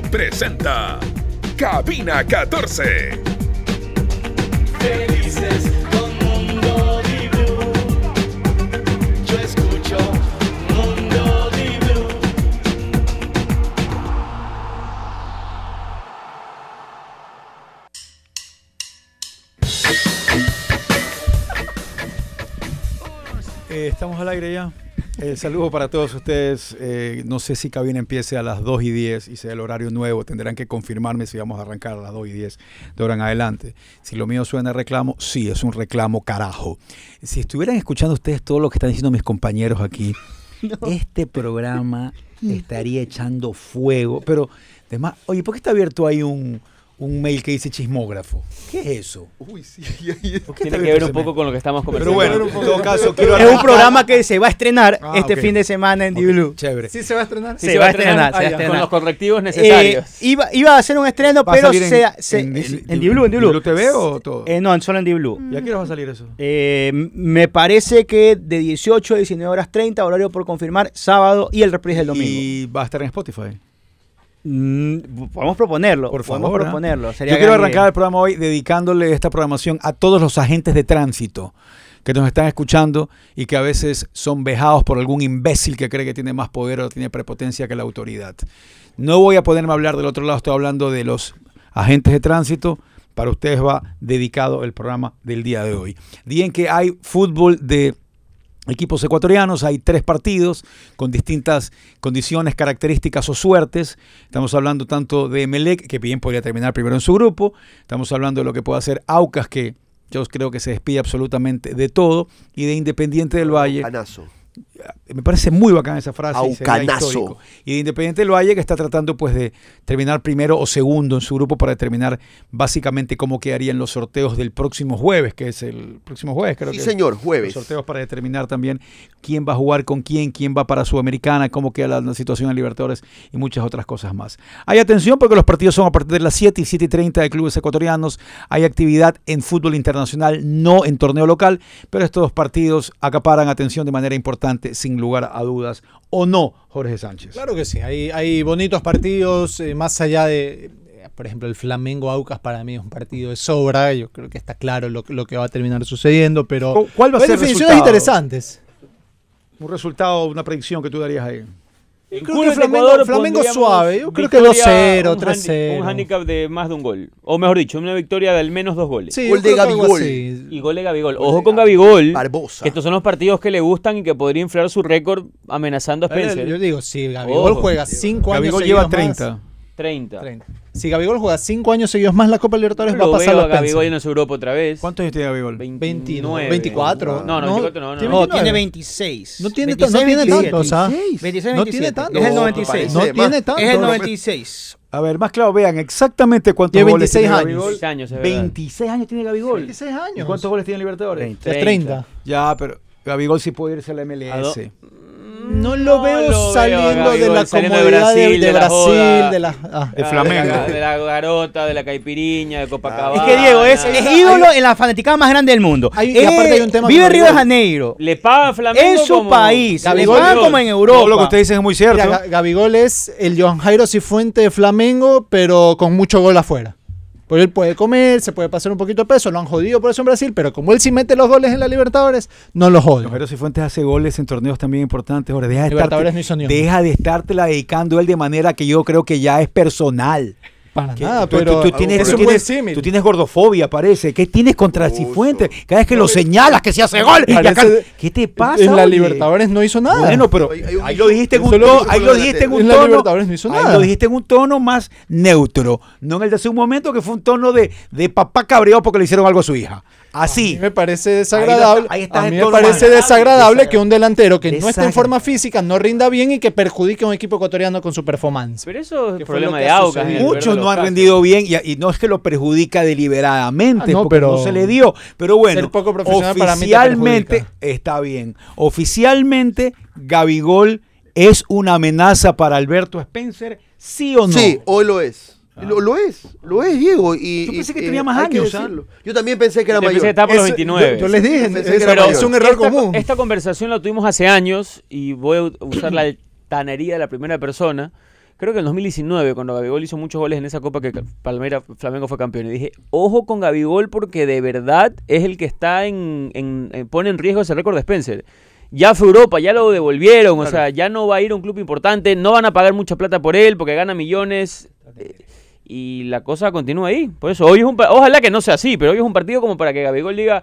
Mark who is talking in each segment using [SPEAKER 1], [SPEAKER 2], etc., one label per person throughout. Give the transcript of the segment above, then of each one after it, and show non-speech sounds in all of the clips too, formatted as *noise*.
[SPEAKER 1] presenta Cabina 14.
[SPEAKER 2] Felices con Mundo Dibu. Yo escucho Mundo Dibu.
[SPEAKER 3] Eh, estamos al aire ya. Eh, saludo para todos ustedes. Eh, no sé si cabina empiece a las 2 y 10 y sea el horario nuevo. Tendrán que confirmarme si vamos a arrancar a las 2 y 10 de ahora en adelante. Si lo mío suena a reclamo, sí, es un reclamo, carajo. Si estuvieran escuchando ustedes todo lo que están diciendo mis compañeros
[SPEAKER 4] *laughs*
[SPEAKER 3] aquí, este programa estaría echando fuego. Pero, además, oye, ¿por qué está abierto ahí un, un mail que dice chismógrafo? ¿Qué es eso?
[SPEAKER 5] Uy, sí.
[SPEAKER 3] ¿Por qué está
[SPEAKER 4] Tiene que
[SPEAKER 3] abierto
[SPEAKER 4] ver un
[SPEAKER 3] ese
[SPEAKER 4] poco
[SPEAKER 3] mail?
[SPEAKER 4] con lo que estamos
[SPEAKER 3] Pero
[SPEAKER 4] conversando.
[SPEAKER 3] bueno, en todo caso, quiero
[SPEAKER 6] Es un
[SPEAKER 3] arrancar-
[SPEAKER 6] programa que se va a estrenar
[SPEAKER 3] Ah,
[SPEAKER 6] este
[SPEAKER 3] ok.
[SPEAKER 6] fin de semana en
[SPEAKER 3] Ok,
[SPEAKER 6] Diblu.
[SPEAKER 3] Chévere.
[SPEAKER 5] se va a estrenar.
[SPEAKER 4] Sí,
[SPEAKER 6] se
[SPEAKER 4] se
[SPEAKER 6] va
[SPEAKER 4] va
[SPEAKER 6] a estrenar, se va a
[SPEAKER 4] ah, ya, con
[SPEAKER 6] estrenar.
[SPEAKER 4] los correctivos
[SPEAKER 6] Eh,
[SPEAKER 4] necesarios.
[SPEAKER 6] iba, iba a ser un estreno,
[SPEAKER 3] ¿Va a
[SPEAKER 6] pero
[SPEAKER 3] salir en-
[SPEAKER 6] se, se-
[SPEAKER 3] en Dis-
[SPEAKER 6] en Diblu, en Diblu.
[SPEAKER 3] Diblu TV o todo?
[SPEAKER 6] Eh, no, en- solo en Diblu.
[SPEAKER 3] ¿Y a qué hora va a salir eso?
[SPEAKER 6] Eh, m- me parece que de 18 a 19 horas 30, horario por confirmar, sábado y el reprise del domingo.
[SPEAKER 3] Y va a estar en Spotify.
[SPEAKER 6] Mm, podemos proponerlo,
[SPEAKER 3] Por
[SPEAKER 6] podemos
[SPEAKER 3] favor. ¿ah?
[SPEAKER 6] proponerlo. sería
[SPEAKER 3] Yo quiero
[SPEAKER 6] gran
[SPEAKER 3] arrancar
[SPEAKER 6] idea.
[SPEAKER 3] el programa hoy dedicándole esta programación a todos los agentes de tránsito que nos están escuchando y que a veces son vejados por algún imbécil que cree que tiene más poder o tiene prepotencia que la autoridad. No voy a ponerme a hablar del otro lado, estoy hablando de los agentes de tránsito. Para ustedes va dedicado el programa del día de hoy. Día en que hay fútbol de equipos ecuatorianos, hay tres partidos con distintas condiciones, características o suertes. Estamos hablando tanto de Melec, que bien podría terminar primero en su grupo. Estamos hablando de lo que puede hacer Aucas, que yo creo que se despide absolutamente de todo. Y de Independiente del Valle.
[SPEAKER 7] Canazo.
[SPEAKER 3] Me parece muy bacana esa frase. y sería
[SPEAKER 7] Aucanazo.
[SPEAKER 3] histórico. Y de Independiente del Valle, que está tratando pues de terminar primero o segundo en su grupo para determinar básicamente cómo quedarían los sorteos del próximo jueves, que es el próximo jueves, creo
[SPEAKER 7] Sí,
[SPEAKER 3] que es
[SPEAKER 7] señor, jueves.
[SPEAKER 3] los sorteos para determinar también quién va a jugar con quién, quién va para Sudamericana, cómo queda la, la situación en Libertadores y muchas otras cosas más. Hay atención porque los partidos son a partir de las 7 y 7 y 30 de clubes ecuatorianos. Hay actividad en fútbol internacional, no en torneo local, pero estos dos partidos acaparan atención de manera importante, sin lugar a dudas, o no, Jorge Sánchez.
[SPEAKER 8] Claro que sí, hay, hay bonitos partidos, eh, más allá de, eh, por ejemplo, el Flamengo Aucas para mí es un partido de sobra, yo creo que está claro lo, lo que va a terminar sucediendo, pero
[SPEAKER 3] ¿Cu- cuál va a
[SPEAKER 8] hay
[SPEAKER 3] ser el
[SPEAKER 8] definiciones
[SPEAKER 3] resultado?
[SPEAKER 8] interesantes.
[SPEAKER 3] Un resultado, una predicción que tú darías ahí.
[SPEAKER 4] En
[SPEAKER 8] creo
[SPEAKER 4] curva
[SPEAKER 8] que Flamengo-
[SPEAKER 4] Ecuador
[SPEAKER 8] Flamengo
[SPEAKER 4] pondríamos
[SPEAKER 8] suave, yo creo que
[SPEAKER 4] victoria,
[SPEAKER 8] 2-0,
[SPEAKER 4] un handi-
[SPEAKER 8] 3-0.
[SPEAKER 4] Un handicap de más de un gol. O mejor dicho, una victoria de al menos dos goles.
[SPEAKER 8] Sí,
[SPEAKER 7] Gol
[SPEAKER 8] yo creo
[SPEAKER 7] de
[SPEAKER 8] que algo
[SPEAKER 7] Gabigol.
[SPEAKER 8] así.
[SPEAKER 4] Y gol de Gabigol. Ojo con Gabigol.
[SPEAKER 7] Barbosa.
[SPEAKER 4] Que estos son los partidos que le gustan y que podría inflar su récord amenazando a Spencer.
[SPEAKER 8] Eh, Yo digo, si Gabigol
[SPEAKER 4] Ojo.
[SPEAKER 8] juega 5 años
[SPEAKER 3] Gabigol
[SPEAKER 8] seguidos
[SPEAKER 3] lleva 30.
[SPEAKER 8] más-
[SPEAKER 4] 30.
[SPEAKER 8] 30. Si Gabigol juega 5 años seguidos más la Copa Libertadores
[SPEAKER 4] Lo
[SPEAKER 8] va a pasar
[SPEAKER 4] veo
[SPEAKER 8] los
[SPEAKER 4] a Gabigol
[SPEAKER 8] Spencer.
[SPEAKER 4] en su grupo otra vez.
[SPEAKER 3] ¿Cuántos años tiene Gabigol?
[SPEAKER 8] 29,
[SPEAKER 4] 29.
[SPEAKER 8] 24.
[SPEAKER 4] No, no, 24 no, no.
[SPEAKER 8] tiene
[SPEAKER 4] No,
[SPEAKER 6] No, tiene
[SPEAKER 8] 29.
[SPEAKER 6] 26.
[SPEAKER 8] No tiene, tan- no
[SPEAKER 6] 26,
[SPEAKER 8] tiene
[SPEAKER 6] 27.
[SPEAKER 8] tanto, o sea,
[SPEAKER 6] 26,
[SPEAKER 8] no tiene
[SPEAKER 6] 27.
[SPEAKER 8] tanto.
[SPEAKER 6] Es el
[SPEAKER 7] No,
[SPEAKER 6] 96.
[SPEAKER 8] No
[SPEAKER 7] parece
[SPEAKER 8] tiene
[SPEAKER 7] más.
[SPEAKER 8] tanto.
[SPEAKER 6] es el 96.
[SPEAKER 3] A ver, más claro, vean exactamente cuántos
[SPEAKER 8] Tiene
[SPEAKER 3] goles tiene
[SPEAKER 8] 26
[SPEAKER 3] Gabigol.
[SPEAKER 8] años.
[SPEAKER 4] 26 años, es verdad.
[SPEAKER 3] 26 años tiene Gabigol.
[SPEAKER 8] 26 años.
[SPEAKER 3] ¿Y cuántos goles tiene Libertadores?
[SPEAKER 4] 30.
[SPEAKER 8] 30.
[SPEAKER 3] Ya, pero Gabigol sí puede irse a la
[SPEAKER 4] A
[SPEAKER 3] MLS.
[SPEAKER 4] do-
[SPEAKER 8] No lo veo
[SPEAKER 4] lo veo a
[SPEAKER 8] saliendo de la
[SPEAKER 4] Gabigol, saliendo de
[SPEAKER 8] comodidad de
[SPEAKER 4] Brasil,
[SPEAKER 8] de
[SPEAKER 4] de la
[SPEAKER 8] Brasil,
[SPEAKER 4] joda.
[SPEAKER 8] de la. ah.
[SPEAKER 3] De
[SPEAKER 4] Ah,
[SPEAKER 3] Flamengo.
[SPEAKER 4] De la, de la garota, de la caipiriña, de Copacabana.
[SPEAKER 6] Es que Diego es, es ídolo en la fanaticada más grande del mundo.
[SPEAKER 8] Hay- y aparte
[SPEAKER 6] Eh,
[SPEAKER 8] hay un tema
[SPEAKER 6] vive
[SPEAKER 8] con
[SPEAKER 6] en Río de
[SPEAKER 8] Gabigol.
[SPEAKER 6] Janeiro.
[SPEAKER 4] Le paga Flamengo
[SPEAKER 6] En su
[SPEAKER 4] como-
[SPEAKER 6] país. Le
[SPEAKER 8] Gabigol,
[SPEAKER 6] pagan
[SPEAKER 8] Dios.
[SPEAKER 6] como en
[SPEAKER 3] Todo lo que
[SPEAKER 6] Europa.
[SPEAKER 3] ustedes dicen es muy cierto.
[SPEAKER 8] Mira, Ga- Gabigol es el Johan Jairo Cifuente de Flamengo, pero con mucho gol afuera. Pues él puede comer, se puede pasar un poquito de peso, lo han jodido por eso en Brasil, pero como él sí mete los goles en la Libertadores, no los jode. *laughs*
[SPEAKER 3] Pero Cifuentes hace goles en torneos también importantes. Ahora, deja de, estarte,
[SPEAKER 8] Libertadores no hizo ni uno.
[SPEAKER 3] deja de estártela dedicando él de manera que yo creo que ya es personal.
[SPEAKER 8] Para
[SPEAKER 3] Que
[SPEAKER 8] nada,
[SPEAKER 3] tú,
[SPEAKER 8] pero
[SPEAKER 3] tú- tú tienes,
[SPEAKER 8] es
[SPEAKER 3] tú,
[SPEAKER 8] un buen
[SPEAKER 3] tienes,
[SPEAKER 8] símil.
[SPEAKER 3] tú tienes gordofobia, parece. ¿Qué tienes contra
[SPEAKER 7] Uso.
[SPEAKER 3] Cifuentes? Cada vez que lo señalas, que se hace gol. y acá-
[SPEAKER 8] Parece-
[SPEAKER 3] ¿Qué te pasa?
[SPEAKER 8] en la
[SPEAKER 3] oye?
[SPEAKER 8] Libertadores no hizo nada.
[SPEAKER 3] Bueno, pues, pero
[SPEAKER 7] Hay- hay un
[SPEAKER 3] ahí
[SPEAKER 7] dicho-
[SPEAKER 3] lo dijiste en un
[SPEAKER 7] solo
[SPEAKER 3] tono,
[SPEAKER 7] dicho
[SPEAKER 3] ahí
[SPEAKER 7] con
[SPEAKER 3] lo
[SPEAKER 7] la
[SPEAKER 3] dijiste en
[SPEAKER 7] delantera.
[SPEAKER 3] un
[SPEAKER 8] En la
[SPEAKER 3] tono,
[SPEAKER 8] Libertadores no hizo
[SPEAKER 3] ahí
[SPEAKER 8] nada.
[SPEAKER 3] lo dijiste en un tono más neutro, no en el de hace un momento que fue un tono de, de papá cabreado porque le hicieron algo a su hija.
[SPEAKER 8] A mí
[SPEAKER 3] Así.
[SPEAKER 8] me parece desagradable.
[SPEAKER 3] ahí está
[SPEAKER 8] a mí
[SPEAKER 3] el
[SPEAKER 8] me
[SPEAKER 3] tono
[SPEAKER 8] parece
[SPEAKER 3] agradable,
[SPEAKER 8] desagradable que un delantero que no esté
[SPEAKER 3] desagradable.
[SPEAKER 8] en forma física no rinda bien y que perjudique a un equipo ecuatoriano con su performance.
[SPEAKER 4] Pero eso es
[SPEAKER 8] Que fue lo
[SPEAKER 4] problema
[SPEAKER 8] que
[SPEAKER 4] de
[SPEAKER 8] ha
[SPEAKER 4] Aucas. en el
[SPEAKER 8] sucedido.
[SPEAKER 4] peor de
[SPEAKER 3] Muchos
[SPEAKER 4] los
[SPEAKER 3] no han
[SPEAKER 4] casos.
[SPEAKER 3] rendido bien y, y no es que lo perjudica deliberadamente,
[SPEAKER 8] Ah, no,
[SPEAKER 3] porque
[SPEAKER 8] pero
[SPEAKER 3] no se le dio. Pero bueno,
[SPEAKER 8] ser poco profesional para mí te
[SPEAKER 3] oficialmente
[SPEAKER 8] perjudica.
[SPEAKER 3] está bien. Oficialmente, Gabigol es una amenaza para Alberto Spencer, ¿sí o no? Ah.
[SPEAKER 7] Sí, hoy lo es. Lo, lo es, lo es, Diego. Y,
[SPEAKER 3] Yo pensé
[SPEAKER 7] y-
[SPEAKER 3] que
[SPEAKER 7] eh,
[SPEAKER 3] tenía más
[SPEAKER 7] hay que
[SPEAKER 3] años, ¿ah?
[SPEAKER 7] decirlo. Yo también pensé que era
[SPEAKER 4] Yo pensé
[SPEAKER 7] mayor.
[SPEAKER 4] que estaba por los
[SPEAKER 8] Eso-
[SPEAKER 4] 29.
[SPEAKER 8] Yo, yo les dije,
[SPEAKER 7] Pensé que
[SPEAKER 8] es,
[SPEAKER 7] era
[SPEAKER 8] es
[SPEAKER 7] mayor.
[SPEAKER 8] un error
[SPEAKER 4] esta,
[SPEAKER 8] común.
[SPEAKER 4] Esta conversación la tuvimos hace años y voy a usar la altanería de la primera persona. creo que en 2019, cuando Gabigol hizo muchos goles en esa copa que Palmeiras Flamengo fue campeón. Y dije, ojo con Gabigol porque de verdad es el que está en, en- en- pone en riesgo ese récord de Spencer. Ya fue Europa, ya lo devolvieron, o sea, ya no va a ir a un club importante, no van a pagar mucha plata por él porque gana millones. eh, y la cosa continúa ahí. Por eso, hoy es un pa- ojalá que no sea así, pero hoy es un partido como para que Gabigol diga,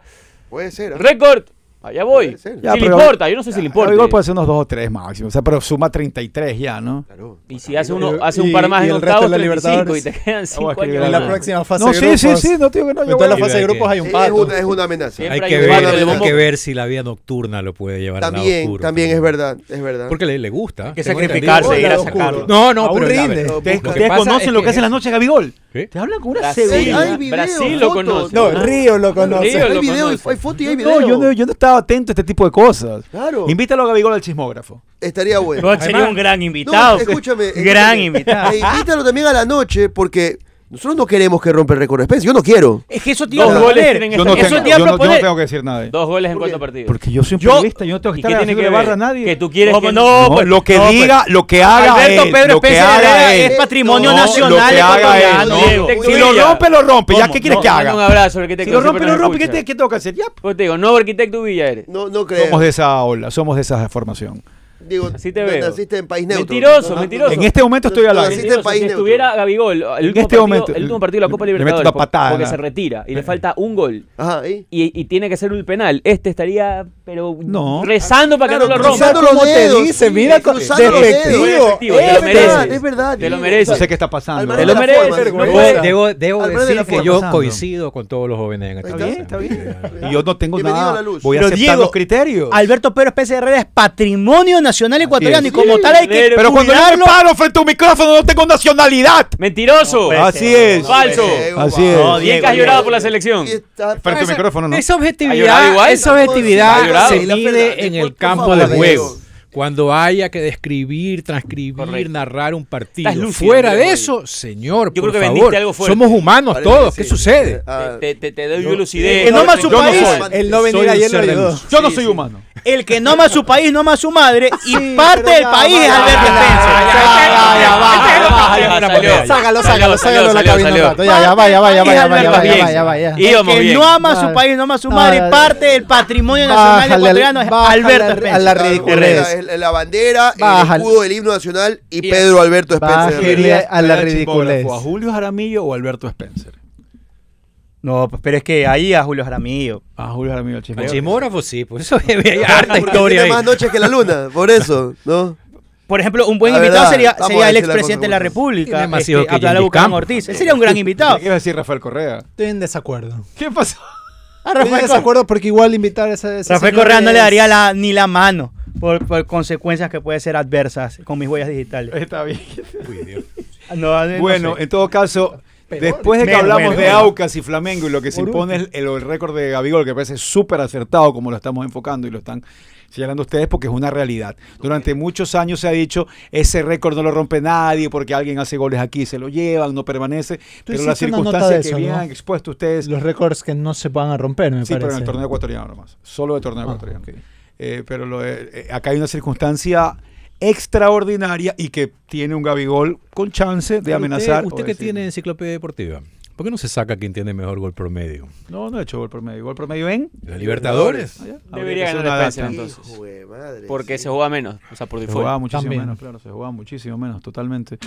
[SPEAKER 7] Puede ser. ¿ah?
[SPEAKER 4] récord, allá voy.
[SPEAKER 7] Puede ser.
[SPEAKER 4] Si
[SPEAKER 3] Ya,
[SPEAKER 4] le
[SPEAKER 3] pero-
[SPEAKER 4] importa, yo no sé si le importa.
[SPEAKER 3] Gabigol puede ser unos dos o tres máximo. O sea, pero suma 33 ya, ¿no?
[SPEAKER 7] Claro.
[SPEAKER 4] Y si hace uno, hace
[SPEAKER 8] Y-
[SPEAKER 4] un par más
[SPEAKER 8] y
[SPEAKER 4] en
[SPEAKER 8] el resto
[SPEAKER 4] octavos,
[SPEAKER 8] de la
[SPEAKER 4] 35 y
[SPEAKER 8] Libertadores.
[SPEAKER 4] te quedan
[SPEAKER 3] Ah, bueno,
[SPEAKER 4] 5
[SPEAKER 3] que
[SPEAKER 4] años.
[SPEAKER 3] viene
[SPEAKER 8] En la
[SPEAKER 4] más.
[SPEAKER 8] próxima fase
[SPEAKER 3] no,
[SPEAKER 8] de
[SPEAKER 3] sí,
[SPEAKER 8] grupos.
[SPEAKER 3] sí, sí, no digo que no.
[SPEAKER 8] en todas las
[SPEAKER 5] voy a-
[SPEAKER 8] fases de grupos hay un
[SPEAKER 7] Es,
[SPEAKER 8] pato.
[SPEAKER 7] una, es una amenaza.
[SPEAKER 4] Siempre
[SPEAKER 5] Hay
[SPEAKER 4] hay
[SPEAKER 5] que
[SPEAKER 4] un
[SPEAKER 5] ver,
[SPEAKER 4] pato en el
[SPEAKER 5] hay
[SPEAKER 4] bombo.
[SPEAKER 5] que ver si la vida nocturna lo puede llevar al lado
[SPEAKER 7] También,
[SPEAKER 5] oscuro.
[SPEAKER 7] también es verdad, es verdad.
[SPEAKER 5] Porque le, le gusta.
[SPEAKER 4] que
[SPEAKER 5] Tengo
[SPEAKER 4] sacrificarse,
[SPEAKER 5] entendido.
[SPEAKER 4] ir a
[SPEAKER 5] Hola,
[SPEAKER 4] sacarlo.
[SPEAKER 5] oscuro. No, no,
[SPEAKER 3] Aún
[SPEAKER 5] pero la-
[SPEAKER 3] rinde.
[SPEAKER 5] lo-
[SPEAKER 3] Ustedes
[SPEAKER 5] lo que
[SPEAKER 3] ustedes
[SPEAKER 5] pasa es
[SPEAKER 3] conocen lo que
[SPEAKER 5] que-
[SPEAKER 3] hace en la noche Gabigol.
[SPEAKER 5] ¿Sí?
[SPEAKER 3] Te hablan con una
[SPEAKER 4] Brasil,
[SPEAKER 3] seguridad.
[SPEAKER 7] hay videos,
[SPEAKER 4] Brasil lo
[SPEAKER 7] fotos.
[SPEAKER 4] conoce.
[SPEAKER 8] No, Río lo conoce.
[SPEAKER 4] Ah. Río.
[SPEAKER 7] hay
[SPEAKER 4] lo
[SPEAKER 7] video,
[SPEAKER 4] conoce.
[SPEAKER 7] hay foto y hay video.
[SPEAKER 3] No, yo no, yo no estaba atento a este tipo de cosas.
[SPEAKER 7] Claro.
[SPEAKER 3] Invítalo a Gabigol al chismógrafo.
[SPEAKER 7] Estaría bueno.
[SPEAKER 9] Bueno, sería
[SPEAKER 5] Además-
[SPEAKER 9] un gran
[SPEAKER 7] No,
[SPEAKER 9] invitado.
[SPEAKER 6] *laughs*
[SPEAKER 7] escúchame.
[SPEAKER 9] Gran
[SPEAKER 7] escúchame.
[SPEAKER 9] invitado.
[SPEAKER 7] *laughs* E invítalo también a la noche porque nosotros no queremos que rompa el récord de Spence. Yo no quiero.
[SPEAKER 9] Es que eso
[SPEAKER 6] *laughs*
[SPEAKER 9] te iba
[SPEAKER 4] Dos
[SPEAKER 9] a
[SPEAKER 4] goles
[SPEAKER 9] proponer.
[SPEAKER 4] tienen
[SPEAKER 3] Yo
[SPEAKER 4] esta
[SPEAKER 3] no,
[SPEAKER 4] temporada.
[SPEAKER 9] eso
[SPEAKER 3] tengo,
[SPEAKER 9] te iba a
[SPEAKER 3] yo no- yo no
[SPEAKER 9] proponer.
[SPEAKER 3] tengo que decir nada.
[SPEAKER 4] Dos goles en cuatro partidos.
[SPEAKER 3] Porque yo soy un
[SPEAKER 9] Yo-
[SPEAKER 3] periodista, yo no tengo que
[SPEAKER 4] ¿Y
[SPEAKER 3] estar
[SPEAKER 4] qué tiene
[SPEAKER 3] haciendo
[SPEAKER 4] que ver?
[SPEAKER 3] barra a nadie.
[SPEAKER 4] Que tú quieres
[SPEAKER 9] ¿Cómo
[SPEAKER 4] que
[SPEAKER 9] no? pues,
[SPEAKER 3] lo que
[SPEAKER 9] no,
[SPEAKER 3] diga, lo que haga
[SPEAKER 9] Alberto
[SPEAKER 3] él,
[SPEAKER 9] Pedro
[SPEAKER 3] lo que
[SPEAKER 9] Pérez
[SPEAKER 3] haga
[SPEAKER 9] Herrera
[SPEAKER 3] él.
[SPEAKER 9] es patrimonio
[SPEAKER 7] No,
[SPEAKER 3] lo
[SPEAKER 9] nacional
[SPEAKER 3] que haga él,
[SPEAKER 9] ecuatoriano,
[SPEAKER 3] no.
[SPEAKER 9] Diego.
[SPEAKER 4] Arquitecto
[SPEAKER 3] Si lo
[SPEAKER 4] Villa.
[SPEAKER 3] rompe, lo rompe. ¿Ya
[SPEAKER 4] No,
[SPEAKER 3] qué quieres
[SPEAKER 4] no,
[SPEAKER 3] que
[SPEAKER 4] Un
[SPEAKER 3] haga?
[SPEAKER 4] abrazo, arquitecto.
[SPEAKER 3] Si lo rompe,
[SPEAKER 4] siempre
[SPEAKER 3] lo
[SPEAKER 4] nos
[SPEAKER 3] rompe. ¿Qué,
[SPEAKER 4] escucha.
[SPEAKER 3] te- qué tengo que hacer? Ya. p-
[SPEAKER 4] Pues te digo, no arquitecto Villa eres.
[SPEAKER 7] No, no creo.
[SPEAKER 3] Somos de esa ola, somos de esa formación.
[SPEAKER 7] Digo,
[SPEAKER 4] Así te
[SPEAKER 7] na-
[SPEAKER 4] veo.
[SPEAKER 7] Naciste en país neutro.
[SPEAKER 4] Mentiroso,
[SPEAKER 7] No, no,
[SPEAKER 4] mentiroso.
[SPEAKER 7] no,
[SPEAKER 3] En este momento estoy al
[SPEAKER 7] No,
[SPEAKER 3] aire.
[SPEAKER 7] así-
[SPEAKER 4] Mentiroso,
[SPEAKER 7] en país
[SPEAKER 4] si
[SPEAKER 7] neutro.
[SPEAKER 4] estuviera Gabigol, el último,
[SPEAKER 3] este
[SPEAKER 4] partido,
[SPEAKER 3] momento,
[SPEAKER 4] el último partido de la Copa
[SPEAKER 3] le- le meto
[SPEAKER 4] Libertadores,
[SPEAKER 3] una
[SPEAKER 4] porque-
[SPEAKER 3] patada,
[SPEAKER 4] porque
[SPEAKER 3] ¿no?
[SPEAKER 4] se retira y le falta un gol
[SPEAKER 7] Ajá, ahí.
[SPEAKER 4] y, y tiene que hacer un penal, este estaría pero
[SPEAKER 3] No.
[SPEAKER 4] rezando para que no lo rompa.
[SPEAKER 7] cruzando los
[SPEAKER 8] ¿Cómo te
[SPEAKER 7] dedos,
[SPEAKER 8] dice?
[SPEAKER 7] sí,
[SPEAKER 8] Mira,
[SPEAKER 7] cruzando los dedos.
[SPEAKER 8] despectivo.
[SPEAKER 4] Efectivo, te lo
[SPEAKER 7] Es verdad,
[SPEAKER 4] mereces.
[SPEAKER 7] es verdad.
[SPEAKER 4] Te lo
[SPEAKER 7] Diego.
[SPEAKER 4] mereces.
[SPEAKER 3] No sé qué está
[SPEAKER 7] Al
[SPEAKER 3] pasando.
[SPEAKER 7] menos
[SPEAKER 4] Te
[SPEAKER 7] de
[SPEAKER 4] lo
[SPEAKER 7] la
[SPEAKER 4] mereces,
[SPEAKER 7] forma,
[SPEAKER 4] no
[SPEAKER 7] de la
[SPEAKER 4] puede-
[SPEAKER 7] forma.
[SPEAKER 5] Debo, debo
[SPEAKER 7] Al menos de
[SPEAKER 5] decir
[SPEAKER 7] la
[SPEAKER 5] que
[SPEAKER 7] forma.
[SPEAKER 5] yo
[SPEAKER 3] Pasando.
[SPEAKER 5] coincido con todos los jóvenes en
[SPEAKER 7] Ahí
[SPEAKER 5] esta
[SPEAKER 3] Está bien,
[SPEAKER 5] mesa.
[SPEAKER 3] está bien. Y yo no tengo
[SPEAKER 7] Bienvenido a
[SPEAKER 3] nada.
[SPEAKER 7] la luz.
[SPEAKER 3] Voy a
[SPEAKER 6] Pero
[SPEAKER 3] aceptar
[SPEAKER 6] Diego-
[SPEAKER 3] los criterios.
[SPEAKER 6] Alberto Pérez Pérez Herrera es patrimonio nacional ecuatoriano y como tal hay que
[SPEAKER 3] Pero cuando yo me
[SPEAKER 6] cuidarlo.
[SPEAKER 3] paro frente a un micrófono no tengo nacionalidad.
[SPEAKER 4] Mentiroso.
[SPEAKER 9] No puede ser.
[SPEAKER 3] Así es.
[SPEAKER 4] Falso.
[SPEAKER 7] Diego,
[SPEAKER 3] Así
[SPEAKER 7] wow.
[SPEAKER 3] es.
[SPEAKER 9] No,
[SPEAKER 4] Bien
[SPEAKER 9] Diego,
[SPEAKER 4] que has llorado
[SPEAKER 9] Diego.
[SPEAKER 4] por la selección.
[SPEAKER 7] Y está-
[SPEAKER 3] Frente al micrófono, ¿no?
[SPEAKER 5] Esa
[SPEAKER 4] ¿Ha llorado
[SPEAKER 5] objetividad,
[SPEAKER 4] igual?
[SPEAKER 5] esa
[SPEAKER 7] ¿Ha
[SPEAKER 5] objetividad
[SPEAKER 4] llorado?
[SPEAKER 5] se
[SPEAKER 7] Sí, la verdad,
[SPEAKER 5] mide en
[SPEAKER 7] por
[SPEAKER 5] el campo
[SPEAKER 7] favor,
[SPEAKER 5] de juego.
[SPEAKER 7] Diego.
[SPEAKER 5] Cuando haya que describir, transcribir,
[SPEAKER 4] Correcto.
[SPEAKER 5] narrar un partido.
[SPEAKER 4] Estás lúcido,
[SPEAKER 5] fuera
[SPEAKER 4] creo,
[SPEAKER 5] de
[SPEAKER 4] hoy.
[SPEAKER 5] eso, señor,
[SPEAKER 4] Yo creo
[SPEAKER 5] por
[SPEAKER 4] que vendiste
[SPEAKER 5] favor,
[SPEAKER 4] algo fuerte.
[SPEAKER 5] somos humanos
[SPEAKER 7] Parece
[SPEAKER 5] todos.
[SPEAKER 7] que
[SPEAKER 5] ¿Qué
[SPEAKER 7] sí. *laughs*
[SPEAKER 5] sucede?
[SPEAKER 6] pues,
[SPEAKER 7] Ah,
[SPEAKER 4] Te, te- te doy yo lucidez.
[SPEAKER 6] Que eh, no ama
[SPEAKER 3] Yo
[SPEAKER 6] su
[SPEAKER 3] no
[SPEAKER 6] país.
[SPEAKER 3] soy.
[SPEAKER 6] El no
[SPEAKER 5] Soy
[SPEAKER 6] venir
[SPEAKER 5] un
[SPEAKER 6] ayer lo
[SPEAKER 5] ser de
[SPEAKER 6] ayudó.
[SPEAKER 5] luz.
[SPEAKER 3] Yo no soy humano.
[SPEAKER 6] El que no ama a su país, no ama a su madre. Y parte
[SPEAKER 8] pero
[SPEAKER 6] del
[SPEAKER 8] ya,
[SPEAKER 6] país es
[SPEAKER 8] ya,
[SPEAKER 6] Alberto
[SPEAKER 8] ya,
[SPEAKER 6] Spencer.
[SPEAKER 8] Sácalo, sácalo, sácalo la cabina un rato. Ya, ya, vaya, vaya, vaya, vaya, vaya, vaya, vaya.
[SPEAKER 4] Y
[SPEAKER 6] El
[SPEAKER 4] íbamos
[SPEAKER 6] que
[SPEAKER 4] bien.
[SPEAKER 6] no ama a su
[SPEAKER 8] Vale.
[SPEAKER 6] país, no ama a su madre.
[SPEAKER 8] Vale.
[SPEAKER 6] Parte del patrimonio nacional
[SPEAKER 8] Bájale al-
[SPEAKER 6] ecuatoriano es
[SPEAKER 8] bájale
[SPEAKER 6] Alberto
[SPEAKER 8] al-
[SPEAKER 6] Spencer.
[SPEAKER 8] a la
[SPEAKER 7] Ricardo
[SPEAKER 8] red.
[SPEAKER 7] Herrera, el- la bandera, el
[SPEAKER 8] Bájale.
[SPEAKER 7] escudo del himno nacional y Pedro Alberto Spencer.
[SPEAKER 8] Bájale.
[SPEAKER 7] Herrera.
[SPEAKER 8] Quería a la
[SPEAKER 3] Era el
[SPEAKER 8] ridiculez.
[SPEAKER 3] chismógrafo, ¿A Julio Jaramillo o Alberto Spencer?
[SPEAKER 6] No, pues, pero es que ahí a Julio Jaramillo.
[SPEAKER 3] A Julio Jaramillo, el
[SPEAKER 5] El
[SPEAKER 3] chismógrafo.
[SPEAKER 5] chismógrafo sí, por pues eso hay harta
[SPEAKER 7] Porque
[SPEAKER 5] historia
[SPEAKER 7] tiene
[SPEAKER 5] ahí.
[SPEAKER 7] más noches que la luna, por eso, ¿no?
[SPEAKER 6] Por ejemplo, un buen
[SPEAKER 7] La
[SPEAKER 6] invitado
[SPEAKER 7] verdad,
[SPEAKER 6] sería,
[SPEAKER 7] vamos
[SPEAKER 6] sería
[SPEAKER 7] a
[SPEAKER 6] el
[SPEAKER 7] decir las
[SPEAKER 6] expresidente de la
[SPEAKER 7] cosas como
[SPEAKER 6] República,
[SPEAKER 5] Tiene más
[SPEAKER 6] este,
[SPEAKER 5] hijos que
[SPEAKER 6] Abdalá
[SPEAKER 5] Jimmy
[SPEAKER 6] Bucaram
[SPEAKER 5] Campo.
[SPEAKER 6] Ortiz.
[SPEAKER 4] eh.
[SPEAKER 6] Él sería un gran invitado.
[SPEAKER 3] ¿Qué iba a decir Rafael Correa?
[SPEAKER 8] Estoy en desacuerdo.
[SPEAKER 3] ¿Qué pasó?
[SPEAKER 8] Estoy en desacuerdo porque igual invitar a ese. ese
[SPEAKER 6] Rafael
[SPEAKER 8] señor
[SPEAKER 6] Correa no le
[SPEAKER 8] es-
[SPEAKER 6] daría la- ni la mano por, por consecuencias que pueden ser adversas con mis huellas
[SPEAKER 4] Eh,
[SPEAKER 6] digitales.
[SPEAKER 3] Está bien.
[SPEAKER 6] No, no
[SPEAKER 3] Bueno,
[SPEAKER 6] sé.
[SPEAKER 3] en todo caso, después de que
[SPEAKER 6] Menos,
[SPEAKER 3] hablamos
[SPEAKER 6] menos,
[SPEAKER 3] de
[SPEAKER 6] menos.
[SPEAKER 3] Aucas y Flamengo y lo que se impone es el, el récord de Gabigol, que parece súper acertado como lo estamos enfocando y lo están señalando ustedes porque es una realidad. Durante muchos años se ha dicho, ese récord no lo rompe nadie porque alguien hace goles aquí, se lo llevan, no permanece, pero las
[SPEAKER 8] hiciste una nota
[SPEAKER 3] circunstancias
[SPEAKER 8] de
[SPEAKER 3] que
[SPEAKER 8] eso,
[SPEAKER 3] bien
[SPEAKER 8] ¿no?
[SPEAKER 3] han expuesto ustedes,
[SPEAKER 8] Los récords que no se van a romper, me
[SPEAKER 3] sí,
[SPEAKER 8] parece.
[SPEAKER 3] pero en el torneo ecuatoriano nomás, solo el torneo
[SPEAKER 8] Ah,
[SPEAKER 3] ecuatoriano.
[SPEAKER 8] ok.
[SPEAKER 3] Eh, pero lo de- eh, acá hay una circunstancia extraordinaria y que tiene un Gabigol con chance de
[SPEAKER 5] Pero
[SPEAKER 3] amenazar. o
[SPEAKER 5] Eh, Usted, usted que
[SPEAKER 3] decir-
[SPEAKER 5] tiene enciclopedia deportiva, ¿por qué no se saca quien tiene mejor gol promedio?
[SPEAKER 3] No, no he hecho gol promedio. Gol promedio en.
[SPEAKER 5] ¿La Libertadores?
[SPEAKER 3] Allá.
[SPEAKER 4] Debería
[SPEAKER 3] Habría que hacer
[SPEAKER 4] ganar
[SPEAKER 3] una
[SPEAKER 4] el Spencer
[SPEAKER 3] data.
[SPEAKER 4] entonces.
[SPEAKER 7] Hijo de madre,
[SPEAKER 4] Porque
[SPEAKER 7] sí.
[SPEAKER 4] se juega menos, o sea, por
[SPEAKER 3] Se
[SPEAKER 4] default.
[SPEAKER 3] jugaba muchísimo
[SPEAKER 8] También.
[SPEAKER 3] menos, claro, se jugaba muchísimo menos, totalmente.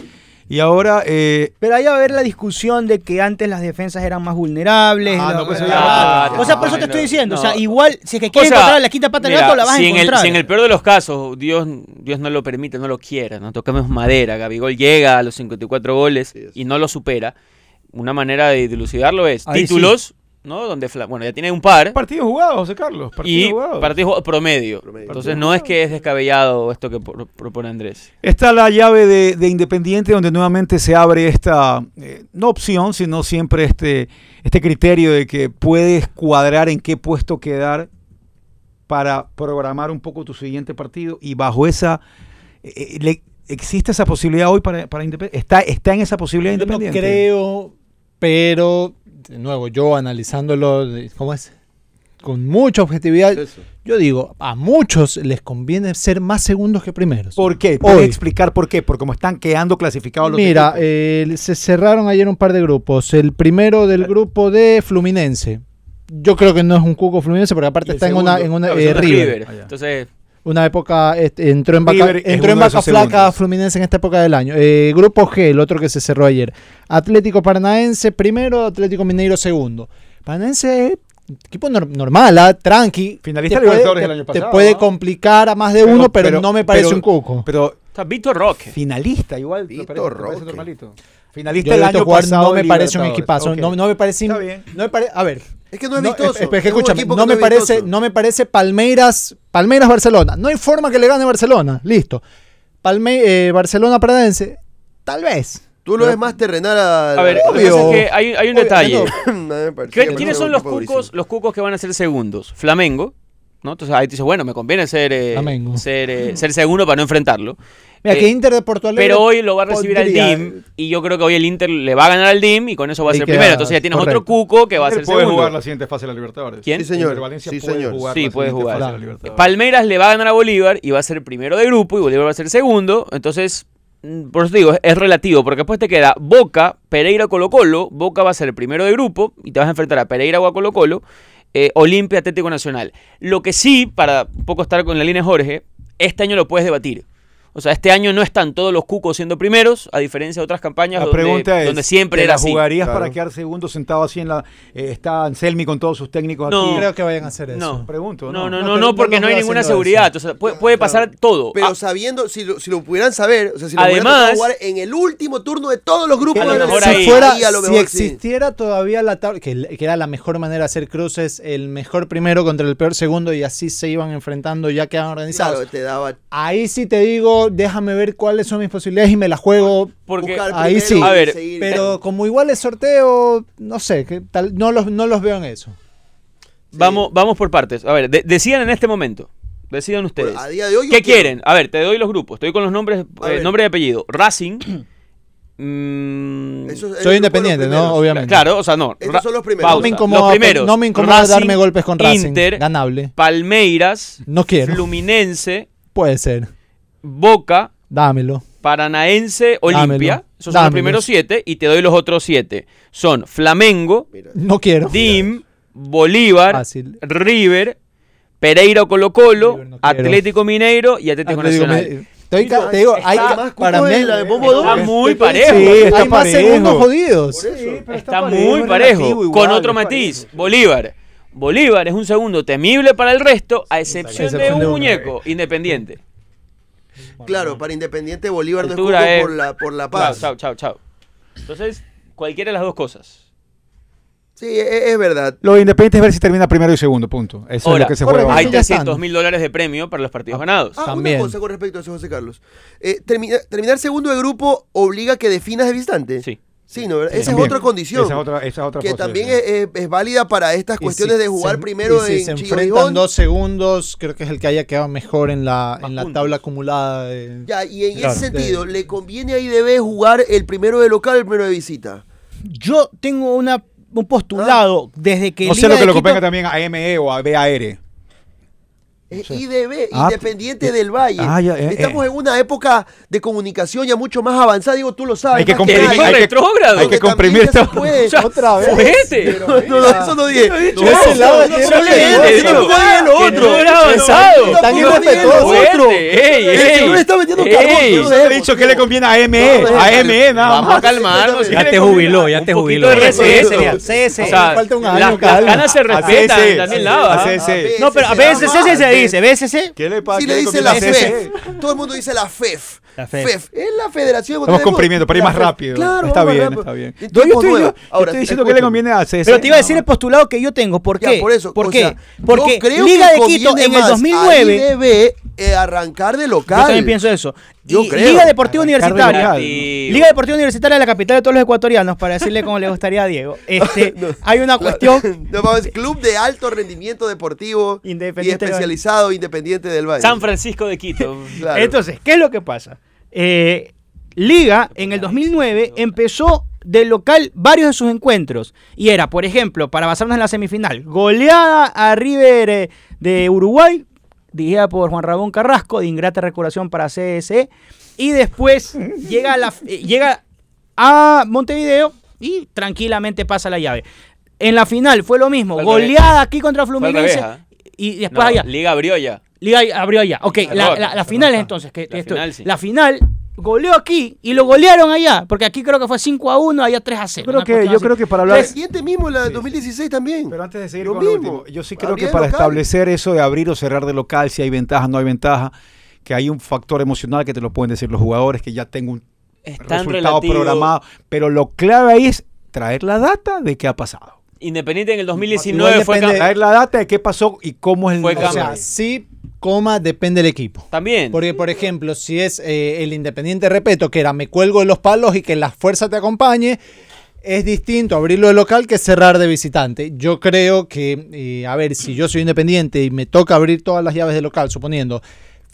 [SPEAKER 3] Y ahora, eh,
[SPEAKER 6] Pero ahí va a haber la discusión de que antes las defensas eran más vulnerables.
[SPEAKER 3] Ah,
[SPEAKER 6] la-
[SPEAKER 3] no, pues eso
[SPEAKER 6] la-
[SPEAKER 3] ya-
[SPEAKER 6] o sea, por eso te
[SPEAKER 4] Ah, no,
[SPEAKER 6] estoy diciendo. O sea,
[SPEAKER 4] no.
[SPEAKER 6] igual, si es que
[SPEAKER 4] O
[SPEAKER 6] quieres
[SPEAKER 4] sea,
[SPEAKER 6] encontrar la quinta pata del
[SPEAKER 4] mira,
[SPEAKER 6] gato, la vas
[SPEAKER 4] si
[SPEAKER 6] a
[SPEAKER 4] en el,
[SPEAKER 6] encontrar.
[SPEAKER 4] si en el peor de los casos, Dios, Dios no lo permite, no lo quiera, no tocamos madera, Gabigol llega a los 54 goles y no lo supera, una manera de dilucidarlo es
[SPEAKER 8] Ahí sí.
[SPEAKER 4] títulos, ¿no? Donde, Fla- bueno, ya tiene un par
[SPEAKER 3] partido jugado, José Carlos. Partido
[SPEAKER 4] y
[SPEAKER 3] jugado.
[SPEAKER 4] partidos jugados promedio.
[SPEAKER 7] Promedio.
[SPEAKER 4] Entonces no es que es descabellado esto que pro- propone Andrés.
[SPEAKER 8] Eh,
[SPEAKER 3] Está la llave de, de Independiente, donde nuevamente se abre esta, eh, no opción, sino siempre este, este criterio de que puedes cuadrar en qué puesto quedar para programar un poco tu siguiente partido. Y bajo esa. eh, eh, le- ¿Existe esa posibilidad hoy para, para Independiente? ¿Está, ¿Está en esa posibilidad
[SPEAKER 8] Yo no
[SPEAKER 3] Independiente?
[SPEAKER 8] creo, pero de nuevo, yo analizándolo, de- ¿cómo es? con mucha objetividad,
[SPEAKER 7] Eso.
[SPEAKER 8] yo digo, a muchos les conviene ser más segundos que primeros.
[SPEAKER 3] ¿Por qué? ¿Puedes
[SPEAKER 8] Hoy.
[SPEAKER 3] explicar por qué? Por cómo están quedando clasificados los
[SPEAKER 8] Mira,
[SPEAKER 3] equipos.
[SPEAKER 8] eh, se cerraron ayer un par de grupos. El primero
[SPEAKER 3] Eh.
[SPEAKER 8] del grupo de Fluminense. Yo creo que no es un cuco Fluminense, porque
[SPEAKER 3] Y
[SPEAKER 8] aparte
[SPEAKER 3] el
[SPEAKER 8] está en una,
[SPEAKER 3] segundo,
[SPEAKER 8] en una
[SPEAKER 4] Claro,
[SPEAKER 8] eh,
[SPEAKER 4] son de
[SPEAKER 8] River.
[SPEAKER 4] River.
[SPEAKER 3] Allá.
[SPEAKER 4] Entonces,
[SPEAKER 8] Una época este, entró en vaca,
[SPEAKER 3] River es
[SPEAKER 8] entró en
[SPEAKER 3] uno de
[SPEAKER 8] vaca
[SPEAKER 3] esos
[SPEAKER 8] flaca
[SPEAKER 3] segundos.
[SPEAKER 8] Fluminense en esta época del año. Eh, grupo G, el otro que se cerró ayer. Atlético Paranaense primero, Atlético Mineiro segundo. Paranaense eh, equipo nor- normal, ah, tranqui.
[SPEAKER 3] Finalista
[SPEAKER 8] Te
[SPEAKER 3] de
[SPEAKER 8] puede-
[SPEAKER 3] Libertadores
[SPEAKER 8] te-
[SPEAKER 3] el año
[SPEAKER 8] Te
[SPEAKER 3] pasado,
[SPEAKER 8] puede
[SPEAKER 3] ¿ah?
[SPEAKER 8] complicar a más de uno, pero, no me parece
[SPEAKER 3] pero-
[SPEAKER 8] un cuco.
[SPEAKER 3] Pero
[SPEAKER 4] está Víctor Roque.
[SPEAKER 3] finalista igual.
[SPEAKER 7] Vito
[SPEAKER 3] ¿te parece- te parece
[SPEAKER 7] Roque.
[SPEAKER 3] normalito?
[SPEAKER 8] Yo
[SPEAKER 3] Finalista
[SPEAKER 8] he
[SPEAKER 3] el
[SPEAKER 8] visto
[SPEAKER 3] año
[SPEAKER 8] jugar,
[SPEAKER 3] pasado.
[SPEAKER 8] no me
[SPEAKER 3] de
[SPEAKER 8] parece un
[SPEAKER 3] Libertadores.
[SPEAKER 8] equipazo.
[SPEAKER 3] Ok.
[SPEAKER 8] No, no me parece.
[SPEAKER 3] Está bien.
[SPEAKER 8] no me pare- a ver.
[SPEAKER 7] Es que no es
[SPEAKER 8] no,
[SPEAKER 7] vistoso.
[SPEAKER 8] es- es que
[SPEAKER 7] Es un
[SPEAKER 8] escúchame,
[SPEAKER 7] equipo que
[SPEAKER 8] no
[SPEAKER 7] no
[SPEAKER 8] me
[SPEAKER 7] es
[SPEAKER 8] parece,
[SPEAKER 7] vistoso.
[SPEAKER 8] no me parece Palmeiras, Palmeiras Barcelona. No hay forma que le gane Barcelona. Listo. Palme eh, Barcelona Paranaense, tal vez.
[SPEAKER 7] Tú lo ves más terrenal al-
[SPEAKER 4] A ver, lo que
[SPEAKER 7] Obvio.
[SPEAKER 4] pasa es que hay, hay un
[SPEAKER 7] *laughs*
[SPEAKER 8] Obvio, Ah,
[SPEAKER 4] detalle.
[SPEAKER 7] A
[SPEAKER 8] no.
[SPEAKER 7] mí me parecía
[SPEAKER 4] ¿Qué-
[SPEAKER 7] que
[SPEAKER 4] ¿Quiénes
[SPEAKER 7] Barcelona
[SPEAKER 4] son
[SPEAKER 7] era
[SPEAKER 4] los
[SPEAKER 7] un equipo
[SPEAKER 4] cucos,
[SPEAKER 7] durísimo.
[SPEAKER 4] los cucos que van a ser segundos? Flamengo, ¿no? Entonces ahí te dices, bueno, me conviene ser, eh,
[SPEAKER 8] Flamengo.
[SPEAKER 4] ser, eh, ser segundo para no enfrentarlo.
[SPEAKER 8] Mira,
[SPEAKER 4] Eh,
[SPEAKER 8] que Inter de Porto Alegre.
[SPEAKER 4] Pero hoy lo va a recibir
[SPEAKER 8] podría-
[SPEAKER 4] al DIM y yo creo que hoy el Inter le va a ganar al DIM y con eso va a
[SPEAKER 8] Y
[SPEAKER 4] ser
[SPEAKER 8] queda-
[SPEAKER 4] primero. Entonces ya tienes otro
[SPEAKER 8] correcto.
[SPEAKER 4] cuco que va a ser
[SPEAKER 3] Él puede
[SPEAKER 4] segundo.
[SPEAKER 3] jugar la siguiente fase de la Libertadores.
[SPEAKER 4] ¿Quién?
[SPEAKER 7] Sí, señor.
[SPEAKER 3] El Valencia
[SPEAKER 7] Sí,
[SPEAKER 3] puede
[SPEAKER 7] señor.
[SPEAKER 3] jugar
[SPEAKER 4] Sí,
[SPEAKER 3] la
[SPEAKER 4] puede
[SPEAKER 3] siguiente fase
[SPEAKER 4] jugar.
[SPEAKER 3] de la
[SPEAKER 8] Claro.
[SPEAKER 3] Libertadores.
[SPEAKER 4] Palmeiras le va a ganar a Bolívar y va a ser primero de grupo y Bolívar va a ser segundo. Entonces, mm, por eso te digo, es, es relativo, porque después te queda Boca, Pereira, Colo Colo. Boca va a ser primero de grupo y te vas a enfrentar a Pereira o a Colo Colo. eh, Olimpia, Atlético Nacional. Lo que sí, para un poco estar con la línea de Jorge, este año lo puedes debatir. O sea, este año no están todos los cucos siendo primeros, a diferencia de otras campañas
[SPEAKER 3] La
[SPEAKER 4] donde,
[SPEAKER 3] pregunta es,
[SPEAKER 4] donde siempre
[SPEAKER 3] ¿te
[SPEAKER 4] era
[SPEAKER 3] la
[SPEAKER 4] así.
[SPEAKER 3] jugarías para
[SPEAKER 7] Claro.
[SPEAKER 3] quedar segundo sentado así en la... eh, está Anselmi con todos sus técnicos
[SPEAKER 4] No.
[SPEAKER 3] aquí?
[SPEAKER 8] creo que vayan a hacer eso.
[SPEAKER 4] No.
[SPEAKER 3] Pregunto, ¿no?
[SPEAKER 4] No, no,
[SPEAKER 8] No,
[SPEAKER 4] no,
[SPEAKER 8] que
[SPEAKER 4] no,
[SPEAKER 8] no
[SPEAKER 4] porque
[SPEAKER 8] los
[SPEAKER 4] no hay
[SPEAKER 8] veo
[SPEAKER 4] ninguna
[SPEAKER 8] haciendo eso.
[SPEAKER 4] seguridad. O sea, puede, puede pasar todo.
[SPEAKER 7] Pero
[SPEAKER 4] Ah,
[SPEAKER 7] sabiendo, si lo, si lo pudieran saber, o sea, si lo
[SPEAKER 4] Además-
[SPEAKER 7] pudieran jugar en el último turno de todos los grupos,
[SPEAKER 4] A lo
[SPEAKER 7] de la
[SPEAKER 4] mejor
[SPEAKER 8] si
[SPEAKER 7] selección,
[SPEAKER 4] ahí-
[SPEAKER 8] fuera,
[SPEAKER 7] ahí a lo
[SPEAKER 8] si
[SPEAKER 7] mejor sí.
[SPEAKER 8] existiera todavía la tabla, que, que era la mejor manera de hacer cruces, el mejor primero contra el peor segundo y así se iban enfrentando, ya quedaban organizados.
[SPEAKER 7] Claro, te daba
[SPEAKER 8] Ahí sí te digo, déjame ver cuáles son mis posibilidades y me la juego.
[SPEAKER 4] porque
[SPEAKER 7] buscar
[SPEAKER 8] ahí
[SPEAKER 7] primero
[SPEAKER 8] sí.
[SPEAKER 7] y
[SPEAKER 4] A ver,
[SPEAKER 7] seguir.
[SPEAKER 8] Pero como igual es sorteo, no sé, que tal, no, los, no los veo en eso.
[SPEAKER 4] Vamos, vamos por partes. A ver, de- decidan en este momento. Decidan ustedes.
[SPEAKER 7] a día de hoy yo
[SPEAKER 4] ¿Qué
[SPEAKER 7] quiero.
[SPEAKER 4] quieren? A ver, te doy los grupos. Estoy con los nombres,
[SPEAKER 7] A
[SPEAKER 4] eh,
[SPEAKER 7] ver.
[SPEAKER 4] nombre y apellido. Racing. mm,
[SPEAKER 7] Eso- esos son
[SPEAKER 8] Soy
[SPEAKER 7] los
[SPEAKER 8] independiente, ¿no?
[SPEAKER 7] primeros.
[SPEAKER 8] Obviamente.
[SPEAKER 4] claro, o sea, no.
[SPEAKER 7] Estos
[SPEAKER 4] Ra-
[SPEAKER 7] son los primeros.
[SPEAKER 8] No me
[SPEAKER 4] pausa.
[SPEAKER 8] incomoda, pues,
[SPEAKER 4] los primeros.
[SPEAKER 8] no me incomoda
[SPEAKER 4] Racing,
[SPEAKER 8] darme golpes con Racing.
[SPEAKER 4] Inter,
[SPEAKER 8] Ganable.
[SPEAKER 4] Palmeiras,
[SPEAKER 8] No quiero.
[SPEAKER 4] Fluminense,
[SPEAKER 8] Puede ser.
[SPEAKER 4] Boca,
[SPEAKER 8] Dámelo.
[SPEAKER 4] Paranaense, Olimpia.
[SPEAKER 8] Dámelo.
[SPEAKER 4] Esos son los
[SPEAKER 8] Dámelo.
[SPEAKER 4] primeros siete y te doy los otros siete. Son Flamengo,
[SPEAKER 7] Mira,
[SPEAKER 8] No quiero.
[SPEAKER 4] DIM, Bolívar,
[SPEAKER 8] Fácil.
[SPEAKER 4] River, Pereira o Colo Colo,
[SPEAKER 8] River no quiero.
[SPEAKER 4] Atlético Mineiro y Atlético
[SPEAKER 8] Te digo,
[SPEAKER 4] Nacional.
[SPEAKER 3] eh,
[SPEAKER 8] me- te digo- te digo, hay
[SPEAKER 7] está más
[SPEAKER 8] para
[SPEAKER 7] cupo
[SPEAKER 8] mí
[SPEAKER 7] de la de Bobo
[SPEAKER 4] Está
[SPEAKER 7] Dom.
[SPEAKER 4] muy
[SPEAKER 7] Estoy
[SPEAKER 4] parejo.
[SPEAKER 3] Sí, está
[SPEAKER 8] hay más
[SPEAKER 3] parejo.
[SPEAKER 8] segundos jodidos.
[SPEAKER 7] Por eso.
[SPEAKER 3] pero
[SPEAKER 4] Está muy parejo.
[SPEAKER 3] relativo
[SPEAKER 4] con
[SPEAKER 3] igual,
[SPEAKER 4] otro
[SPEAKER 3] es
[SPEAKER 4] matiz, Bolívar. Bolívar es un segundo temible para el resto, a excepción de
[SPEAKER 8] Excepción
[SPEAKER 4] un
[SPEAKER 8] de uno.
[SPEAKER 4] muñeco independiente.
[SPEAKER 7] Claro, para Independiente Bolívar no es
[SPEAKER 4] Altura
[SPEAKER 7] cupo
[SPEAKER 4] es-
[SPEAKER 7] por la, por la
[SPEAKER 4] Chao,
[SPEAKER 7] paz.
[SPEAKER 4] chao, chao, chao. Entonces, cualquiera de las dos cosas.
[SPEAKER 7] Sí, es, es verdad.
[SPEAKER 3] Lo independiente es ver si termina primero y segundo, punto. Eso es
[SPEAKER 4] Ahora,
[SPEAKER 3] lo que se juega.
[SPEAKER 8] correcto.
[SPEAKER 4] hay
[SPEAKER 8] Eso ya está,
[SPEAKER 4] 300 mil dólares de premio para los partidos ganados.
[SPEAKER 7] Ah,
[SPEAKER 8] También.
[SPEAKER 7] una cosa con respecto a eso, José Carlos. Eh, termina- terminar segundo de grupo obliga a que definas de visitante.
[SPEAKER 4] Sí.
[SPEAKER 7] Sí, ¿no? ¿verdad? Esa es
[SPEAKER 3] También.
[SPEAKER 7] otra condición.
[SPEAKER 3] Esa es otra, esa es otra
[SPEAKER 7] que
[SPEAKER 3] cosa,
[SPEAKER 7] también
[SPEAKER 3] sí.
[SPEAKER 7] es, es- es válida para estas
[SPEAKER 8] Y
[SPEAKER 7] cuestiones
[SPEAKER 8] si
[SPEAKER 7] de jugar
[SPEAKER 8] se-
[SPEAKER 7] primero
[SPEAKER 8] y si se
[SPEAKER 7] en
[SPEAKER 8] enfrentan
[SPEAKER 7] Chillón.
[SPEAKER 8] dos segundos, creo que es el que haya quedado mejor en la,
[SPEAKER 4] Más
[SPEAKER 8] en la
[SPEAKER 4] puntos.
[SPEAKER 8] tabla acumulada. de-
[SPEAKER 7] Ya, y en
[SPEAKER 8] Claro.
[SPEAKER 7] ese sentido, ¿le conviene ahí debe jugar el primero de local, el primero de visita?
[SPEAKER 6] Yo tengo una, un postulado desde que.
[SPEAKER 3] No sé
[SPEAKER 6] Liga
[SPEAKER 3] lo que
[SPEAKER 6] de
[SPEAKER 3] lo
[SPEAKER 6] Quito-
[SPEAKER 3] convenga también a ME o a BAR.
[SPEAKER 7] Eh, IDB,
[SPEAKER 3] Ah,
[SPEAKER 7] Independiente
[SPEAKER 3] eh,
[SPEAKER 7] del Valle.
[SPEAKER 3] ah, ya, eh,
[SPEAKER 7] Estamos
[SPEAKER 3] eh.
[SPEAKER 7] en una época de comunicación ya mucho más avanzada, digo, tú lo sabes.
[SPEAKER 3] Hay que
[SPEAKER 7] más
[SPEAKER 3] comprimir-
[SPEAKER 4] Pero
[SPEAKER 7] nadie.
[SPEAKER 4] es
[SPEAKER 3] hay que-
[SPEAKER 4] retrógrado. Este.
[SPEAKER 3] hay que
[SPEAKER 7] Porque
[SPEAKER 3] comprimir
[SPEAKER 7] también ya
[SPEAKER 3] todo.
[SPEAKER 7] se puede.
[SPEAKER 8] Otra vez.
[SPEAKER 4] ¡Ojete!
[SPEAKER 7] No, no, eso no dije. No,
[SPEAKER 8] ese
[SPEAKER 7] no,
[SPEAKER 8] lado
[SPEAKER 7] no,
[SPEAKER 8] de
[SPEAKER 7] no,
[SPEAKER 8] tierra
[SPEAKER 7] no,
[SPEAKER 8] que
[SPEAKER 7] no,
[SPEAKER 8] no,
[SPEAKER 7] yo no
[SPEAKER 4] no,
[SPEAKER 7] puedo ir a lo
[SPEAKER 4] que
[SPEAKER 7] otro.
[SPEAKER 4] no era avanzado.
[SPEAKER 7] Yo tampoco
[SPEAKER 8] Tan
[SPEAKER 7] puedo ir a lo
[SPEAKER 8] irrespetuoso.
[SPEAKER 7] otro.
[SPEAKER 4] Ey,
[SPEAKER 7] El
[SPEAKER 4] ey.
[SPEAKER 7] señor está metiendo
[SPEAKER 4] Ey.
[SPEAKER 7] carbón. yo no
[SPEAKER 4] Yo
[SPEAKER 3] Yo
[SPEAKER 7] sé,
[SPEAKER 3] le he dicho
[SPEAKER 7] porque-
[SPEAKER 3] que le conviene a ME,
[SPEAKER 7] No, no,
[SPEAKER 3] a
[SPEAKER 7] no,
[SPEAKER 3] ME nada
[SPEAKER 4] Vamos a
[SPEAKER 3] más.
[SPEAKER 4] calmarnos.
[SPEAKER 5] Ya te jubiló, ya te
[SPEAKER 4] un
[SPEAKER 5] jubiló.
[SPEAKER 4] poquito de RCS.
[SPEAKER 7] Eso,
[SPEAKER 6] *laughs*
[SPEAKER 7] eso.
[SPEAKER 4] CSS. O
[SPEAKER 8] Le
[SPEAKER 4] sea,
[SPEAKER 8] falta un
[SPEAKER 4] las-
[SPEAKER 8] año,
[SPEAKER 4] las
[SPEAKER 8] Carlos.
[SPEAKER 4] canas se respetan.
[SPEAKER 3] CSS,
[SPEAKER 4] Daniel
[SPEAKER 3] a
[SPEAKER 4] Lava.
[SPEAKER 3] CSS.
[SPEAKER 6] No, pero a
[SPEAKER 7] veces
[SPEAKER 6] veces
[SPEAKER 7] nada
[SPEAKER 6] se
[SPEAKER 7] más.
[SPEAKER 6] dice, BCC.
[SPEAKER 3] ¿Qué le pasa?
[SPEAKER 7] Si
[SPEAKER 3] ¿Qué
[SPEAKER 7] le dice la
[SPEAKER 3] conviene a
[SPEAKER 7] FEF. Todo el mundo dice la FEF.
[SPEAKER 6] La FEF.
[SPEAKER 7] Es la Federación.
[SPEAKER 3] Estamos
[SPEAKER 7] Ecuatoriana de
[SPEAKER 3] comprimiendo,
[SPEAKER 7] Fútbol.
[SPEAKER 3] para ir
[SPEAKER 7] La
[SPEAKER 3] más
[SPEAKER 7] FEF.
[SPEAKER 3] rápido.
[SPEAKER 7] Claro,
[SPEAKER 3] está
[SPEAKER 7] vamos
[SPEAKER 3] bien,
[SPEAKER 7] rápido.
[SPEAKER 3] está bien.
[SPEAKER 7] Esto
[SPEAKER 3] Yo
[SPEAKER 7] es
[SPEAKER 3] estoy,
[SPEAKER 7] nuevo.
[SPEAKER 3] yo
[SPEAKER 7] Ahora,
[SPEAKER 3] estoy diciendo que le
[SPEAKER 7] escúchame.
[SPEAKER 3] conviene a CSS.
[SPEAKER 6] Pero te iba a decir
[SPEAKER 3] nada
[SPEAKER 6] el postulado que yo tengo. ¿Por
[SPEAKER 7] Ya,
[SPEAKER 6] qué?
[SPEAKER 7] por eso.
[SPEAKER 6] ¿Por
[SPEAKER 7] o
[SPEAKER 6] qué?
[SPEAKER 7] sea,
[SPEAKER 6] Porque
[SPEAKER 7] yo creo
[SPEAKER 6] Liga
[SPEAKER 7] que
[SPEAKER 6] de Quito
[SPEAKER 7] conviene
[SPEAKER 6] en el
[SPEAKER 7] más
[SPEAKER 6] 2009.
[SPEAKER 7] a IDB, eh, arrancar de
[SPEAKER 6] Yo
[SPEAKER 7] local.
[SPEAKER 6] también pienso eso.
[SPEAKER 7] Yo
[SPEAKER 6] y
[SPEAKER 7] creo.
[SPEAKER 6] Liga Deportiva
[SPEAKER 3] Arrancar de
[SPEAKER 6] Universitaria.
[SPEAKER 3] local.
[SPEAKER 6] Liga Deportiva Universitaria de la capital de todos los ecuatorianos, para decirle cómo le gustaría a
[SPEAKER 7] *laughs*
[SPEAKER 6] Diego. Este, hay una cuestión.
[SPEAKER 7] No, vamos, club de alto rendimiento deportivo y
[SPEAKER 6] Independiente del Valle.
[SPEAKER 7] especializado independiente del Valle.
[SPEAKER 4] San Francisco de *laughs* Quito.
[SPEAKER 7] Claro.
[SPEAKER 6] Entonces, ¿qué es lo que pasa? Eh, Liga en el 2009 empezó de local varios de sus encuentros. Y era, por ejemplo, para basarnos en la semifinal, goleada a River eh, de Uruguay, dirigida por Juan Rabón Carrasco, de ingrata recuperación para CSE. Y después llega a, la, eh, llega a Montevideo y tranquilamente pasa la llave. En la final fue lo mismo,
[SPEAKER 4] Fue al revés.
[SPEAKER 6] goleada aquí contra
[SPEAKER 4] al
[SPEAKER 6] Fluminense.
[SPEAKER 4] revés, ¿ah?
[SPEAKER 6] Y y después
[SPEAKER 4] No,
[SPEAKER 6] allá.
[SPEAKER 4] Liga abrió ya.
[SPEAKER 6] Liga abrió allá. Ok, la,
[SPEAKER 4] Error.
[SPEAKER 6] la- la final es entonces. Que
[SPEAKER 4] La
[SPEAKER 6] esto-
[SPEAKER 4] final, sí.
[SPEAKER 6] la final goleó aquí y lo golearon allá. Porque aquí creo que fue 5 a 1, allá 3 a 0.
[SPEAKER 3] Creo
[SPEAKER 6] una
[SPEAKER 3] que,
[SPEAKER 6] cuestión
[SPEAKER 3] yo
[SPEAKER 6] así.
[SPEAKER 3] creo que para hablar...
[SPEAKER 7] La siguiente mismo, la de 2016 también.
[SPEAKER 3] Pero antes de seguir
[SPEAKER 7] Lo
[SPEAKER 3] con lo
[SPEAKER 7] mismo.
[SPEAKER 3] último, yo sí creo
[SPEAKER 7] Abrir
[SPEAKER 3] que
[SPEAKER 7] el
[SPEAKER 3] para
[SPEAKER 7] local.
[SPEAKER 3] establecer eso de abrir o cerrar de local, si hay ventaja, no hay ventaja, que hay un factor emocional que te lo pueden decir los jugadores, que ya tengo un
[SPEAKER 4] Es tan
[SPEAKER 3] resultado
[SPEAKER 4] relativo.
[SPEAKER 3] programado. Pero lo clave ahí es traer la data de qué ha pasado.
[SPEAKER 4] Independiente en el
[SPEAKER 8] Igual
[SPEAKER 4] 2019 fue
[SPEAKER 8] depende-
[SPEAKER 4] cam-
[SPEAKER 3] Traer la data de qué pasó y cómo es el
[SPEAKER 4] Fue
[SPEAKER 8] O sea,
[SPEAKER 4] Cámara.
[SPEAKER 8] sí, coma, depende del equipo.
[SPEAKER 4] también.
[SPEAKER 8] Porque, por ejemplo, si es eh, el Independiente, repito, que era me cuelgo de los palos y que la fuerza te acompañe, es distinto abrirlo de local que cerrar de visitante. Yo creo que, eh, a ver, si yo soy Independiente y me toca abrir todas las llaves de local, suponiendo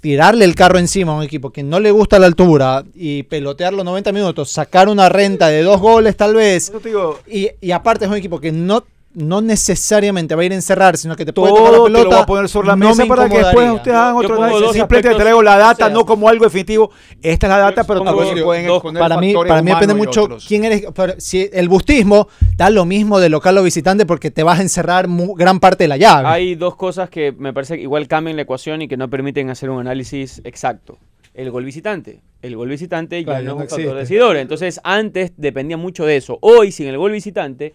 [SPEAKER 8] tirarle el carro encima a un equipo que no le gusta la altura y pelotearlo 90 minutos, sacar una renta de dos goles tal vez,
[SPEAKER 3] Yo te digo,
[SPEAKER 8] y, y aparte es un equipo que no no necesariamente va a ir a encerrar, sino que te puede tocar la
[SPEAKER 3] todo te lo
[SPEAKER 8] pelota.
[SPEAKER 3] voy a poner sobre la
[SPEAKER 8] no
[SPEAKER 3] mesa
[SPEAKER 8] me
[SPEAKER 3] para que después
[SPEAKER 8] incomodaría.
[SPEAKER 3] ustedes hagan
[SPEAKER 4] Yo
[SPEAKER 3] otro
[SPEAKER 4] pongo
[SPEAKER 3] análisis.
[SPEAKER 4] dos
[SPEAKER 3] Simplemente
[SPEAKER 4] aspectos,
[SPEAKER 3] traigo la data,
[SPEAKER 4] o sea,
[SPEAKER 3] no como algo definitivo. Esta es la data, pero
[SPEAKER 4] pongo
[SPEAKER 3] también
[SPEAKER 4] dos-
[SPEAKER 3] pueden
[SPEAKER 4] dos-
[SPEAKER 3] poner
[SPEAKER 8] para mí,
[SPEAKER 3] factores
[SPEAKER 8] para mí depende
[SPEAKER 3] humanos y
[SPEAKER 8] mucho
[SPEAKER 3] otros.
[SPEAKER 8] quién eres. pero si el bustismo da lo mismo de local o visitante porque te vas a encerrar mu- gran parte de la llave.
[SPEAKER 4] Hay dos cosas que me parece que igual cambian la ecuación y que no permiten hacer un análisis exacto. El gol visitante. El gol visitante
[SPEAKER 8] Claro,
[SPEAKER 4] ya no,
[SPEAKER 8] no
[SPEAKER 4] es un factor
[SPEAKER 8] existe.
[SPEAKER 4] decidor. Entonces, antes dependía mucho de eso. Hoy, sin el gol visitante,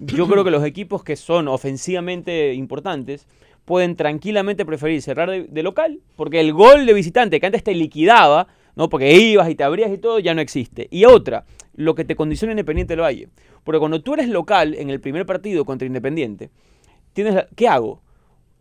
[SPEAKER 4] yo creo que los equipos que son ofensivamente importantes pueden tranquilamente preferir cerrar de, de local, porque el gol de visitante que antes te liquidaba, ¿no? Porque ibas y te abrías y todo, ya no existe. Y otra, lo que te condiciona Independiente del Valle. Porque cuando tú eres local en el primer partido contra Independiente, tienes la- ¿qué hago?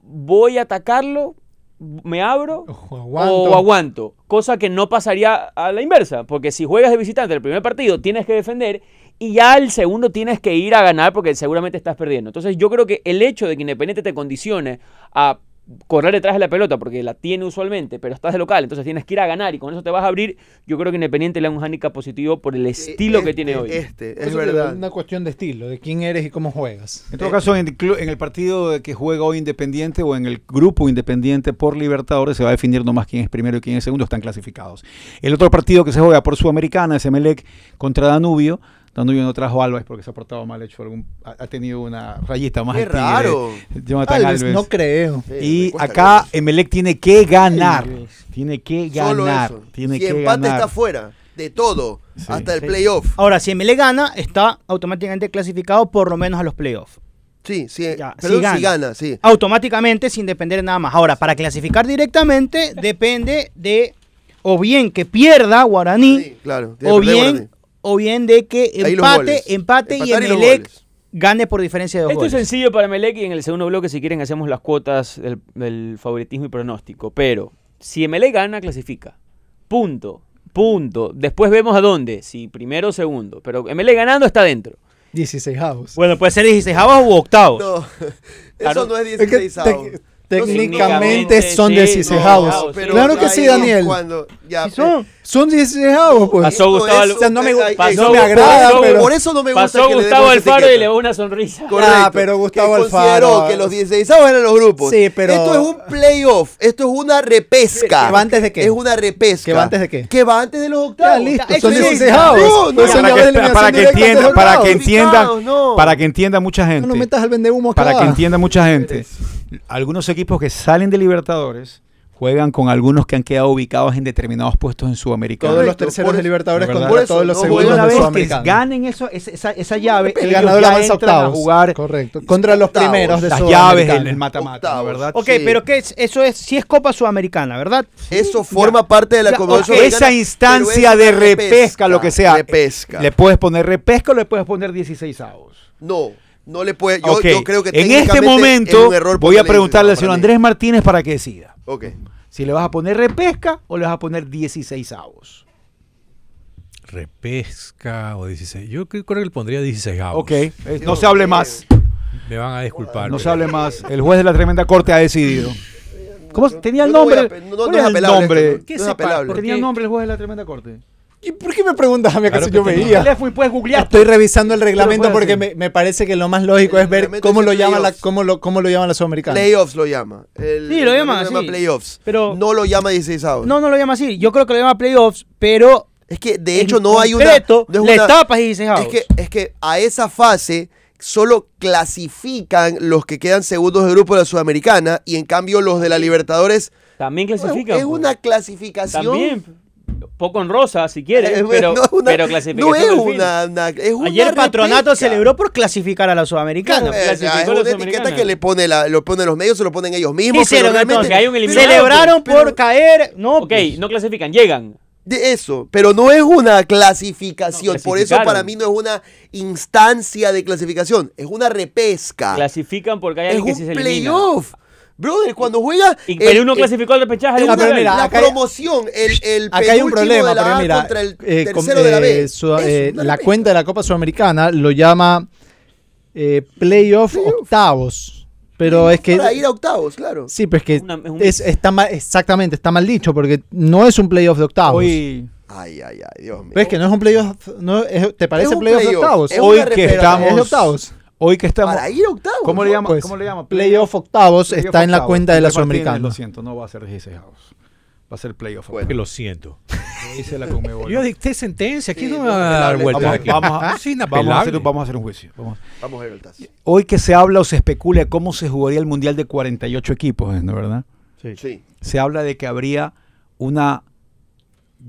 [SPEAKER 4] ¿Voy a atacarlo? ¿Me abro?
[SPEAKER 8] O aguanto.
[SPEAKER 4] o aguanto. Cosa que no pasaría a la inversa, porque si juegas de visitante el primer partido tienes que defender y ya el segundo tienes que ir a ganar porque seguramente estás perdiendo. Entonces yo creo que el hecho de que Independiente te condicione a correr detrás de la pelota, porque la tiene usualmente, pero estás de local, entonces tienes que ir a ganar y con eso te vas a abrir, yo creo que Independiente le da un hándicap positivo por el estilo que
[SPEAKER 7] Este,
[SPEAKER 4] tiene hoy.
[SPEAKER 7] Este,
[SPEAKER 8] Por
[SPEAKER 7] es
[SPEAKER 8] eso te digo,
[SPEAKER 7] verdad.
[SPEAKER 8] una cuestión de estilo, de quién eres y cómo juegas.
[SPEAKER 3] En
[SPEAKER 7] Eh,
[SPEAKER 3] todo caso, en el, clu- en el partido de que juega hoy Independiente o en el grupo Independiente por Libertadores se va a definir nomás quién es primero y quién es segundo, están clasificados. El otro partido que se juega por Sudamericana es Emelec contra Danubio. Danubio no trajo a Álvarez porque se ha portado mal hecho, algún, ha ha tenido una rayita más.
[SPEAKER 7] Qué
[SPEAKER 3] al tigre,
[SPEAKER 7] raro.
[SPEAKER 3] Jonathan
[SPEAKER 8] Tal vez,
[SPEAKER 3] Alves.
[SPEAKER 8] no creo.
[SPEAKER 7] Sí, me
[SPEAKER 3] Y
[SPEAKER 7] cuesta
[SPEAKER 3] acá
[SPEAKER 7] creer.
[SPEAKER 3] Emelec tiene que ganar. Tiene que
[SPEAKER 7] Solo
[SPEAKER 3] ganar.
[SPEAKER 7] eso.
[SPEAKER 3] Tiene
[SPEAKER 7] si
[SPEAKER 3] que
[SPEAKER 7] empate
[SPEAKER 3] ganar.
[SPEAKER 7] está fuera de todo,
[SPEAKER 3] Sí.
[SPEAKER 7] hasta el playoff.
[SPEAKER 6] Ahora, si MLE gana, está automáticamente clasificado por lo menos a los playoffs.
[SPEAKER 7] Sí, sí,
[SPEAKER 6] Ya,
[SPEAKER 7] perdón,
[SPEAKER 6] si
[SPEAKER 7] si, gana.
[SPEAKER 6] gana.
[SPEAKER 7] sí.
[SPEAKER 6] Automáticamente, sin depender de nada más. Ahora, para clasificar directamente, depende de o bien que pierda Guaraní,
[SPEAKER 7] Sí, claro. tiene
[SPEAKER 6] o,
[SPEAKER 7] que perder
[SPEAKER 6] bien, o bien de que
[SPEAKER 7] Guaraní. Ahí los goles.
[SPEAKER 6] empate, empate y
[SPEAKER 7] Empatar los
[SPEAKER 6] Emelec
[SPEAKER 7] goles.
[SPEAKER 6] gane por diferencia de dos
[SPEAKER 4] Esto es
[SPEAKER 6] goles.
[SPEAKER 4] sencillo para Melec y en el segundo bloque, si quieren, hacemos las cuotas del, del favoritismo y pronóstico. Pero si Melec gana, clasifica. Punto. Punto. Después vemos a dónde. Si primero o segundo. Pero Melec ganando está dentro.
[SPEAKER 8] 16 avos.
[SPEAKER 6] Bueno, puede ser 16 u octavos.
[SPEAKER 7] No, *laughs*
[SPEAKER 4] Claro.
[SPEAKER 7] eso no es
[SPEAKER 8] Es que
[SPEAKER 7] 16
[SPEAKER 8] tec- técnicamente
[SPEAKER 4] significa-
[SPEAKER 8] son
[SPEAKER 4] Sí,
[SPEAKER 8] 16
[SPEAKER 4] no,
[SPEAKER 8] avos.
[SPEAKER 4] no, pero
[SPEAKER 8] claro que
[SPEAKER 4] ahí
[SPEAKER 8] sí,
[SPEAKER 4] es
[SPEAKER 8] Daniel.
[SPEAKER 7] Cuando, ya,
[SPEAKER 8] Sí son. Son 16 avos, pues.
[SPEAKER 4] Pasó
[SPEAKER 7] Esto
[SPEAKER 4] Gustavo
[SPEAKER 7] es
[SPEAKER 4] Al-
[SPEAKER 7] un-
[SPEAKER 8] O sea, no me, gu-
[SPEAKER 7] Ay,
[SPEAKER 4] pasó-
[SPEAKER 8] no me
[SPEAKER 4] pasó-
[SPEAKER 8] agrada,
[SPEAKER 4] pasó-
[SPEAKER 8] pero...
[SPEAKER 7] Por eso no me gusta
[SPEAKER 4] Pasó
[SPEAKER 7] que le
[SPEAKER 4] Gustavo
[SPEAKER 7] demos
[SPEAKER 4] Alfaro
[SPEAKER 7] etiqueta.
[SPEAKER 4] y le va una sonrisa.
[SPEAKER 7] Correcto.
[SPEAKER 8] Ah, pero Gustavo
[SPEAKER 7] que Consideró
[SPEAKER 8] Alfaro-
[SPEAKER 7] que los 16 avos eran los grupos.
[SPEAKER 8] Sí, pero-
[SPEAKER 7] Esto es un playoff. Esto es una repesca.
[SPEAKER 8] ¿Que va antes de qué?
[SPEAKER 7] Es una repesca.
[SPEAKER 8] ¿Que va antes de qué?
[SPEAKER 7] Que va antes de los octavos.
[SPEAKER 8] Ya, listo,
[SPEAKER 7] Está
[SPEAKER 8] son
[SPEAKER 7] excelente.
[SPEAKER 8] 16
[SPEAKER 7] No,
[SPEAKER 8] avos.
[SPEAKER 7] no,
[SPEAKER 8] Pues son
[SPEAKER 7] para
[SPEAKER 3] Para
[SPEAKER 7] que-
[SPEAKER 8] llave de
[SPEAKER 3] que,
[SPEAKER 8] eliminación
[SPEAKER 3] para que
[SPEAKER 8] directa,
[SPEAKER 3] entienda,
[SPEAKER 8] todos
[SPEAKER 3] para que
[SPEAKER 8] lados.
[SPEAKER 3] entienda,
[SPEAKER 7] no.
[SPEAKER 3] para que entienda mucha gente.
[SPEAKER 8] No nos metas al vendehumo acá.
[SPEAKER 3] Para que entienda mucha gente, algunos equipos que salen de Libertadores juegan con algunos que han quedado ubicados en determinados puestos en Sudamericana.
[SPEAKER 8] Todos los
[SPEAKER 7] Correcto,
[SPEAKER 8] terceros
[SPEAKER 7] por
[SPEAKER 8] de
[SPEAKER 7] eso-
[SPEAKER 8] Libertadores
[SPEAKER 7] por eso,
[SPEAKER 8] contra todos los
[SPEAKER 7] no
[SPEAKER 3] Pero
[SPEAKER 7] juegan
[SPEAKER 8] segundos
[SPEAKER 3] una
[SPEAKER 8] de
[SPEAKER 3] vez que
[SPEAKER 8] Sudamericana.
[SPEAKER 3] ganen eso, esa, esa- esa llave,
[SPEAKER 8] El
[SPEAKER 3] ellos
[SPEAKER 8] ganador
[SPEAKER 3] ya
[SPEAKER 8] avanza a
[SPEAKER 3] entran
[SPEAKER 8] octavos.
[SPEAKER 3] a jugar
[SPEAKER 8] Correcto. Contra los
[SPEAKER 7] Octavos.
[SPEAKER 8] primeros de
[SPEAKER 3] las
[SPEAKER 8] Sudamericana.
[SPEAKER 3] llaves, el, el mata-mata, ¿no?
[SPEAKER 7] Octavos.
[SPEAKER 3] ¿verdad?
[SPEAKER 6] Ok,
[SPEAKER 7] Sí.
[SPEAKER 6] pero ¿qué es? eso es, si es Copa Sudamericana, ¿verdad?
[SPEAKER 7] Eso forma parte de la
[SPEAKER 3] Ya,
[SPEAKER 7] Convención
[SPEAKER 3] ok, esa
[SPEAKER 7] Americana,
[SPEAKER 3] instancia
[SPEAKER 7] pero
[SPEAKER 3] de
[SPEAKER 7] es una
[SPEAKER 3] repesca, lo que sea,
[SPEAKER 7] Repesca.
[SPEAKER 3] le puedes poner repesca o le puedes poner 16 avos.
[SPEAKER 7] no, no le puede. Yo,
[SPEAKER 3] Ok,
[SPEAKER 7] yo creo que
[SPEAKER 3] en
[SPEAKER 7] técnicamente
[SPEAKER 3] este
[SPEAKER 7] es
[SPEAKER 3] momento
[SPEAKER 7] un error
[SPEAKER 3] voy a
[SPEAKER 7] ponerle
[SPEAKER 3] preguntarle al
[SPEAKER 7] 16
[SPEAKER 3] señor
[SPEAKER 7] avos
[SPEAKER 3] Andrés Martínez para que decida.
[SPEAKER 7] para mí. Ok.
[SPEAKER 3] Si le vas a poner repesca o le vas a poner 16 avos.
[SPEAKER 5] Repesca o 16. Yo creo creo que le pondría 16 avos.
[SPEAKER 3] Ok, eh, no se hable más.
[SPEAKER 5] Me van a disculpar.
[SPEAKER 3] No
[SPEAKER 5] pero-
[SPEAKER 3] se hable más. El juez de la tremenda corte ha decidido. ¿Cómo se- tenía el
[SPEAKER 7] Yo no voy
[SPEAKER 3] nombre?
[SPEAKER 7] a pe- no- no
[SPEAKER 3] ¿Cuál
[SPEAKER 7] es
[SPEAKER 3] era el
[SPEAKER 7] apelable
[SPEAKER 3] nombre?
[SPEAKER 7] esto, no- no es apelable.
[SPEAKER 3] ¿Tenía
[SPEAKER 4] qué?
[SPEAKER 3] el nombre el juez de la tremenda corte?
[SPEAKER 8] ¿Y por qué me preguntas a mí
[SPEAKER 5] Claro
[SPEAKER 8] acaso
[SPEAKER 5] que
[SPEAKER 8] yo
[SPEAKER 5] te-
[SPEAKER 8] veía?
[SPEAKER 6] Teléfono y puedes googlear.
[SPEAKER 8] Estoy revisando el reglamento
[SPEAKER 6] puedes
[SPEAKER 8] porque
[SPEAKER 6] decir.
[SPEAKER 8] me, me parece que lo más lógico
[SPEAKER 7] El
[SPEAKER 8] es ver
[SPEAKER 7] reglamento
[SPEAKER 8] cómo lo,
[SPEAKER 7] dice
[SPEAKER 8] llama la,
[SPEAKER 7] playoffs.
[SPEAKER 8] cómo, lo, cómo lo llaman los americanos.
[SPEAKER 7] Playoffs lo llama. El-
[SPEAKER 6] Sí, lo
[SPEAKER 7] el
[SPEAKER 6] llama
[SPEAKER 7] reglamento llama
[SPEAKER 6] así.
[SPEAKER 7] playoffs.
[SPEAKER 6] Pero-
[SPEAKER 7] no lo llama 16 avos.
[SPEAKER 6] No, no lo llama así. Yo creo que lo llama playoffs, pero.
[SPEAKER 7] es que de hecho no hay una.
[SPEAKER 6] concreto,
[SPEAKER 7] no es
[SPEAKER 6] le
[SPEAKER 7] una-
[SPEAKER 6] tapas y dices,
[SPEAKER 7] es que, es que a esa fase solo clasifican los que quedan segundos de grupo de la Sudamericana y en cambio los de la Libertadores.
[SPEAKER 4] También clasifican.
[SPEAKER 7] Es
[SPEAKER 4] pues.
[SPEAKER 7] una clasificación.
[SPEAKER 4] También. Poco honrosa, si quieres,
[SPEAKER 7] Eh,
[SPEAKER 4] pero,
[SPEAKER 7] no *laughs* es una-
[SPEAKER 4] pero clasificación
[SPEAKER 7] No es
[SPEAKER 4] al fin.
[SPEAKER 7] una, una- es una
[SPEAKER 6] Ayer Patronato
[SPEAKER 7] repesca.
[SPEAKER 6] celebró por clasificar a la Sudamericana.
[SPEAKER 7] No, eh, es
[SPEAKER 4] clasificó a la
[SPEAKER 7] una etiqueta
[SPEAKER 4] Sudamericana.
[SPEAKER 7] que le pone la, lo ponen los medios, se lo ponen ellos
[SPEAKER 6] ¿Qué
[SPEAKER 7] mismos.
[SPEAKER 6] hicieron
[SPEAKER 7] pero
[SPEAKER 6] entonces?
[SPEAKER 7] realmente-
[SPEAKER 4] Que hay un eliminado,
[SPEAKER 6] Celebraron
[SPEAKER 7] pero-
[SPEAKER 6] por caer. No,
[SPEAKER 4] Ok,
[SPEAKER 6] pues.
[SPEAKER 4] no clasifican, llegan.
[SPEAKER 7] De eso, pero no es una clasificación.
[SPEAKER 4] No,
[SPEAKER 7] Por eso
[SPEAKER 4] clasificaron.
[SPEAKER 7] para mí no es una instancia de clasificación, es una repesca.
[SPEAKER 4] Clasifican porque hay
[SPEAKER 7] Ah. es
[SPEAKER 4] alguien que
[SPEAKER 7] un
[SPEAKER 4] sí se elimina.
[SPEAKER 7] playoff. Brother, cuando juega.
[SPEAKER 4] Y, pero
[SPEAKER 7] el-
[SPEAKER 4] uno
[SPEAKER 7] el-
[SPEAKER 4] clasificó al repechaje.
[SPEAKER 7] el-
[SPEAKER 4] ¿no?
[SPEAKER 8] Ah, pero mira,
[SPEAKER 7] la
[SPEAKER 8] acá hay-
[SPEAKER 7] promoción, el, el
[SPEAKER 8] Acá hay un
[SPEAKER 7] penúltimo
[SPEAKER 8] problema,
[SPEAKER 7] de la
[SPEAKER 8] porque
[SPEAKER 7] A
[SPEAKER 8] mira,
[SPEAKER 7] contra el
[SPEAKER 8] eh, com-
[SPEAKER 7] tercero de la B.
[SPEAKER 8] eh, Sudam-
[SPEAKER 7] Es
[SPEAKER 8] eh,
[SPEAKER 7] una
[SPEAKER 8] la
[SPEAKER 7] repesca.
[SPEAKER 8] cuenta de la Copa Sudamericana lo llama eh, playoff, octavos. Pero es que.
[SPEAKER 7] Para ir a octavos, claro.
[SPEAKER 8] Sí, pero es que
[SPEAKER 4] Una- es un-
[SPEAKER 8] es- está mal, exactamente, está mal dicho, porque no es un playoff de octavos.
[SPEAKER 3] Hoy,
[SPEAKER 7] Ay, ay, ay, Dios mío.
[SPEAKER 8] Pero es que no es un playoff. No, es- ¿Te parece
[SPEAKER 7] un
[SPEAKER 8] playoff,
[SPEAKER 7] playoff,
[SPEAKER 8] de octavos?
[SPEAKER 7] es
[SPEAKER 8] Hoy
[SPEAKER 3] hoy
[SPEAKER 7] una
[SPEAKER 3] que
[SPEAKER 7] repera-
[SPEAKER 8] es de
[SPEAKER 3] estamos.
[SPEAKER 8] octavos.
[SPEAKER 3] Hoy que estamos.
[SPEAKER 7] Para ir a octavos.
[SPEAKER 3] ¿Cómo le
[SPEAKER 7] ¿no?
[SPEAKER 3] llama?
[SPEAKER 8] Pues,
[SPEAKER 3] ¿Cómo le llama?
[SPEAKER 8] Playoff octavos
[SPEAKER 3] Playoff
[SPEAKER 8] está en la
[SPEAKER 3] octavos.
[SPEAKER 8] cuenta de la
[SPEAKER 3] Andrés Martínez,
[SPEAKER 8] Sudamericana.
[SPEAKER 3] Lo siento, no va a ser 16 avos. Va a ser playoff.
[SPEAKER 7] Bueno.
[SPEAKER 5] Que lo siento.
[SPEAKER 3] octavos. Dice la Conmebol.
[SPEAKER 5] Yo ya dicté sentencia, aquí
[SPEAKER 7] Sí,
[SPEAKER 5] no me
[SPEAKER 7] no,
[SPEAKER 5] va a dar
[SPEAKER 7] inapelable.
[SPEAKER 5] vueltas.
[SPEAKER 3] Vamos,
[SPEAKER 5] aquí.
[SPEAKER 3] vamos a,
[SPEAKER 5] Ah,
[SPEAKER 3] vamos,
[SPEAKER 5] sí,
[SPEAKER 3] a hacer,
[SPEAKER 5] inapelable.
[SPEAKER 3] un- vamos a hacer un juicio. Vamos.
[SPEAKER 7] Vamos a ver el tazo.
[SPEAKER 3] Hoy que se habla o se especula de cómo se jugaría el Mundial de 48 equipos, ¿no verdad?
[SPEAKER 7] Sí.
[SPEAKER 3] Se habla de que habría una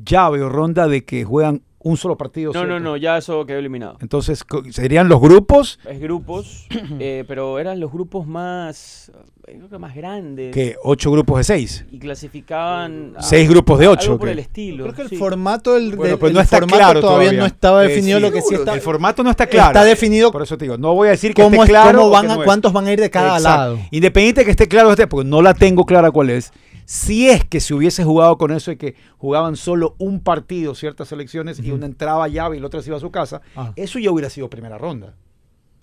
[SPEAKER 3] llave o ronda de que juegan un solo partido.
[SPEAKER 4] No, no,
[SPEAKER 3] ¿cierto?
[SPEAKER 4] no, ya eso quedó eliminado.
[SPEAKER 3] Entonces, co- ¿serían los grupos?
[SPEAKER 4] Es grupos,
[SPEAKER 3] *coughs*
[SPEAKER 4] eh, pero eran los grupos más, eh, creo que más grandes.
[SPEAKER 3] que ¿Ocho grupos de seis?
[SPEAKER 4] Y clasificaban... a-
[SPEAKER 3] ¿Seis grupos de ocho?
[SPEAKER 4] Algo por
[SPEAKER 3] ¿qué?
[SPEAKER 4] el estilo.
[SPEAKER 8] Creo que el
[SPEAKER 4] sí.
[SPEAKER 8] formato del,
[SPEAKER 3] Bueno,
[SPEAKER 8] del-
[SPEAKER 3] pues no
[SPEAKER 8] el
[SPEAKER 3] está
[SPEAKER 8] formato
[SPEAKER 3] claro
[SPEAKER 8] todavía,
[SPEAKER 3] todavía.
[SPEAKER 8] no estaba
[SPEAKER 3] Eh,
[SPEAKER 8] definido
[SPEAKER 3] sí,
[SPEAKER 8] lo que sí
[SPEAKER 7] seguro.
[SPEAKER 8] está
[SPEAKER 3] El formato no está claro.
[SPEAKER 8] Está definido
[SPEAKER 3] Por eso te digo, no voy a decir que esté
[SPEAKER 8] cómo es-
[SPEAKER 3] claro.
[SPEAKER 8] cómo
[SPEAKER 3] o
[SPEAKER 8] van
[SPEAKER 3] que
[SPEAKER 8] a-
[SPEAKER 3] no es.
[SPEAKER 8] cuántos van a ir de cada
[SPEAKER 3] Exacto.
[SPEAKER 8] lado.
[SPEAKER 3] Independiente de que esté claro, este, porque no la tengo clara cuál es. Si es que se hubiese jugado con eso de que jugaban solo un partido ciertas elecciones y una entraba a llave y la otra se iba a su casa,
[SPEAKER 8] Ah.
[SPEAKER 3] eso ya hubiera sido primera ronda.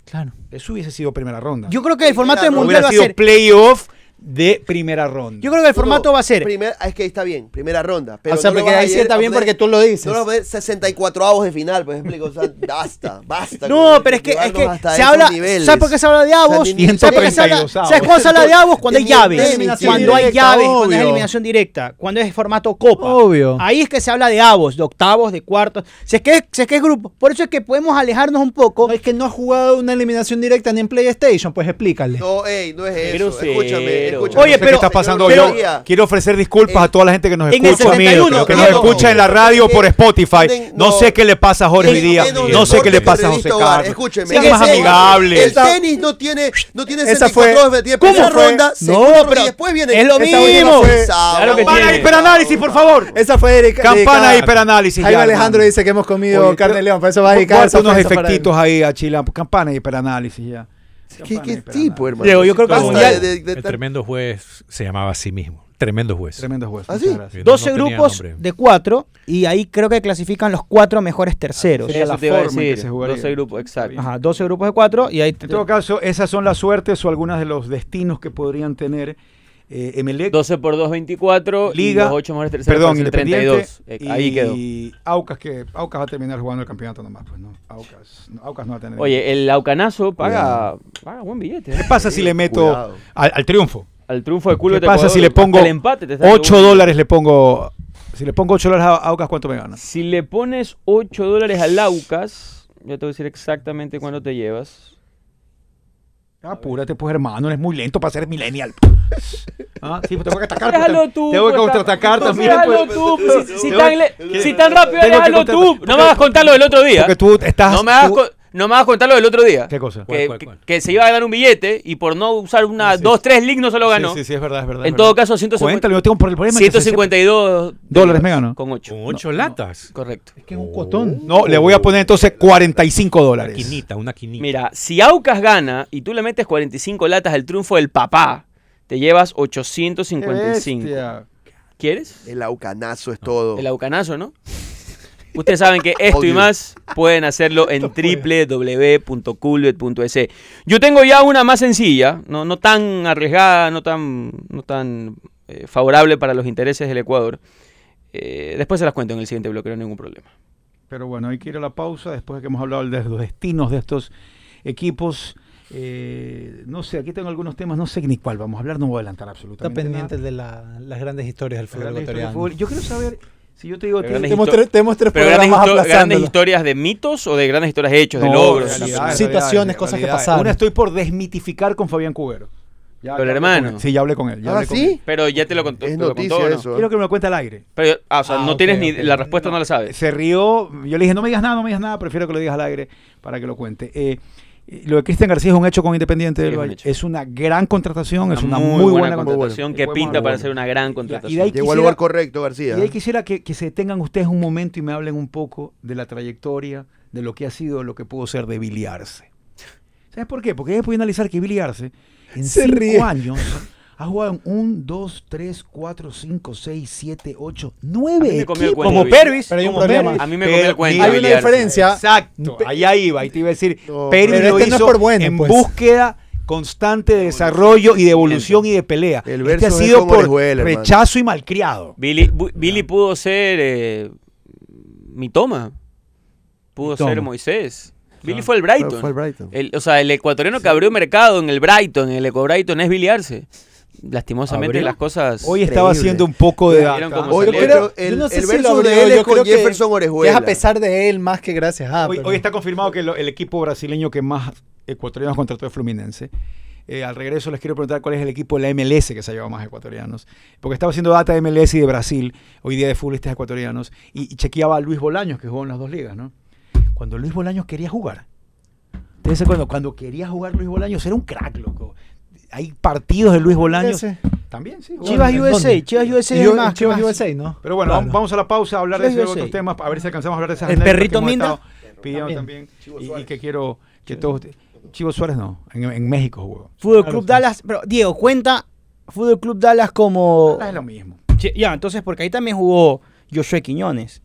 [SPEAKER 8] Claro.
[SPEAKER 3] Eso hubiese sido primera ronda.
[SPEAKER 6] Yo creo que el formato del
[SPEAKER 7] Hubiera
[SPEAKER 6] mundial
[SPEAKER 3] hubiera
[SPEAKER 6] va a
[SPEAKER 3] sido
[SPEAKER 6] ser.
[SPEAKER 3] playoff de primera ronda.
[SPEAKER 6] Yo creo que el formato va a ser.
[SPEAKER 7] Primer- ah, es que ahí está bien, primera ronda. Pero
[SPEAKER 8] o sea,
[SPEAKER 7] no lo
[SPEAKER 8] porque
[SPEAKER 7] vas a
[SPEAKER 8] ahí sí
[SPEAKER 7] ir-
[SPEAKER 8] está
[SPEAKER 7] no
[SPEAKER 8] bien
[SPEAKER 7] puedes-
[SPEAKER 8] porque tú lo dices.
[SPEAKER 7] No lo ves 64 avos de final, por ejemplo.
[SPEAKER 6] *laughs*
[SPEAKER 7] O sea, basta, basta.
[SPEAKER 6] No, pero es que, es que se habla. ¿Sabes por qué se habla de
[SPEAKER 7] O
[SPEAKER 6] avos?
[SPEAKER 7] sea, ni-
[SPEAKER 6] ¿Sabes por qué se habla?
[SPEAKER 3] 132 avos.
[SPEAKER 6] ¿Sabes cuándo se habla de avos? Cuando hay
[SPEAKER 7] Ni
[SPEAKER 6] llaves.
[SPEAKER 7] eliminación
[SPEAKER 6] Cuando hay
[SPEAKER 8] directa,
[SPEAKER 6] llaves, cuando es
[SPEAKER 8] obvio.
[SPEAKER 6] eliminación directa, cuando es formato copa.
[SPEAKER 8] Obvio.
[SPEAKER 6] Ahí es que se habla de avos, de octavos, de cuartos. Si es que si es, que es grupo. Por eso es que podemos alejarnos un poco.
[SPEAKER 8] No, es que no ha jugado una eliminación directa ni en PlayStation, pues explícale.
[SPEAKER 7] No, ey, no es eso.
[SPEAKER 4] Grosero.
[SPEAKER 7] Escúchame, escúchame.
[SPEAKER 6] Oye,
[SPEAKER 3] Oye, pero,
[SPEAKER 6] pero-
[SPEAKER 3] está pasando?
[SPEAKER 7] Señor
[SPEAKER 3] Yo
[SPEAKER 7] Mejía,
[SPEAKER 3] quiero ofrecer disculpas
[SPEAKER 7] Eh,
[SPEAKER 3] a toda la gente que nos
[SPEAKER 6] en el
[SPEAKER 3] escucha,
[SPEAKER 6] 71,
[SPEAKER 3] que nos
[SPEAKER 6] Diego. Eh,
[SPEAKER 3] escucha en la radio por Spotify. No,
[SPEAKER 7] No.
[SPEAKER 3] sé qué le pasa a Jorge hoy
[SPEAKER 7] El
[SPEAKER 3] día,
[SPEAKER 7] tenis,
[SPEAKER 3] no sé
[SPEAKER 7] deporte,
[SPEAKER 3] qué le pasa a José
[SPEAKER 7] entrevista, hogar.
[SPEAKER 3] Carlos.
[SPEAKER 7] Escúcheme.
[SPEAKER 6] Sean más
[SPEAKER 7] el tenis-
[SPEAKER 3] amigables.
[SPEAKER 7] El tenis no tiene, no tiene
[SPEAKER 8] Esa fue-
[SPEAKER 7] 64 avos de
[SPEAKER 8] ¿Cómo
[SPEAKER 7] primera
[SPEAKER 8] fue?
[SPEAKER 7] ronda.
[SPEAKER 8] No,
[SPEAKER 7] segundo,
[SPEAKER 8] pero
[SPEAKER 7] y después viene.
[SPEAKER 8] es lo
[SPEAKER 7] Esa última
[SPEAKER 8] mismo.
[SPEAKER 7] fue-
[SPEAKER 4] Claro que
[SPEAKER 3] Campana
[SPEAKER 4] tiene.
[SPEAKER 3] de hiperanálisis, por favor.
[SPEAKER 8] Esa fue dedica-
[SPEAKER 3] Campana
[SPEAKER 8] dedicada.
[SPEAKER 3] de hiperanálisis.
[SPEAKER 8] Jaime
[SPEAKER 3] ya,
[SPEAKER 8] Alejandro
[SPEAKER 3] hermano.
[SPEAKER 8] dice que hemos comido
[SPEAKER 3] Oye,
[SPEAKER 8] carne
[SPEAKER 3] creo-
[SPEAKER 8] de león, por eso va a dedicar
[SPEAKER 3] Guarda
[SPEAKER 8] esa
[SPEAKER 3] unos
[SPEAKER 8] ofensa para él.
[SPEAKER 3] efectitos ahí a Chile. Campana de hiperanálisis ya.
[SPEAKER 7] ¿Qué,
[SPEAKER 3] Campana de
[SPEAKER 7] qué
[SPEAKER 3] hiperanálisis.
[SPEAKER 7] tipo, hermano?
[SPEAKER 6] Diego, yo creo que el
[SPEAKER 7] Basta
[SPEAKER 6] mundial-
[SPEAKER 7] de- de-
[SPEAKER 5] El
[SPEAKER 7] de-
[SPEAKER 5] tremendo juez se llamaba a sí mismo. Tremendo juez.
[SPEAKER 3] Tremendo juez.
[SPEAKER 7] ¿Ah,
[SPEAKER 3] muchas
[SPEAKER 7] sí?
[SPEAKER 3] gracias.
[SPEAKER 5] No,
[SPEAKER 6] 12
[SPEAKER 5] no tenía
[SPEAKER 6] grupos
[SPEAKER 5] nombre.
[SPEAKER 6] de 4 y ahí creo que clasifican los 4 mejores terceros.
[SPEAKER 5] Ah,
[SPEAKER 3] Sería la
[SPEAKER 4] Eso te iba a
[SPEAKER 3] forma en que
[SPEAKER 4] decir.
[SPEAKER 3] se jugaría.
[SPEAKER 4] 12 grupos, exacto.
[SPEAKER 6] Ajá, 12 grupos de 4 y ahí te-
[SPEAKER 3] En todo caso, esas son las suertes o algunos de los destinos que podrían tener eh, Emelec,
[SPEAKER 4] 12 por 2, 24.
[SPEAKER 3] Liga,
[SPEAKER 4] Y los 8 mejores terceros.
[SPEAKER 3] perdón,
[SPEAKER 4] pasan
[SPEAKER 3] Independiente
[SPEAKER 4] 32. Eh, Ahí quedó.
[SPEAKER 3] y Aucas que Aucas va a terminar jugando el campeonato nomás, pues no. Aucas, no, Aucas no va a tener.
[SPEAKER 4] Oye, el Aucanazo paga, paga buen billete. ¿eh?
[SPEAKER 3] ¿qué pasa si le meto
[SPEAKER 7] Cuidado.
[SPEAKER 3] al, al triunfo?
[SPEAKER 4] Al triunfo de culo
[SPEAKER 3] ¿Qué
[SPEAKER 4] te
[SPEAKER 3] pasa
[SPEAKER 4] pagó-
[SPEAKER 3] si le
[SPEAKER 4] hasta
[SPEAKER 3] pongo
[SPEAKER 4] el empate te está dando
[SPEAKER 3] 8
[SPEAKER 4] buen-
[SPEAKER 3] dólares le pongo si le pongo 8 dólares a Aucas cuánto me ganas?
[SPEAKER 4] Si le pones 8 dólares al Aucas, yo te voy a decir exactamente cuánto te llevas.
[SPEAKER 3] Apúrate, pues hermano, eres muy lento para ser millennial. *laughs* Ah, sí, pues tengo que atacar. pues,
[SPEAKER 4] Déjalo
[SPEAKER 3] te-
[SPEAKER 4] tú.
[SPEAKER 3] tengo que
[SPEAKER 4] pues,
[SPEAKER 3] contraatacar
[SPEAKER 4] pues,
[SPEAKER 3] también. pues.
[SPEAKER 4] Déjalo tú. pues, Si, si
[SPEAKER 3] Tengo
[SPEAKER 4] tan,
[SPEAKER 3] que-
[SPEAKER 4] le- si tan rápido,
[SPEAKER 3] tengo que
[SPEAKER 4] déjalo
[SPEAKER 3] contratar-
[SPEAKER 4] tú.
[SPEAKER 3] porque-
[SPEAKER 4] No me hagas contar lo del otro día.
[SPEAKER 3] Porque tú estás
[SPEAKER 4] No me hagas,
[SPEAKER 3] tú-
[SPEAKER 4] co- no me hagas contar lo del otro día.
[SPEAKER 3] ¿Qué cosa?
[SPEAKER 4] Que,
[SPEAKER 5] ¿Cuál, cuál,
[SPEAKER 4] que-
[SPEAKER 5] cuál?
[SPEAKER 4] que se iba a ganar un billete y por no usar una,
[SPEAKER 3] Sí.
[SPEAKER 4] dos, tres leagues no se lo ganó.
[SPEAKER 3] Sí, sí, sí, es verdad, es verdad.
[SPEAKER 4] En
[SPEAKER 3] es
[SPEAKER 4] todo
[SPEAKER 3] verdad.
[SPEAKER 4] caso, 150
[SPEAKER 3] Cuéntale, yo tengo un problema. que se-
[SPEAKER 4] 152
[SPEAKER 3] Dólares me ganó.
[SPEAKER 4] Con 8.
[SPEAKER 5] Con ocho latas.
[SPEAKER 4] correcto.
[SPEAKER 8] Es que es un cotón.
[SPEAKER 3] Uh. No, le voy a poner entonces 45 dólares.
[SPEAKER 5] Quinita, una quinita.
[SPEAKER 4] Mira, si Aucas gana y tú le metes 45 latas al triunfo del papá, te llevas 855. ¿Quieres?
[SPEAKER 7] El aucanazo es todo.
[SPEAKER 4] El aucanazo, ¿no? Ustedes saben que esto y
[SPEAKER 7] Odio.
[SPEAKER 4] más pueden hacerlo en www.culvet.es. e. Yo tengo ya una más sencilla, no, no tan arriesgada, no tan, no tan eh, favorable para los intereses del Ecuador. Eh, después se las cuento en el siguiente bloque, no hay ningún problema.
[SPEAKER 3] Pero bueno, hay que ir a la pausa después de que hemos hablado de los destinos de estos equipos. Eh, no sé, aquí tengo algunos temas, no sé ni cuál vamos a hablar, no voy a adelantar
[SPEAKER 8] Está
[SPEAKER 3] absolutamente
[SPEAKER 8] pendiente
[SPEAKER 3] nada.
[SPEAKER 8] de la- las grandes historias del
[SPEAKER 3] Las grandes
[SPEAKER 8] fútbol
[SPEAKER 3] historias del
[SPEAKER 8] ecuatoriano.
[SPEAKER 3] fútbol. Yo quiero saber, si yo te digo,
[SPEAKER 4] Las
[SPEAKER 3] tío,
[SPEAKER 4] grandes
[SPEAKER 8] Tenemos
[SPEAKER 4] histo-
[SPEAKER 8] tres, tenemos tres
[SPEAKER 4] Pero grandes,
[SPEAKER 8] programas
[SPEAKER 4] histo- grandes
[SPEAKER 8] aplazándolo.
[SPEAKER 4] historias de mitos o de grandes historias de hechos, de
[SPEAKER 3] No, ah,
[SPEAKER 4] logros.
[SPEAKER 3] realidades,
[SPEAKER 4] de la-
[SPEAKER 8] realidad.
[SPEAKER 3] realidades,
[SPEAKER 8] Situaciones, cosas que
[SPEAKER 3] realidades.
[SPEAKER 8] pasaron.
[SPEAKER 3] Una estoy por desmitificar con Fabián Cubero. Ya-
[SPEAKER 4] Pero
[SPEAKER 3] ya hablé
[SPEAKER 4] hermano.
[SPEAKER 3] con él. Sí, ya hablé con él. ya
[SPEAKER 7] ¿Ah,
[SPEAKER 3] hablé con
[SPEAKER 7] sí?
[SPEAKER 3] él.
[SPEAKER 4] Pero ya te lo contó.
[SPEAKER 7] Es
[SPEAKER 4] te lo
[SPEAKER 7] noticia
[SPEAKER 4] contó, ¿no?
[SPEAKER 7] eso.
[SPEAKER 3] Quiero que me lo cuente al aire.
[SPEAKER 4] Pero, ah, o sea,
[SPEAKER 8] Ah,
[SPEAKER 4] no
[SPEAKER 8] ok,
[SPEAKER 4] tienes ni
[SPEAKER 8] ok.
[SPEAKER 4] la respuesta, no, la sabes.
[SPEAKER 3] Se rió. Yo le dije, no me digas nada, no me digas nada, prefiero que lo digas al aire para que lo cuente. Eh, lo de Cristian García es un hecho con Independiente
[SPEAKER 4] Sí,
[SPEAKER 3] del
[SPEAKER 4] es un
[SPEAKER 3] Valle.
[SPEAKER 4] hecho.
[SPEAKER 3] Es una gran contratación, es una muy, buena, contratación.
[SPEAKER 4] contratación
[SPEAKER 3] buena.
[SPEAKER 4] que
[SPEAKER 3] Muy
[SPEAKER 4] pinta para
[SPEAKER 3] buena.
[SPEAKER 4] ser una gran
[SPEAKER 3] y de ahí
[SPEAKER 4] contratación.
[SPEAKER 7] Llegó al
[SPEAKER 3] quisiera-
[SPEAKER 7] lugar correcto, García.
[SPEAKER 3] Y
[SPEAKER 8] ¿eh?
[SPEAKER 3] ahí quisiera que, que se detengan ustedes un momento y me hablen un poco de la trayectoria, de lo que ha sido, lo que pudo ser de Billy Arce. ¿Sabes por qué? Porque ahí pueden analizar que Billy Arce en
[SPEAKER 8] Se
[SPEAKER 3] cinco
[SPEAKER 8] ríe.
[SPEAKER 3] años ha jugado en 1, 2, 3, 4, 5, 6, 7, 8,
[SPEAKER 4] A mí
[SPEAKER 3] 9
[SPEAKER 4] me comió el cuento,
[SPEAKER 3] Como
[SPEAKER 4] Billy.
[SPEAKER 3] Pervis.
[SPEAKER 8] Pero hay un
[SPEAKER 3] como
[SPEAKER 8] problema.
[SPEAKER 3] Pervis.
[SPEAKER 4] A mí me comió el
[SPEAKER 3] Pero
[SPEAKER 4] cuento.
[SPEAKER 3] mira,
[SPEAKER 8] Hay una
[SPEAKER 4] Billy Arce.
[SPEAKER 8] diferencia.
[SPEAKER 3] Exacto, allá iba. Y te iba a decir,
[SPEAKER 7] No,
[SPEAKER 3] Pervis
[SPEAKER 8] pero
[SPEAKER 3] lo
[SPEAKER 8] este no es
[SPEAKER 3] hizo
[SPEAKER 8] por bueno,
[SPEAKER 3] en
[SPEAKER 8] pues.
[SPEAKER 3] búsqueda constante de desarrollo y de evolución y de pelea.
[SPEAKER 7] El
[SPEAKER 3] este
[SPEAKER 7] verso
[SPEAKER 3] ha
[SPEAKER 7] es
[SPEAKER 3] sido
[SPEAKER 7] con
[SPEAKER 3] por
[SPEAKER 7] Orejuela, hermano.
[SPEAKER 3] rechazo y malcriado.
[SPEAKER 4] Billy, Bu- Billy pudo ser eh, mitoma. Pudo
[SPEAKER 3] Mitoma.
[SPEAKER 4] ser Moisés. Billy fue el Brighton.
[SPEAKER 7] Fue al Brighton.
[SPEAKER 4] El- o sea, el ecuatoriano que abrió mercado en el Brighton, en el Eco Brighton, es Billy Arce. Lastimosamente
[SPEAKER 5] ¿Abrió?
[SPEAKER 4] las cosas.
[SPEAKER 3] Hoy estaba
[SPEAKER 7] Increíble.
[SPEAKER 3] haciendo un poco de...
[SPEAKER 4] Vieron cómo
[SPEAKER 7] Hoy
[SPEAKER 4] Yo
[SPEAKER 7] yo
[SPEAKER 4] creo-
[SPEAKER 7] creo
[SPEAKER 8] yo
[SPEAKER 7] el,
[SPEAKER 8] no sé
[SPEAKER 7] el
[SPEAKER 8] si
[SPEAKER 7] verso
[SPEAKER 8] lo
[SPEAKER 7] de
[SPEAKER 8] abrió,
[SPEAKER 7] él
[SPEAKER 8] yo
[SPEAKER 7] es con
[SPEAKER 8] creo que-
[SPEAKER 7] Jefferson Orejuela.
[SPEAKER 8] Es a pesar de él más que gracias a.
[SPEAKER 3] hoy,
[SPEAKER 8] pero-
[SPEAKER 3] hoy está confirmado que lo- el equipo brasileño que más ecuatorianos contrató es Fluminense. Eh, al regreso les quiero preguntar cuál es el equipo de la MLS que se ha llevado más ecuatorianos. Porque estaba haciendo data de MLS y de Brasil, hoy día de futbolistas ecuatorianos, y, y chequeaba a Luis Bolaños, que jugó en las dos ligas, ¿no? Cuando Luis Bolaños quería jugar. Ustedes se acuerdan, cuando quería jugar Luis Bolaños era un crack, loco. Hay partidos de Luis Bolaños.
[SPEAKER 8] Ese.
[SPEAKER 3] También, sí. jugó.
[SPEAKER 6] Chivas
[SPEAKER 8] ¿en
[SPEAKER 6] USA,
[SPEAKER 8] dónde?
[SPEAKER 6] Chivas USA
[SPEAKER 8] Y
[SPEAKER 6] es
[SPEAKER 8] yo-
[SPEAKER 6] más.
[SPEAKER 8] Chivas
[SPEAKER 6] más.
[SPEAKER 8] USA, ¿no?
[SPEAKER 3] Pero bueno,
[SPEAKER 8] Claro.
[SPEAKER 3] vamos- vamos a la pausa a hablar de ese
[SPEAKER 6] Yo
[SPEAKER 3] y
[SPEAKER 6] sé.
[SPEAKER 3] otros temas, a ver si alcanzamos a hablar de esas
[SPEAKER 6] ¿El
[SPEAKER 3] anécdotas
[SPEAKER 6] perrito
[SPEAKER 3] que hemos
[SPEAKER 6] Minda?
[SPEAKER 3] estado pidiendo también. Y- Y, que quiero que todos ustedes- Chivo Suárez no, en, en México jugó.
[SPEAKER 6] Fútbol Club Dallas. Pero, Diego, cuenta Fútbol Club Dallas como.
[SPEAKER 5] Ah,
[SPEAKER 3] Es lo mismo.
[SPEAKER 6] Sí, Ya, entonces, porque ahí también jugó Joshua Quiñones.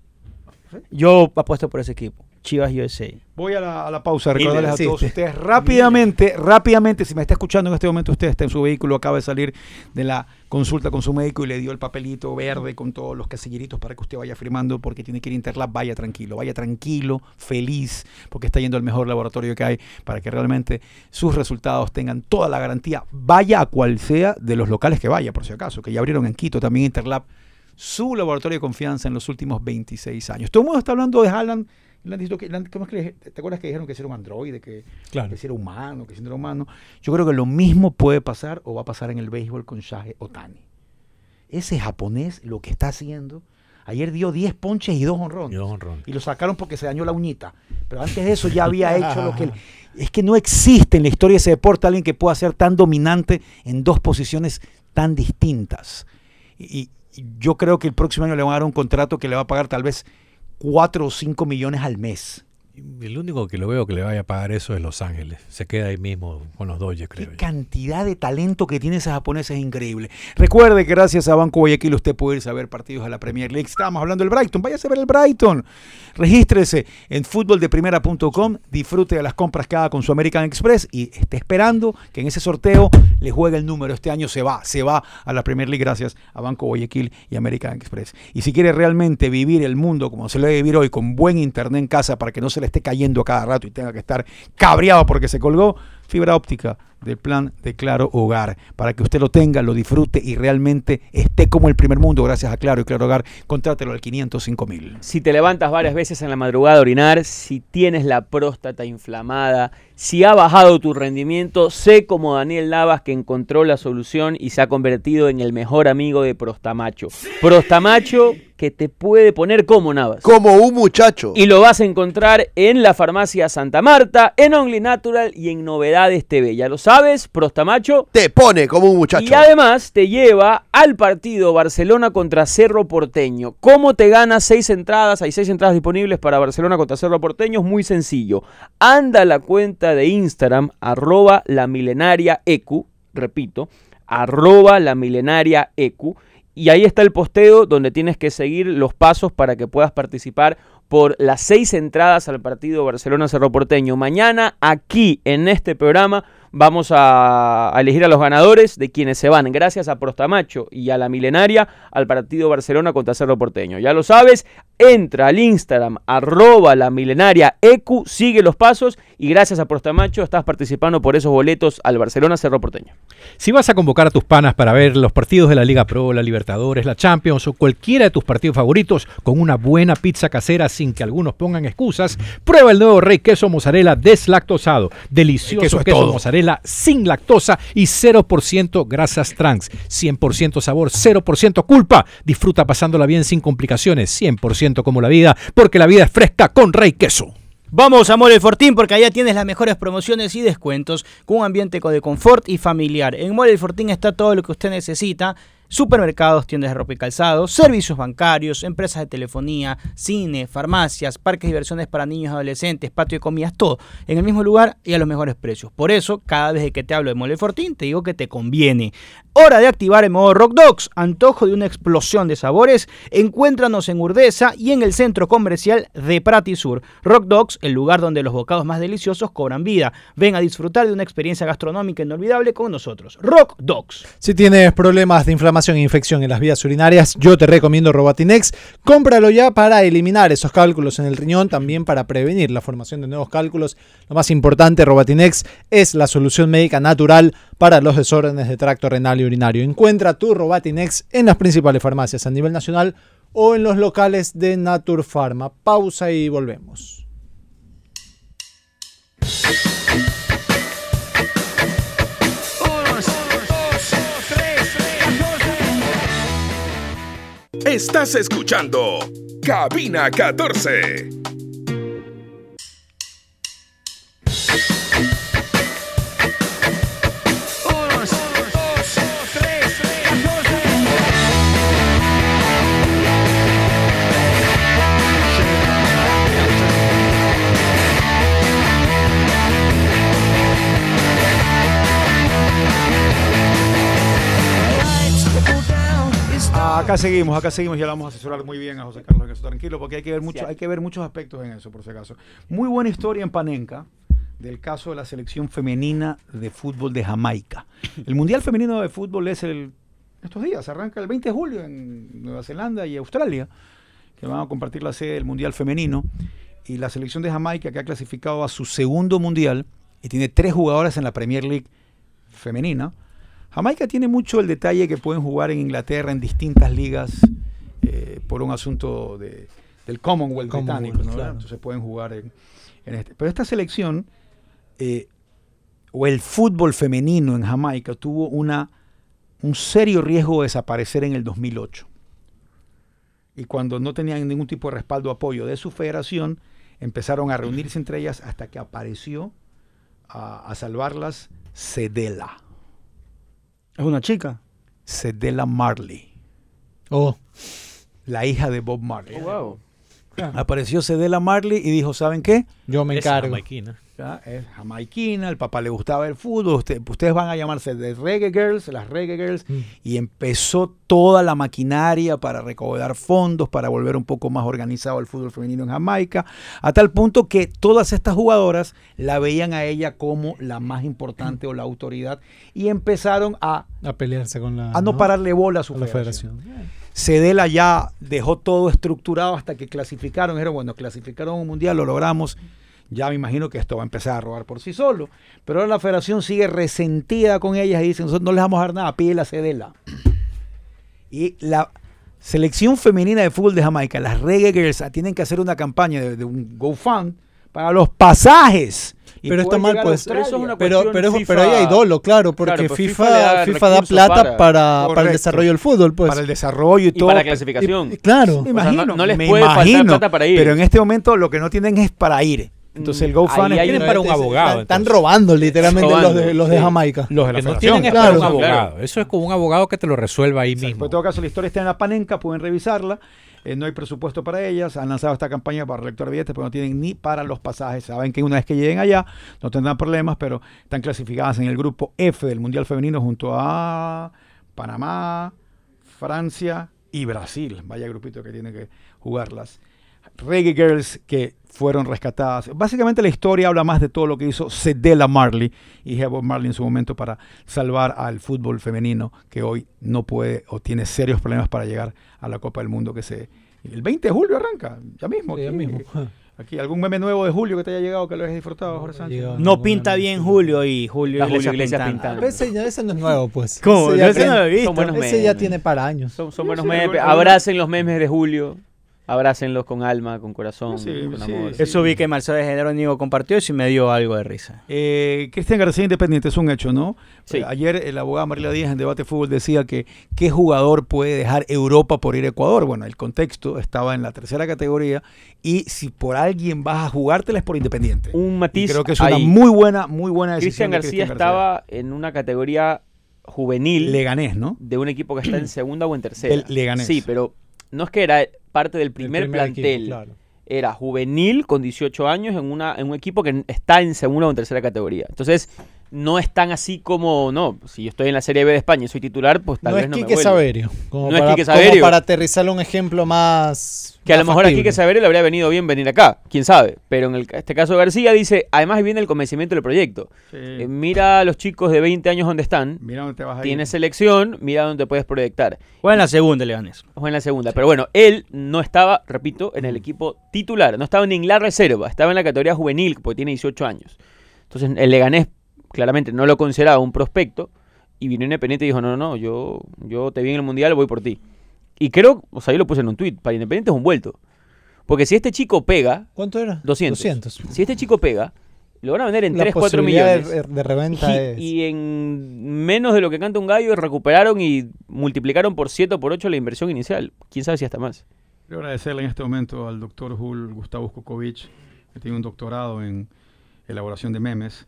[SPEAKER 6] Yo apuesto por ese equipo. Chivas USA.
[SPEAKER 3] Voy a la, a la pausa, recordarles a
[SPEAKER 8] Miller,
[SPEAKER 3] todos
[SPEAKER 8] sí.
[SPEAKER 3] ustedes rápidamente, rápidamente, si me está escuchando en este momento usted está en su vehículo, acaba de salir de la consulta con su médico y le dio el papelito verde con todos los casilleritos para que usted vaya firmando porque tiene que ir a Interlab, vaya tranquilo, vaya tranquilo, feliz, porque está yendo al mejor laboratorio que hay para que realmente sus resultados tengan toda la garantía, vaya a cual sea de los locales que vaya, por si acaso, que ya abrieron en Quito también Interlab su laboratorio de confianza en los últimos 26 años. Todo el mundo está hablando de Haaland. Le han dicho que- le han- ¿cómo es que le- ¿Te acuerdas que dijeron que si era un androide, que,
[SPEAKER 5] Claro.
[SPEAKER 3] que si era humano, que si no era humano? Yo creo que lo mismo puede pasar o va a pasar en el béisbol con Shage Otani. Ese japonés lo que está haciendo. Ayer dio 10 ponches y 2 honrones.
[SPEAKER 5] Y dos honrones.
[SPEAKER 3] Y lo sacaron porque se dañó la uñita. Pero antes de eso ya había hecho lo que... él- Es que no existe en la historia de ese deporte alguien que pueda ser tan dominante en dos posiciones tan distintas. Y, y yo creo que el próximo año le van a dar un contrato que le va a pagar tal vez 4 o 5 millones al mes.
[SPEAKER 5] El único que lo veo que le vaya a pagar eso es Los Ángeles. Se queda ahí mismo con los Dodgers, creo
[SPEAKER 3] Qué
[SPEAKER 5] yo.
[SPEAKER 3] cantidad de talento que tiene ese japonés es increíble. Recuerde que gracias a Banco Guayaquil usted puede irse a ver partidos a la Premier League. Estábamos hablando del Brighton. Váyase a ver el Brighton. Regístrese en futboldeprimera.com. Disfrute de las compras que haga con su American Express y esté esperando que en ese sorteo le juegue el número. Este año se va, se va a la Premier League gracias a Banco Guayaquil y American Express. Y si quiere realmente vivir el mundo como se lo debe vivir hoy, con buen internet en casa para que no se le esté cayendo a cada rato y tenga que estar cabreado porque se colgó, fibra óptica del plan de Claro Hogar, para que usted lo tenga, lo disfrute y realmente esté como el primer mundo gracias a Claro y Claro Hogar. Contrátelo al 505 mil.
[SPEAKER 4] Si te levantas varias veces en la madrugada a orinar, si tienes la próstata inflamada, si ha bajado tu rendimiento, sé como Daniel Navas que encontró la solución y se ha convertido en el mejor amigo de Prostamacho. Prostamacho que te puede poner como Navas.
[SPEAKER 7] Como un muchacho.
[SPEAKER 4] Y lo vas a encontrar en la farmacia Santa Marta, en Only Natural y en Novedades TV. Ya lo sabes, Prostamacho.
[SPEAKER 7] Te pone como un muchacho.
[SPEAKER 4] Y además te lleva al partido Barcelona contra Cerro Porteño. ¿Cómo te ganas seis entradas? Hay seis entradas disponibles para Barcelona contra Cerro Porteño. Es muy sencillo. Anda a la cuenta de Instagram, arroba la milenaria ecu, repito, arroba la milenaria E ecu. Y ahí está el posteo donde tienes que seguir los pasos para que puedas participar por las seis entradas al partido Barcelona-Cerro Porteño. Mañana aquí en este programa vamos a, a elegir a los ganadores de quienes se van, gracias a Prostamacho y a la milenaria, al partido Barcelona contra Cerro Porteño. Ya lo sabes, entra al Instagram, arroba la milenaria EQ, sigue los pasos y gracias a Prostamacho estás participando por esos boletos al Barcelona Cerro Porteño.
[SPEAKER 5] Si vas a convocar a tus panas para ver los partidos de la Liga Pro, la Libertadores, la Champions o cualquiera de tus partidos favoritos con una buena pizza casera sin que algunos pongan excusas, prueba el nuevo Rey Queso Mozzarella deslactosado. Delicioso
[SPEAKER 3] El queso
[SPEAKER 5] queso,
[SPEAKER 3] es todo.
[SPEAKER 5] mozzarella sin lactosa y 0% grasas trans. 100% sabor, 0% culpa. Disfruta pasándola bien sin complicaciones, 100% como la vida, porque la vida es fresca con Rey Queso.
[SPEAKER 6] Vamos a Mole Fortín porque allá tienes las mejores promociones y descuentos con un ambiente co- de confort y familiar. En Mole Fortín está todo lo que usted necesita. Supermercados, tiendas de ropa y calzado, servicios bancarios, empresas de telefonía, cine, farmacias, parques de diversiones para niños y adolescentes, patio de comidas, todo en el mismo lugar y a los mejores precios. Por eso, cada vez que te hablo de Mole Fortín, te digo que te conviene. Hora de activar el modo Rock Dogs, antojo de una explosión de sabores. Encuéntranos en Urdesa y en el centro comercial de Prati Sur. Rock Dogs, el lugar donde los bocados más deliciosos cobran vida. Ven a disfrutar de una experiencia gastronómica inolvidable con nosotros. Rock Dogs.
[SPEAKER 8] Si tienes problemas de inflamación e infección en las vías urinarias, yo te recomiendo Robatinex. Cómpralo ya para eliminar esos cálculos en el riñón, también para prevenir la formación de nuevos cálculos. Lo más importante, Robatinex es la solución médica natural para los desórdenes de tracto renal y urinario. Encuentra tu Robatinex en las principales farmacias a nivel nacional o en los locales de Naturpharma. Pausa y volvemos.
[SPEAKER 1] Estás escuchando Cabina 14.
[SPEAKER 3] Acá seguimos, acá seguimos, ya la vamos a asesorar muy bien a José Carlos en eso, tranquilo, porque hay que ver mucho, hay que ver muchos aspectos en eso, por si acaso. Muy buena historia en Panenka del caso de la selección femenina de fútbol de Jamaica. El Mundial Femenino de Fútbol es el estos días, arranca el 20 de julio en Nueva Zelanda y Australia, que van a compartir la sede del Mundial Femenino. Y la selección de Jamaica, que ha clasificado a su segundo Mundial y tiene tres jugadoras en la Premier League femenina, Jamaica tiene mucho el detalle que pueden jugar en Inglaterra en distintas ligas eh, por un asunto de- del Commonwealth,
[SPEAKER 8] Commonwealth,
[SPEAKER 3] británico, ¿no?
[SPEAKER 8] claro.
[SPEAKER 3] entonces pueden jugar en, en este. Pero esta selección eh, o el fútbol femenino en Jamaica tuvo una, un serio riesgo de desaparecer en el 2008 y cuando no tenían ningún tipo de respaldo o apoyo de su federación, empezaron a reunirse entre ellas hasta que apareció a, a salvarlas Cedela,
[SPEAKER 6] Es una chica.
[SPEAKER 3] Cedela Marley,
[SPEAKER 8] Oh,
[SPEAKER 3] la hija de Bob Marley.
[SPEAKER 4] wow.
[SPEAKER 3] Apareció Cedela Marley y dijo, ¿saben qué?
[SPEAKER 8] yo me encargo.
[SPEAKER 3] Ya, Es jamaiquina, el papá le gustaba el fútbol, usted- ustedes van a llamarse The Reggae Girls, las Reggae Girls, y empezó toda la maquinaria para recaudar fondos, para volver un poco más organizado el fútbol femenino en Jamaica, a tal punto que todas estas jugadoras la veían a ella como la más importante o la autoridad, y empezaron a,
[SPEAKER 8] A pelearse con Ah, la.
[SPEAKER 3] a no pararle bola a su
[SPEAKER 8] a la
[SPEAKER 3] federación.
[SPEAKER 8] federación.
[SPEAKER 3] Cedela ya dejó todo estructurado hasta que clasificaron. Dijeron, bueno, clasificaron un mundial, lo logramos. Ya me imagino que esto va a empezar a robar por sí solo. Pero ahora la federación sigue resentida con ellas y dice, nosotros no les vamos a dar nada, pide la Cedela. Y la selección femenina de fútbol de Jamaica, las Reggae Girls, ah, tienen que hacer una campaña de, de un GoFund para los pasajes. Y
[SPEAKER 8] Pero está
[SPEAKER 3] poder
[SPEAKER 8] mal,
[SPEAKER 3] llegar a
[SPEAKER 8] pues.
[SPEAKER 4] Pero eso es una
[SPEAKER 3] Australia.
[SPEAKER 8] Pero,
[SPEAKER 4] cuestión
[SPEAKER 8] pero,
[SPEAKER 4] FIFA
[SPEAKER 8] pero ahí hay dolo, claro, porque
[SPEAKER 4] Claro, pues
[SPEAKER 8] FIFA,
[SPEAKER 4] FIFA le
[SPEAKER 8] FIFA,
[SPEAKER 4] da
[SPEAKER 8] da
[SPEAKER 4] recursos
[SPEAKER 8] plata para,
[SPEAKER 4] para-
[SPEAKER 8] para
[SPEAKER 3] Correcto.
[SPEAKER 8] el desarrollo del fútbol, pues.
[SPEAKER 3] para el desarrollo y
[SPEAKER 4] Y
[SPEAKER 3] todo.
[SPEAKER 4] para la
[SPEAKER 3] pero-
[SPEAKER 4] clasificación.
[SPEAKER 8] Y- y claro.
[SPEAKER 3] Me
[SPEAKER 4] O sea, no-
[SPEAKER 3] imagino.
[SPEAKER 4] no les
[SPEAKER 3] me
[SPEAKER 4] puede faltar
[SPEAKER 3] imagino,
[SPEAKER 4] plata para ir.
[SPEAKER 3] Pero en este momento lo que no tienen es para ir. Entonces el
[SPEAKER 4] Mm,
[SPEAKER 3] GoFundMe
[SPEAKER 4] ahí hay
[SPEAKER 3] tienen
[SPEAKER 4] una-
[SPEAKER 3] para
[SPEAKER 4] un
[SPEAKER 5] abogado,
[SPEAKER 8] Están, están
[SPEAKER 5] entonces.
[SPEAKER 8] robando literalmente los de,
[SPEAKER 4] Robando,
[SPEAKER 8] los de
[SPEAKER 4] sí.
[SPEAKER 8] Jamaica.
[SPEAKER 3] los de la
[SPEAKER 5] Que no
[SPEAKER 3] federación.
[SPEAKER 5] tienen es
[SPEAKER 8] claro.
[SPEAKER 5] para un abogado.
[SPEAKER 4] *laughs* Claro.
[SPEAKER 5] Eso es con un abogado que te lo resuelva ahí
[SPEAKER 3] Exacto.
[SPEAKER 5] mismo.
[SPEAKER 3] Pero en todo caso, la historia está en la panenca, pueden revisarla. Eh, no hay presupuesto para ellas. Han lanzado esta campaña para recolectar billetes, pero no tienen ni para los pasajes. Saben que una vez que lleguen allá no tendrán problemas, pero están clasificadas en el grupo F del Mundial Femenino junto a Panamá, Francia y Brasil. Vaya grupito que tienen que jugarlas. Reggae Girls que fueron rescatadas. Básicamente la historia habla más de todo lo que hizo Cedella Marley y Bob Marley en su momento para salvar al fútbol femenino que hoy no puede o tiene serios problemas para llegar a la Copa del Mundo que se... El 20 de julio arranca, ya mismo.
[SPEAKER 5] Sí, ya
[SPEAKER 3] aquí,
[SPEAKER 5] mismo.
[SPEAKER 3] Aquí, ¿algún meme nuevo de julio que te haya llegado que lo hayas disfrutado, Jorge Sánchez?
[SPEAKER 5] llegado.
[SPEAKER 6] No pinta bien Julio y Julio
[SPEAKER 4] La Julio
[SPEAKER 6] Iglesias
[SPEAKER 4] Iglesias
[SPEAKER 6] pintando.
[SPEAKER 4] pintando.
[SPEAKER 8] Ese, ya- ese no es nuevo, pues.
[SPEAKER 6] ¿Cómo?
[SPEAKER 8] Ese
[SPEAKER 6] Yo
[SPEAKER 8] ya,
[SPEAKER 6] ese no lo
[SPEAKER 8] tiene,
[SPEAKER 6] he visto.
[SPEAKER 4] Son buenos memes.
[SPEAKER 8] ese ya tiene para años.
[SPEAKER 4] Son, son buenos
[SPEAKER 3] sí,
[SPEAKER 4] memes.
[SPEAKER 3] algunos-
[SPEAKER 4] Abracen los memes de Julio. Abrácenlos con alma, con corazón,
[SPEAKER 3] Sí,
[SPEAKER 4] con
[SPEAKER 3] sí,
[SPEAKER 4] amor.
[SPEAKER 3] sí.
[SPEAKER 6] Eso vi que Marcelo de Jerónimo compartió y sí me dio algo de risa.
[SPEAKER 3] Eh, Cristian García Independiente es un hecho, ¿no?
[SPEAKER 4] Sí.
[SPEAKER 3] Eh, Ayer el abogado Marila Díaz en Debate Fútbol decía que qué jugador puede dejar Europa por ir a Ecuador. Bueno, el contexto estaba en la tercera categoría y si por alguien vas a jugártela es por Independiente.
[SPEAKER 4] Un
[SPEAKER 3] Y
[SPEAKER 4] matiz
[SPEAKER 3] creo que es
[SPEAKER 4] ahí.
[SPEAKER 3] una muy buena, muy buena decisión.
[SPEAKER 4] Cristian
[SPEAKER 3] de
[SPEAKER 4] García estaba en una categoría juvenil
[SPEAKER 3] Leganés, ¿no?
[SPEAKER 4] de un equipo que está en segunda o en tercera.
[SPEAKER 3] Del Leganés.
[SPEAKER 4] Sí, pero no es que era parte del
[SPEAKER 8] El
[SPEAKER 4] primer,
[SPEAKER 8] equipo,
[SPEAKER 4] plantel.
[SPEAKER 8] claro.
[SPEAKER 4] Era juvenil con 18 años en, una, en un equipo que está en segunda o en tercera categoría. Entonces, no es tan así como, no, si yo estoy en la Serie B de España y soy titular, pues tal
[SPEAKER 8] no
[SPEAKER 4] vez
[SPEAKER 8] es
[SPEAKER 4] no
[SPEAKER 8] Quique
[SPEAKER 4] me vuelvo.
[SPEAKER 8] Saverio. Como
[SPEAKER 4] No es
[SPEAKER 8] para,
[SPEAKER 4] Quique
[SPEAKER 8] como
[SPEAKER 4] Saverio.
[SPEAKER 8] para aterrizarle un ejemplo más.
[SPEAKER 4] Que a
[SPEAKER 8] más
[SPEAKER 4] lo mejor aquí
[SPEAKER 8] factible.
[SPEAKER 4] que Saverio le habría venido bien venir acá, quién sabe. Pero en el, ca- este caso García dice, además viene el convencimiento del proyecto. Eh, mira a los chicos de 20 años donde están,
[SPEAKER 3] Mira dónde te vas a ir.
[SPEAKER 4] tienes selección, mira dónde te puedes proyectar.
[SPEAKER 6] Bueno, en la segunda, Leones.
[SPEAKER 4] O en la segunda. Pero bueno, él no estaba, repito, en el equipo titular. No estaba ni en la reserva. Estaba en la categoría juvenil, porque tiene 18 años. Entonces, el Leganés claramente no lo consideraba un prospecto. Y vino Independiente y dijo, no, no, no, yo, yo te vi en el Mundial, voy por ti. Y creo, o sea, yo lo puse en un tuit, para Independiente es un vuelto. Porque si este chico pega,
[SPEAKER 8] ¿Cuánto era?
[SPEAKER 4] 200.
[SPEAKER 8] 200.
[SPEAKER 4] si este chico pega, lo van a vender en
[SPEAKER 8] La
[SPEAKER 4] 3, 4
[SPEAKER 8] posibilidad
[SPEAKER 4] millones.
[SPEAKER 8] De, de reventa es.
[SPEAKER 4] Y, y en menos de lo que canta un gallo, recuperaron y multiplicaron por 7 o por 8 la inversión inicial. Quién sabe si hasta más.
[SPEAKER 3] Quiero agradecerle en este momento al doctor Jul Gustavo Kukovic, que tiene un doctorado en elaboración de memes.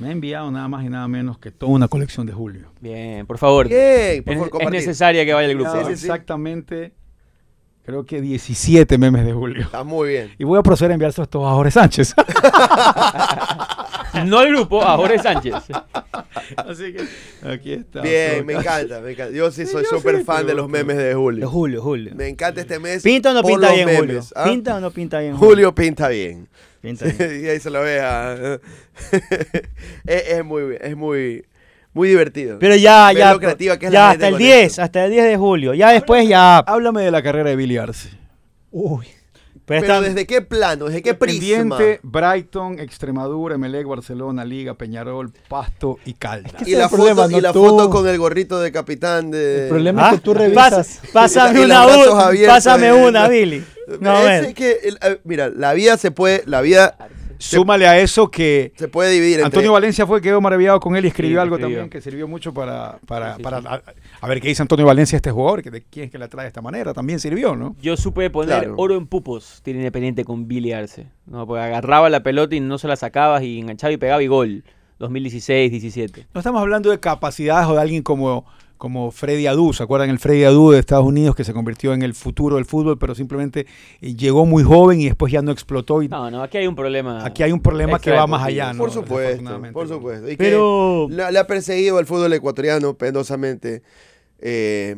[SPEAKER 3] Me ha enviado nada más y nada menos que toda una colección de Julio.
[SPEAKER 4] Bien, por favor.
[SPEAKER 7] Bien, por
[SPEAKER 4] es,
[SPEAKER 7] favor,
[SPEAKER 4] es
[SPEAKER 7] compartir.
[SPEAKER 4] necesaria que vaya el grupo. ¿eh?
[SPEAKER 7] Sí, sí, sí.
[SPEAKER 3] Exactamente, creo que 17 memes de Julio.
[SPEAKER 7] Está muy bien.
[SPEAKER 3] Y voy a proceder a enviárselos todos a Jorge
[SPEAKER 4] *laughs*
[SPEAKER 3] Sánchez.
[SPEAKER 4] No al grupo, a Jorge Sánchez.
[SPEAKER 3] Así que aquí está.
[SPEAKER 7] Bien,
[SPEAKER 3] Todo
[SPEAKER 7] me
[SPEAKER 3] está-
[SPEAKER 7] encanta, me encanta. Yo sí soy
[SPEAKER 3] yo
[SPEAKER 7] súper
[SPEAKER 3] sí,
[SPEAKER 7] fan
[SPEAKER 3] pero-
[SPEAKER 7] de los memes de
[SPEAKER 6] De
[SPEAKER 7] Julio.
[SPEAKER 6] Julio, Julio.
[SPEAKER 7] Me encanta este mes.
[SPEAKER 6] ¿Pinta o no
[SPEAKER 7] por
[SPEAKER 6] pinta
[SPEAKER 7] los
[SPEAKER 6] bien Julio?
[SPEAKER 7] memes, ¿ah?
[SPEAKER 6] ¿Pinta o no pinta bien
[SPEAKER 7] *laughs* Julio pinta bien.
[SPEAKER 6] Pinta
[SPEAKER 7] *laughs*
[SPEAKER 6] bien.
[SPEAKER 7] y ahí se lo vea. *laughs* es, es muy, es muy, muy divertido.
[SPEAKER 6] Pero ya,
[SPEAKER 7] Ve
[SPEAKER 6] ya.
[SPEAKER 7] lo creativa que es
[SPEAKER 6] ya
[SPEAKER 7] la
[SPEAKER 6] hasta
[SPEAKER 7] gente
[SPEAKER 6] el
[SPEAKER 7] con
[SPEAKER 6] 10,
[SPEAKER 7] esto.
[SPEAKER 6] hasta el 10 de julio. Ya después ya.
[SPEAKER 3] Háblame de la carrera de Billy Arce.
[SPEAKER 8] Uy.
[SPEAKER 6] Pero
[SPEAKER 7] Pero
[SPEAKER 6] está-
[SPEAKER 7] ¿desde qué plano? ¿Desde qué prisma?
[SPEAKER 3] Independiente, Brighton, Extremadura, Emelec, Barcelona, Liga, Peñarol, Pasto y Caldas.
[SPEAKER 8] que-
[SPEAKER 7] Y
[SPEAKER 8] Ese es
[SPEAKER 7] la,
[SPEAKER 8] el problema,
[SPEAKER 7] foto, y
[SPEAKER 8] no
[SPEAKER 7] la
[SPEAKER 8] tú.
[SPEAKER 7] foto con el gorrito de capitán de...
[SPEAKER 8] El problema
[SPEAKER 6] ¿Ah?
[SPEAKER 8] es que tú
[SPEAKER 6] Pas-
[SPEAKER 8] revisas.
[SPEAKER 7] Y
[SPEAKER 6] Pásame
[SPEAKER 7] los
[SPEAKER 6] una,
[SPEAKER 7] brazos
[SPEAKER 6] una,
[SPEAKER 7] abiertos,
[SPEAKER 6] pásame
[SPEAKER 7] eh.
[SPEAKER 6] una,
[SPEAKER 7] *laughs*
[SPEAKER 6] Billy. No, a
[SPEAKER 7] Ese
[SPEAKER 6] ver.
[SPEAKER 7] que el- eh, mira, la vida se puede, la vida
[SPEAKER 3] Súmale a eso que
[SPEAKER 7] se puede dividir entre
[SPEAKER 3] Antonio Valencia fue el que quedó maravillado con él y escribió
[SPEAKER 4] Sí,
[SPEAKER 3] algo
[SPEAKER 4] escribió.
[SPEAKER 3] también que sirvió mucho para, para,
[SPEAKER 4] Sí, sí,
[SPEAKER 3] para-
[SPEAKER 4] sí.
[SPEAKER 3] A, a ver qué dice Antonio Valencia este jugador, que de quién es que la trae de esta manera, también sirvió, ¿no?
[SPEAKER 4] Yo supe poner
[SPEAKER 7] Claro.
[SPEAKER 4] oro en pupos, tiene independiente con Billy Arce. No, porque agarraba la pelota y no se la sacabas y enganchaba y pegaba y gol. 2016, 17.
[SPEAKER 3] No estamos hablando de capacidades o de alguien como, como Freddy Adu, ¿se acuerdan? El Freddy Adu de Estados Unidos que se convirtió en el futuro del fútbol, pero simplemente eh, llegó muy joven y después ya no explotó. Y
[SPEAKER 4] No, no, aquí hay un problema.
[SPEAKER 3] Aquí hay un problema que
[SPEAKER 4] Extra
[SPEAKER 3] va
[SPEAKER 4] deportivo.
[SPEAKER 3] más allá, ¿no?
[SPEAKER 7] Por supuesto,
[SPEAKER 3] Desafortunadamente,
[SPEAKER 7] por
[SPEAKER 3] ¿no?
[SPEAKER 7] supuesto. Y que
[SPEAKER 6] Pero.
[SPEAKER 7] la- le ha perseguido al fútbol ecuatoriano penosamente. Eh,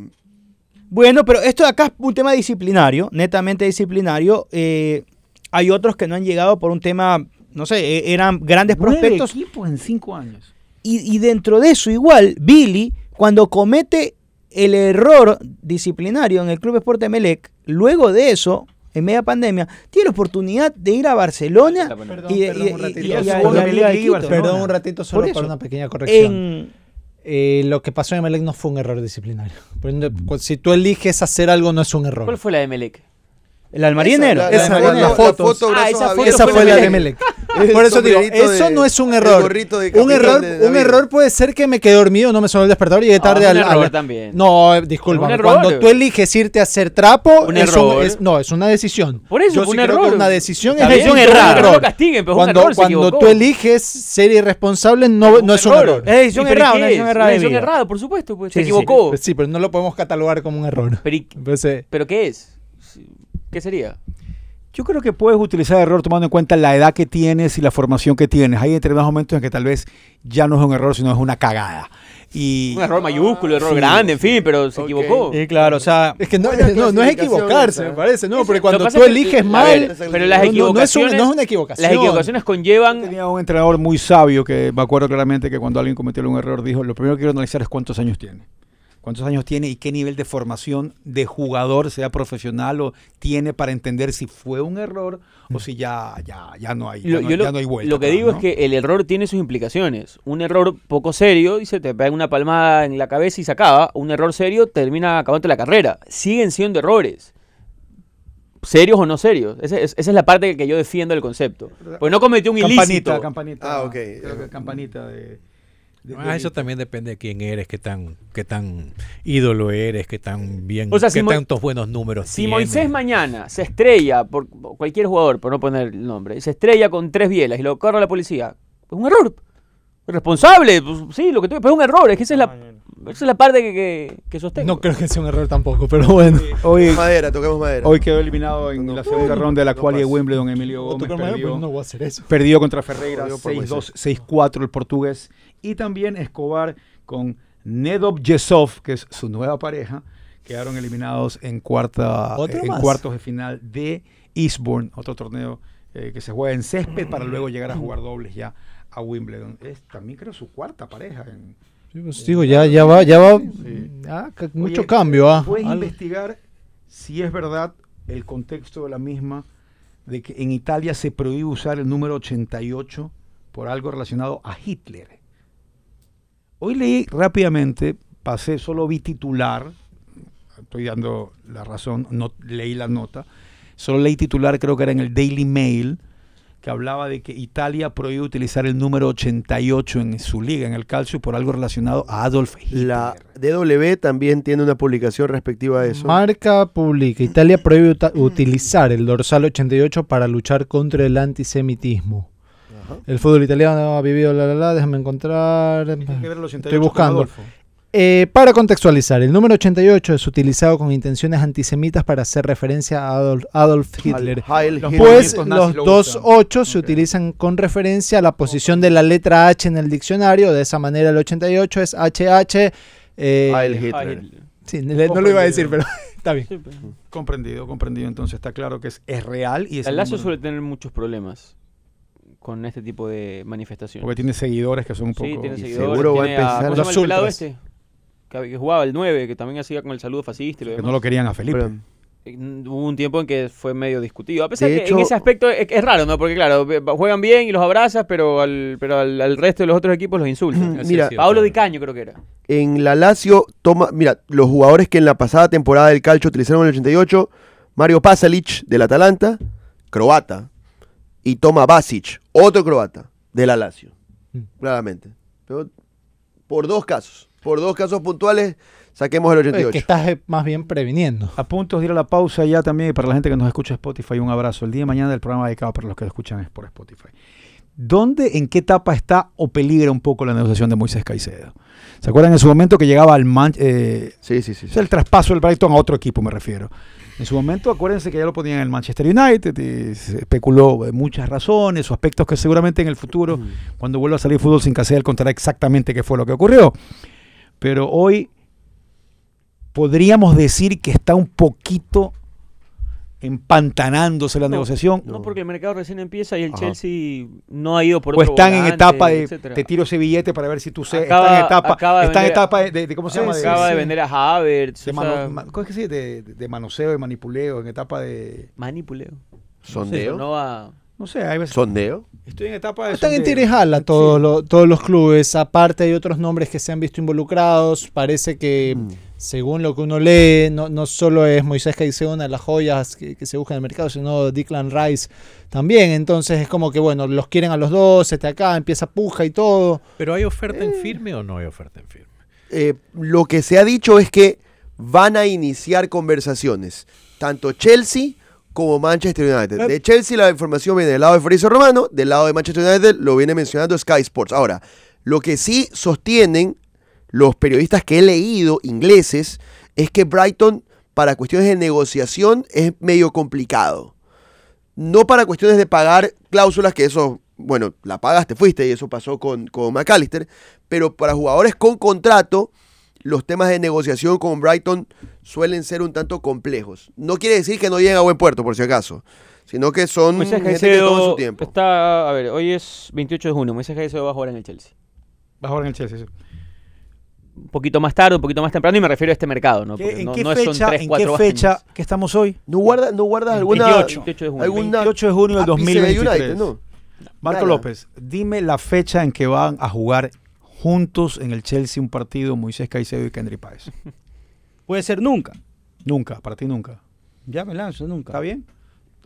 [SPEAKER 6] Bueno, pero esto de acá es un tema disciplinario, netamente disciplinario. Eh, hay otros que no han llegado por un tema, no sé, e- eran grandes prospectos.
[SPEAKER 3] equipos en cinco años.
[SPEAKER 6] Y, y dentro de eso, igual, Billy, cuando comete el error disciplinario en el Club Esporte Melec, luego de eso, en media pandemia, tiene la oportunidad de ir a Barcelona
[SPEAKER 4] Perdón,
[SPEAKER 6] y de-
[SPEAKER 8] perdón,
[SPEAKER 6] y-
[SPEAKER 8] un
[SPEAKER 6] y-
[SPEAKER 8] ratito.
[SPEAKER 6] y- y a- y
[SPEAKER 3] Eso
[SPEAKER 6] a
[SPEAKER 3] es lo que
[SPEAKER 6] Liga
[SPEAKER 3] Melec
[SPEAKER 6] de
[SPEAKER 3] y
[SPEAKER 6] Quito.
[SPEAKER 3] Barcelona.
[SPEAKER 8] Perdón un ratito solo
[SPEAKER 6] Por
[SPEAKER 8] para
[SPEAKER 6] eso.
[SPEAKER 8] una pequeña corrección.
[SPEAKER 6] En,
[SPEAKER 8] Eh, lo que pasó en Emelec no fue un error disciplinario. Por ende, cu- Si tú eliges hacer algo, no es un error.
[SPEAKER 4] ¿Cuál fue la de Melec?
[SPEAKER 6] el almarinero.
[SPEAKER 7] esa-
[SPEAKER 8] esa
[SPEAKER 7] la-
[SPEAKER 8] fue la
[SPEAKER 7] la
[SPEAKER 8] foto.
[SPEAKER 7] foto,
[SPEAKER 4] Ah,
[SPEAKER 7] brazos
[SPEAKER 4] esa foto
[SPEAKER 7] abiertos.
[SPEAKER 8] Esa
[SPEAKER 4] fue
[SPEAKER 8] fue la
[SPEAKER 4] Emelec.
[SPEAKER 8] de Emelec.
[SPEAKER 7] *laughs* El
[SPEAKER 8] Por eso digo,
[SPEAKER 7] sombrerito de-
[SPEAKER 8] eso no es un
[SPEAKER 7] el
[SPEAKER 8] error.
[SPEAKER 7] gorrito de
[SPEAKER 8] Un
[SPEAKER 7] capitán
[SPEAKER 8] error,
[SPEAKER 7] de
[SPEAKER 8] un
[SPEAKER 7] David.
[SPEAKER 8] error puede ser que me quedé dormido, no me sonó el despertador y llegué tarde
[SPEAKER 4] Ah, un
[SPEAKER 8] al. al-
[SPEAKER 4] error también.
[SPEAKER 8] No, eh,
[SPEAKER 4] Un
[SPEAKER 8] discúlpame.
[SPEAKER 4] error.
[SPEAKER 8] Cuando tú eliges irte a hacer trapo,
[SPEAKER 4] Un
[SPEAKER 8] es
[SPEAKER 4] error.
[SPEAKER 8] es- no, es una decisión.
[SPEAKER 4] Por eso, fue
[SPEAKER 8] Yo sí
[SPEAKER 4] un
[SPEAKER 8] creo
[SPEAKER 4] error.
[SPEAKER 8] que una decisión
[SPEAKER 4] Está
[SPEAKER 8] es
[SPEAKER 4] bien,
[SPEAKER 8] un
[SPEAKER 4] pero un
[SPEAKER 8] error.
[SPEAKER 4] error no castiguen, pero es un
[SPEAKER 8] cuando
[SPEAKER 4] error, se
[SPEAKER 8] cuando
[SPEAKER 4] equivocó.
[SPEAKER 8] tú eliges ser irresponsable, no, no es un error.
[SPEAKER 6] Es decisión
[SPEAKER 4] ¿Y pero
[SPEAKER 6] errada,
[SPEAKER 4] qué
[SPEAKER 6] una
[SPEAKER 4] es?
[SPEAKER 6] decisión errada
[SPEAKER 4] Una
[SPEAKER 6] de
[SPEAKER 4] decisión
[SPEAKER 6] vida.
[SPEAKER 4] errada, por supuesto. Pues.
[SPEAKER 6] Sí,
[SPEAKER 4] Se
[SPEAKER 6] sí,
[SPEAKER 4] equivocó.
[SPEAKER 8] Sí, pero no lo podemos catalogar como un error.
[SPEAKER 4] Pero, ¿y-
[SPEAKER 8] Entonces,
[SPEAKER 4] pero qué es? ¿Qué sería?
[SPEAKER 3] Yo creo que puedes utilizar el error tomando en cuenta la edad que tienes y la formación que tienes. Hay determinados momentos en que tal vez ya no es un error, sino es una cagada. Y
[SPEAKER 4] Un error mayúsculo, error grande, en fin, pero se equivocó.
[SPEAKER 6] Y claro, o sea,
[SPEAKER 8] Es que *laughs* no,
[SPEAKER 7] Buena
[SPEAKER 8] no, no es
[SPEAKER 7] clasificación
[SPEAKER 8] equivocarse,
[SPEAKER 7] esa.
[SPEAKER 8] me parece, Eh, no, porque
[SPEAKER 4] Lo
[SPEAKER 8] cuando
[SPEAKER 4] que
[SPEAKER 8] tú
[SPEAKER 4] pasa es que-
[SPEAKER 8] eliges
[SPEAKER 4] a
[SPEAKER 8] mal,
[SPEAKER 4] ver, pero las
[SPEAKER 8] no- no- no es un-
[SPEAKER 4] equivocaciones.
[SPEAKER 8] no es una equivocación.
[SPEAKER 4] Las equivocaciones conllevan.
[SPEAKER 3] tenía un entrenador muy sabio que me acuerdo claramente que cuando alguien cometió un error dijo, lo primero que quiero analizar es cuántos años tiene. Cuántos años tiene y qué nivel de formación de jugador, sea profesional o tiene para entender si fue un error o si ya, ya, ya no hay, ya
[SPEAKER 4] Lo,
[SPEAKER 3] no,
[SPEAKER 4] yo
[SPEAKER 3] ya
[SPEAKER 4] lo,
[SPEAKER 3] no hay vuelta.
[SPEAKER 4] lo que
[SPEAKER 3] atrás,
[SPEAKER 4] digo
[SPEAKER 3] ¿no?
[SPEAKER 4] es que el error tiene sus implicaciones. Un error poco serio y se te pega una palmada en la cabeza y se acaba. Un error serio termina acabando la carrera. Siguen siendo errores. Serios o no serios. Ese- es- esa es la parte que yo defiendo del concepto. Pues no cometió un
[SPEAKER 3] campanita,
[SPEAKER 4] ilícito.
[SPEAKER 3] campanita.
[SPEAKER 7] Ah, ok.
[SPEAKER 3] creo que campanita de... de-
[SPEAKER 5] Ah,
[SPEAKER 3] de-
[SPEAKER 5] eso también depende de quién eres, qué tan, qué tan ídolo eres, qué tan bien,
[SPEAKER 4] O sea,
[SPEAKER 5] qué
[SPEAKER 4] si Mo-
[SPEAKER 5] tantos buenos números
[SPEAKER 4] Si
[SPEAKER 5] tienes.
[SPEAKER 4] Moisés mañana se estrella, por por cualquier jugador, por no poner el nombre, se estrella con tres bielas y lo corre la policía, es un error. Responsable, pues, sí, lo que tú pero es un error, es que esa es la, esa es la parte que, que, que sostengo. Ah,
[SPEAKER 8] No creo que sea un error tampoco, pero bueno.
[SPEAKER 3] Hoy,
[SPEAKER 7] Madera, toquemos madera.
[SPEAKER 3] hoy quedó eliminado en la segunda ronda de la cual de
[SPEAKER 7] pasa.
[SPEAKER 3] Wimbledon Emilio Gómez
[SPEAKER 8] Otro problema,
[SPEAKER 3] perdió.
[SPEAKER 8] pues, no voy a hacer eso.
[SPEAKER 3] Perdió contra Ferreira
[SPEAKER 7] Perdió por
[SPEAKER 3] 6-2, 6-4 el portugués. Y también Escobar con Nedob Yesov, que es su nueva pareja. Quedaron eliminados en, cuarta,
[SPEAKER 8] ¿Otro
[SPEAKER 3] eh, en
[SPEAKER 8] más?
[SPEAKER 3] cuartos de final de Eastbourne, otro torneo eh, que se juega en césped para luego llegar a jugar dobles ya a Wimbledon. Es también creo su cuarta pareja. En,
[SPEAKER 8] Sí, pues, digo, ya, ya va, ya va. ah, ca- mucho
[SPEAKER 3] Oye,
[SPEAKER 8] cambio, ah.
[SPEAKER 3] Puedes
[SPEAKER 8] Algo-
[SPEAKER 3] investigar si es verdad el contexto de la misma, de que en Italia se prohíbe usar el número 88 por algo relacionado a Hitler. Hoy leí rápidamente, pasé, solo vi titular, estoy dando la razón, no leí la nota, solo leí titular, creo que era en el Daily Mail, que hablaba de que Italia prohíbe utilizar el número 88 en su liga, en el calcio, por algo relacionado a Adolf Hitler.
[SPEAKER 7] La DW también tiene una publicación respectiva a eso.
[SPEAKER 8] Marca publica. Italia prohíbe uta- utilizar el dorsal 88 para luchar contra el antisemitismo. El fútbol italiano ha vivido la la la, déjame encontrar.
[SPEAKER 3] Tiene que ver el 88
[SPEAKER 8] Ah, Estoy
[SPEAKER 3] con
[SPEAKER 8] buscando.
[SPEAKER 3] Adolfo.
[SPEAKER 8] Eh, para contextualizar, el número 88 es utilizado con intenciones antisemitas para hacer referencia a Adolf, Adolf Hitler.
[SPEAKER 7] Heil
[SPEAKER 3] Los
[SPEAKER 7] Hitler.
[SPEAKER 3] movimientos
[SPEAKER 8] Pues los
[SPEAKER 3] nazis lo
[SPEAKER 8] dos
[SPEAKER 3] usan.
[SPEAKER 8] 8 se
[SPEAKER 3] Ok.
[SPEAKER 8] utilizan con referencia a la posición de la letra H en el diccionario. De esa manera, el 88 es HH. eh,
[SPEAKER 7] Heil
[SPEAKER 4] Ah,
[SPEAKER 7] Hitler.
[SPEAKER 4] Hitler.
[SPEAKER 8] sí, le- no lo iba a decir, pero *laughs* está bien.
[SPEAKER 4] Sí, pues.
[SPEAKER 3] Comprendido, comprendido. Entonces está claro que es, es real y es.
[SPEAKER 4] El
[SPEAKER 3] el
[SPEAKER 4] Lazo
[SPEAKER 3] número-
[SPEAKER 4] suele tener muchos problemas con este tipo de manifestaciones.
[SPEAKER 3] Porque tiene seguidores que son un poco.
[SPEAKER 4] Sí, tiene
[SPEAKER 7] y
[SPEAKER 4] seguidores.
[SPEAKER 7] seguro va a
[SPEAKER 4] tiene
[SPEAKER 7] empezar
[SPEAKER 4] ¿cómo se
[SPEAKER 8] los
[SPEAKER 4] llama el pelado
[SPEAKER 8] ultras.
[SPEAKER 4] este? Que, que jugaba el 9, que también hacía con el saludo fascista y lo
[SPEAKER 3] que
[SPEAKER 4] demás.
[SPEAKER 3] no lo querían a Felipe.
[SPEAKER 7] Pero-
[SPEAKER 4] Eh, Hubo un tiempo en que fue medio discutido. A pesar
[SPEAKER 7] De
[SPEAKER 4] que en
[SPEAKER 7] hecho-
[SPEAKER 4] ese aspecto es, es raro, ¿no? Porque claro, ve- juegan bien y los abrazas, pero al, pero al, al resto de los otros equipos los insultan.
[SPEAKER 7] Mira,
[SPEAKER 5] ha sido
[SPEAKER 4] Pablo
[SPEAKER 5] todo.
[SPEAKER 4] Di Caño creo que era.
[SPEAKER 7] En la Lazio toma, mira, los jugadores que en la pasada temporada del calcio utilizaron el 88, Mario Pasalic del Atalanta, croata, y toma Basic, otro croata del la Lazio.
[SPEAKER 8] Mm.
[SPEAKER 7] Claramente. Pero por dos casos, por dos casos puntuales saquemos el
[SPEAKER 8] Es que
[SPEAKER 7] 88.
[SPEAKER 8] estás eh, más bien previniendo.
[SPEAKER 3] A punto de ir a la pausa ya también y para la gente que nos escucha Spotify, un abrazo. El día de mañana el programa dedicado para los que lo escuchan es por Spotify. ¿Dónde, en qué etapa está o peligra un poco la negociación de Moisés Caicedo? ¿Se acuerdan en su momento que llegaba al Man, eh,
[SPEAKER 7] Sí, sí, sí.
[SPEAKER 3] O
[SPEAKER 7] sí.
[SPEAKER 3] sea, el traspaso del Brighton a otro equipo, me refiero. En su momento, acuérdense que ya lo ponían en el Manchester United, y se especuló de muchas razones o aspectos que seguramente en el futuro, cuando vuelva a salir fútbol sin casera, él contará exactamente qué fue lo que ocurrió. Pero hoy podríamos decir que está un poquito empantanándose la
[SPEAKER 4] No,
[SPEAKER 3] negociación.
[SPEAKER 4] No, porque el mercado recién empieza y el
[SPEAKER 7] Ajá.
[SPEAKER 4] Chelsea no ha ido por
[SPEAKER 3] O
[SPEAKER 4] otro
[SPEAKER 3] están en
[SPEAKER 4] volante,
[SPEAKER 3] etapa de
[SPEAKER 4] etcétera.
[SPEAKER 3] te tiro ese billete para ver si tú se
[SPEAKER 4] Acaba-
[SPEAKER 3] están en etapa,
[SPEAKER 4] acaba de
[SPEAKER 3] están en
[SPEAKER 4] vender-
[SPEAKER 3] etapa de, de- de- cómo se llama
[SPEAKER 4] Acaba de
[SPEAKER 3] sí.
[SPEAKER 4] vender a Havertz.
[SPEAKER 3] de,
[SPEAKER 4] o
[SPEAKER 3] mano-
[SPEAKER 4] sea,
[SPEAKER 3] ma- ¿cómo es que se dice? De- de- de manoseo, de manipuleo, en etapa de...
[SPEAKER 4] manipuleo.
[SPEAKER 7] Sondeo.
[SPEAKER 4] No a...
[SPEAKER 3] No sé, hay veces...
[SPEAKER 7] Sondeo.
[SPEAKER 3] estoy en etapa de...
[SPEAKER 8] Están en
[SPEAKER 3] sondeo.
[SPEAKER 8] tira y jala todos,
[SPEAKER 3] Sí.
[SPEAKER 8] lo- todos los clubes. Aparte hay otros nombres que se han visto involucrados. Parece que,
[SPEAKER 7] Mm.
[SPEAKER 8] según lo que uno lee, no, no solo es Moisés Caicedo una de las joyas que, que se busca en el mercado, sino Declan Rice también. Entonces es como que, bueno, los quieren a los dos, este acá, empieza puja y todo.
[SPEAKER 5] Pero ¿hay oferta
[SPEAKER 3] Eh.
[SPEAKER 5] en firme o no hay oferta en firme?
[SPEAKER 7] Eh, lo que se ha dicho es que van a iniciar conversaciones, tanto Chelsea como Manchester United. De Chelsea la información viene del lado de Fabrizio Romano, del lado de Manchester United lo viene mencionando Sky Sports. Ahora, lo que sí sostienen los periodistas que he leído, ingleses, es que Brighton para cuestiones de negociación es medio complicado. no para cuestiones de pagar cláusulas, que eso, bueno, la pagaste, fuiste, y eso pasó con, con McAllister, pero para jugadores con contrato, los temas de negociación con Brighton suelen ser un tanto complejos. No quiere decir que no lleguen a buen puerto, por si acaso, sino que son
[SPEAKER 4] Moisés
[SPEAKER 7] gente que toma su
[SPEAKER 4] Caicedo
[SPEAKER 7] tiempo.
[SPEAKER 4] está, a ver, hoy es 28 de junio, Moisés Caicedo va a jugar en el Chelsea.
[SPEAKER 3] Vas a jugar en el Chelsea. sí.
[SPEAKER 4] Un poquito más tarde, un poquito más temprano, y me refiero a este mercado, ¿no? Porque
[SPEAKER 3] ¿Qué- ¿En
[SPEAKER 4] no-
[SPEAKER 3] qué
[SPEAKER 4] no son
[SPEAKER 3] fecha,
[SPEAKER 4] tres,
[SPEAKER 3] en qué
[SPEAKER 4] cuatro años.
[SPEAKER 3] fecha que estamos hoy?
[SPEAKER 7] ¿No, guarda, ¿No guardas alguna,
[SPEAKER 3] 28.
[SPEAKER 4] 28 de junio.
[SPEAKER 7] alguna
[SPEAKER 3] 28 de junio del
[SPEAKER 7] ápice de
[SPEAKER 3] 2023.
[SPEAKER 7] United, no?
[SPEAKER 3] Marco
[SPEAKER 7] Nada.
[SPEAKER 3] López, dime la fecha en que van a jugar juntos en el Chelsea un partido Moisés Caicedo y Kendry *laughs* Páez.
[SPEAKER 6] Puede ser nunca.
[SPEAKER 3] nunca, para ti nunca.
[SPEAKER 6] Ya me lanzo, nunca.
[SPEAKER 3] ¿Está bien?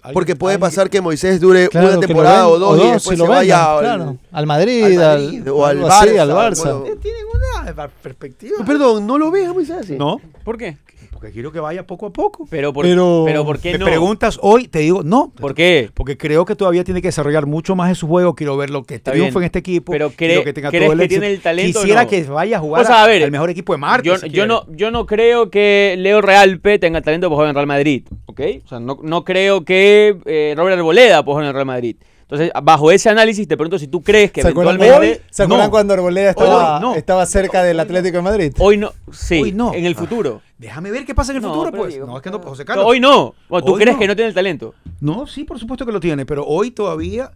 [SPEAKER 3] ¿Alguien-
[SPEAKER 7] Porque puede
[SPEAKER 3] alguien-
[SPEAKER 7] pasar que Moisés dure
[SPEAKER 8] Claro, que
[SPEAKER 7] una
[SPEAKER 8] lo
[SPEAKER 7] temporada
[SPEAKER 8] ven-
[SPEAKER 7] o dos, y
[SPEAKER 8] si
[SPEAKER 7] después
[SPEAKER 8] lo
[SPEAKER 7] se vaya
[SPEAKER 8] vendan,
[SPEAKER 7] al,
[SPEAKER 8] claro, al Madrid,
[SPEAKER 7] al
[SPEAKER 8] al,
[SPEAKER 7] Madrid o al
[SPEAKER 8] algo
[SPEAKER 7] Barça.
[SPEAKER 8] así, al Barça.
[SPEAKER 7] bueno.
[SPEAKER 3] Eh, Tienen una perspectiva.
[SPEAKER 7] Perdón, no lo ves a Moisés así.
[SPEAKER 3] No,
[SPEAKER 4] ¿Por qué?
[SPEAKER 3] porque quiero que vaya poco a poco.
[SPEAKER 4] Pero, por, pero,
[SPEAKER 8] Pero-
[SPEAKER 4] ¿por qué
[SPEAKER 3] Me
[SPEAKER 4] no?
[SPEAKER 3] preguntas hoy, te digo, no.
[SPEAKER 4] ¿Por qué?
[SPEAKER 3] Porque creo que todavía tiene que desarrollar mucho más de su juego. Quiero ver lo que
[SPEAKER 4] Está
[SPEAKER 3] triunfa
[SPEAKER 4] bien.
[SPEAKER 3] en este equipo.
[SPEAKER 4] Pero
[SPEAKER 3] quiero
[SPEAKER 4] cre- ¿crees que tiene
[SPEAKER 3] éxito.
[SPEAKER 4] el talento o
[SPEAKER 3] Quisiera
[SPEAKER 4] no?
[SPEAKER 3] que vaya a jugar
[SPEAKER 4] O sea, a ver,
[SPEAKER 3] al mejor equipo de Marte.
[SPEAKER 4] Yo,
[SPEAKER 3] si
[SPEAKER 4] yo
[SPEAKER 3] quiere.
[SPEAKER 4] no, yo no creo que Leo Realpe tenga talento para jugar en Real Madrid, ¿ok? O sea, no, no creo que eh, Robert Arboleda pueda jugar en el Real Madrid. Entonces, bajo ese análisis, te pregunto si tú crees que
[SPEAKER 8] ¿Se acuerdan,
[SPEAKER 4] eventualmente...
[SPEAKER 8] ¿Se acuerdan
[SPEAKER 3] no.
[SPEAKER 8] cuando Arboleda estaba,
[SPEAKER 3] Hoy no.
[SPEAKER 8] estaba cerca del Atlético de Madrid?
[SPEAKER 4] Hoy no, sí,
[SPEAKER 3] Hoy no.
[SPEAKER 4] en el
[SPEAKER 3] Ah.
[SPEAKER 4] futuro.
[SPEAKER 3] Déjame ver qué pasa en el
[SPEAKER 4] No,
[SPEAKER 3] futuro,
[SPEAKER 4] pero
[SPEAKER 3] pues.
[SPEAKER 4] digo,
[SPEAKER 3] no, es que no, José
[SPEAKER 4] No,
[SPEAKER 3] Carlos.
[SPEAKER 4] hoy no. Bueno, ¿Tú
[SPEAKER 3] Hoy
[SPEAKER 4] crees
[SPEAKER 3] no.
[SPEAKER 4] que no tiene el talento?
[SPEAKER 3] No, sí, por supuesto que lo tiene, pero hoy todavía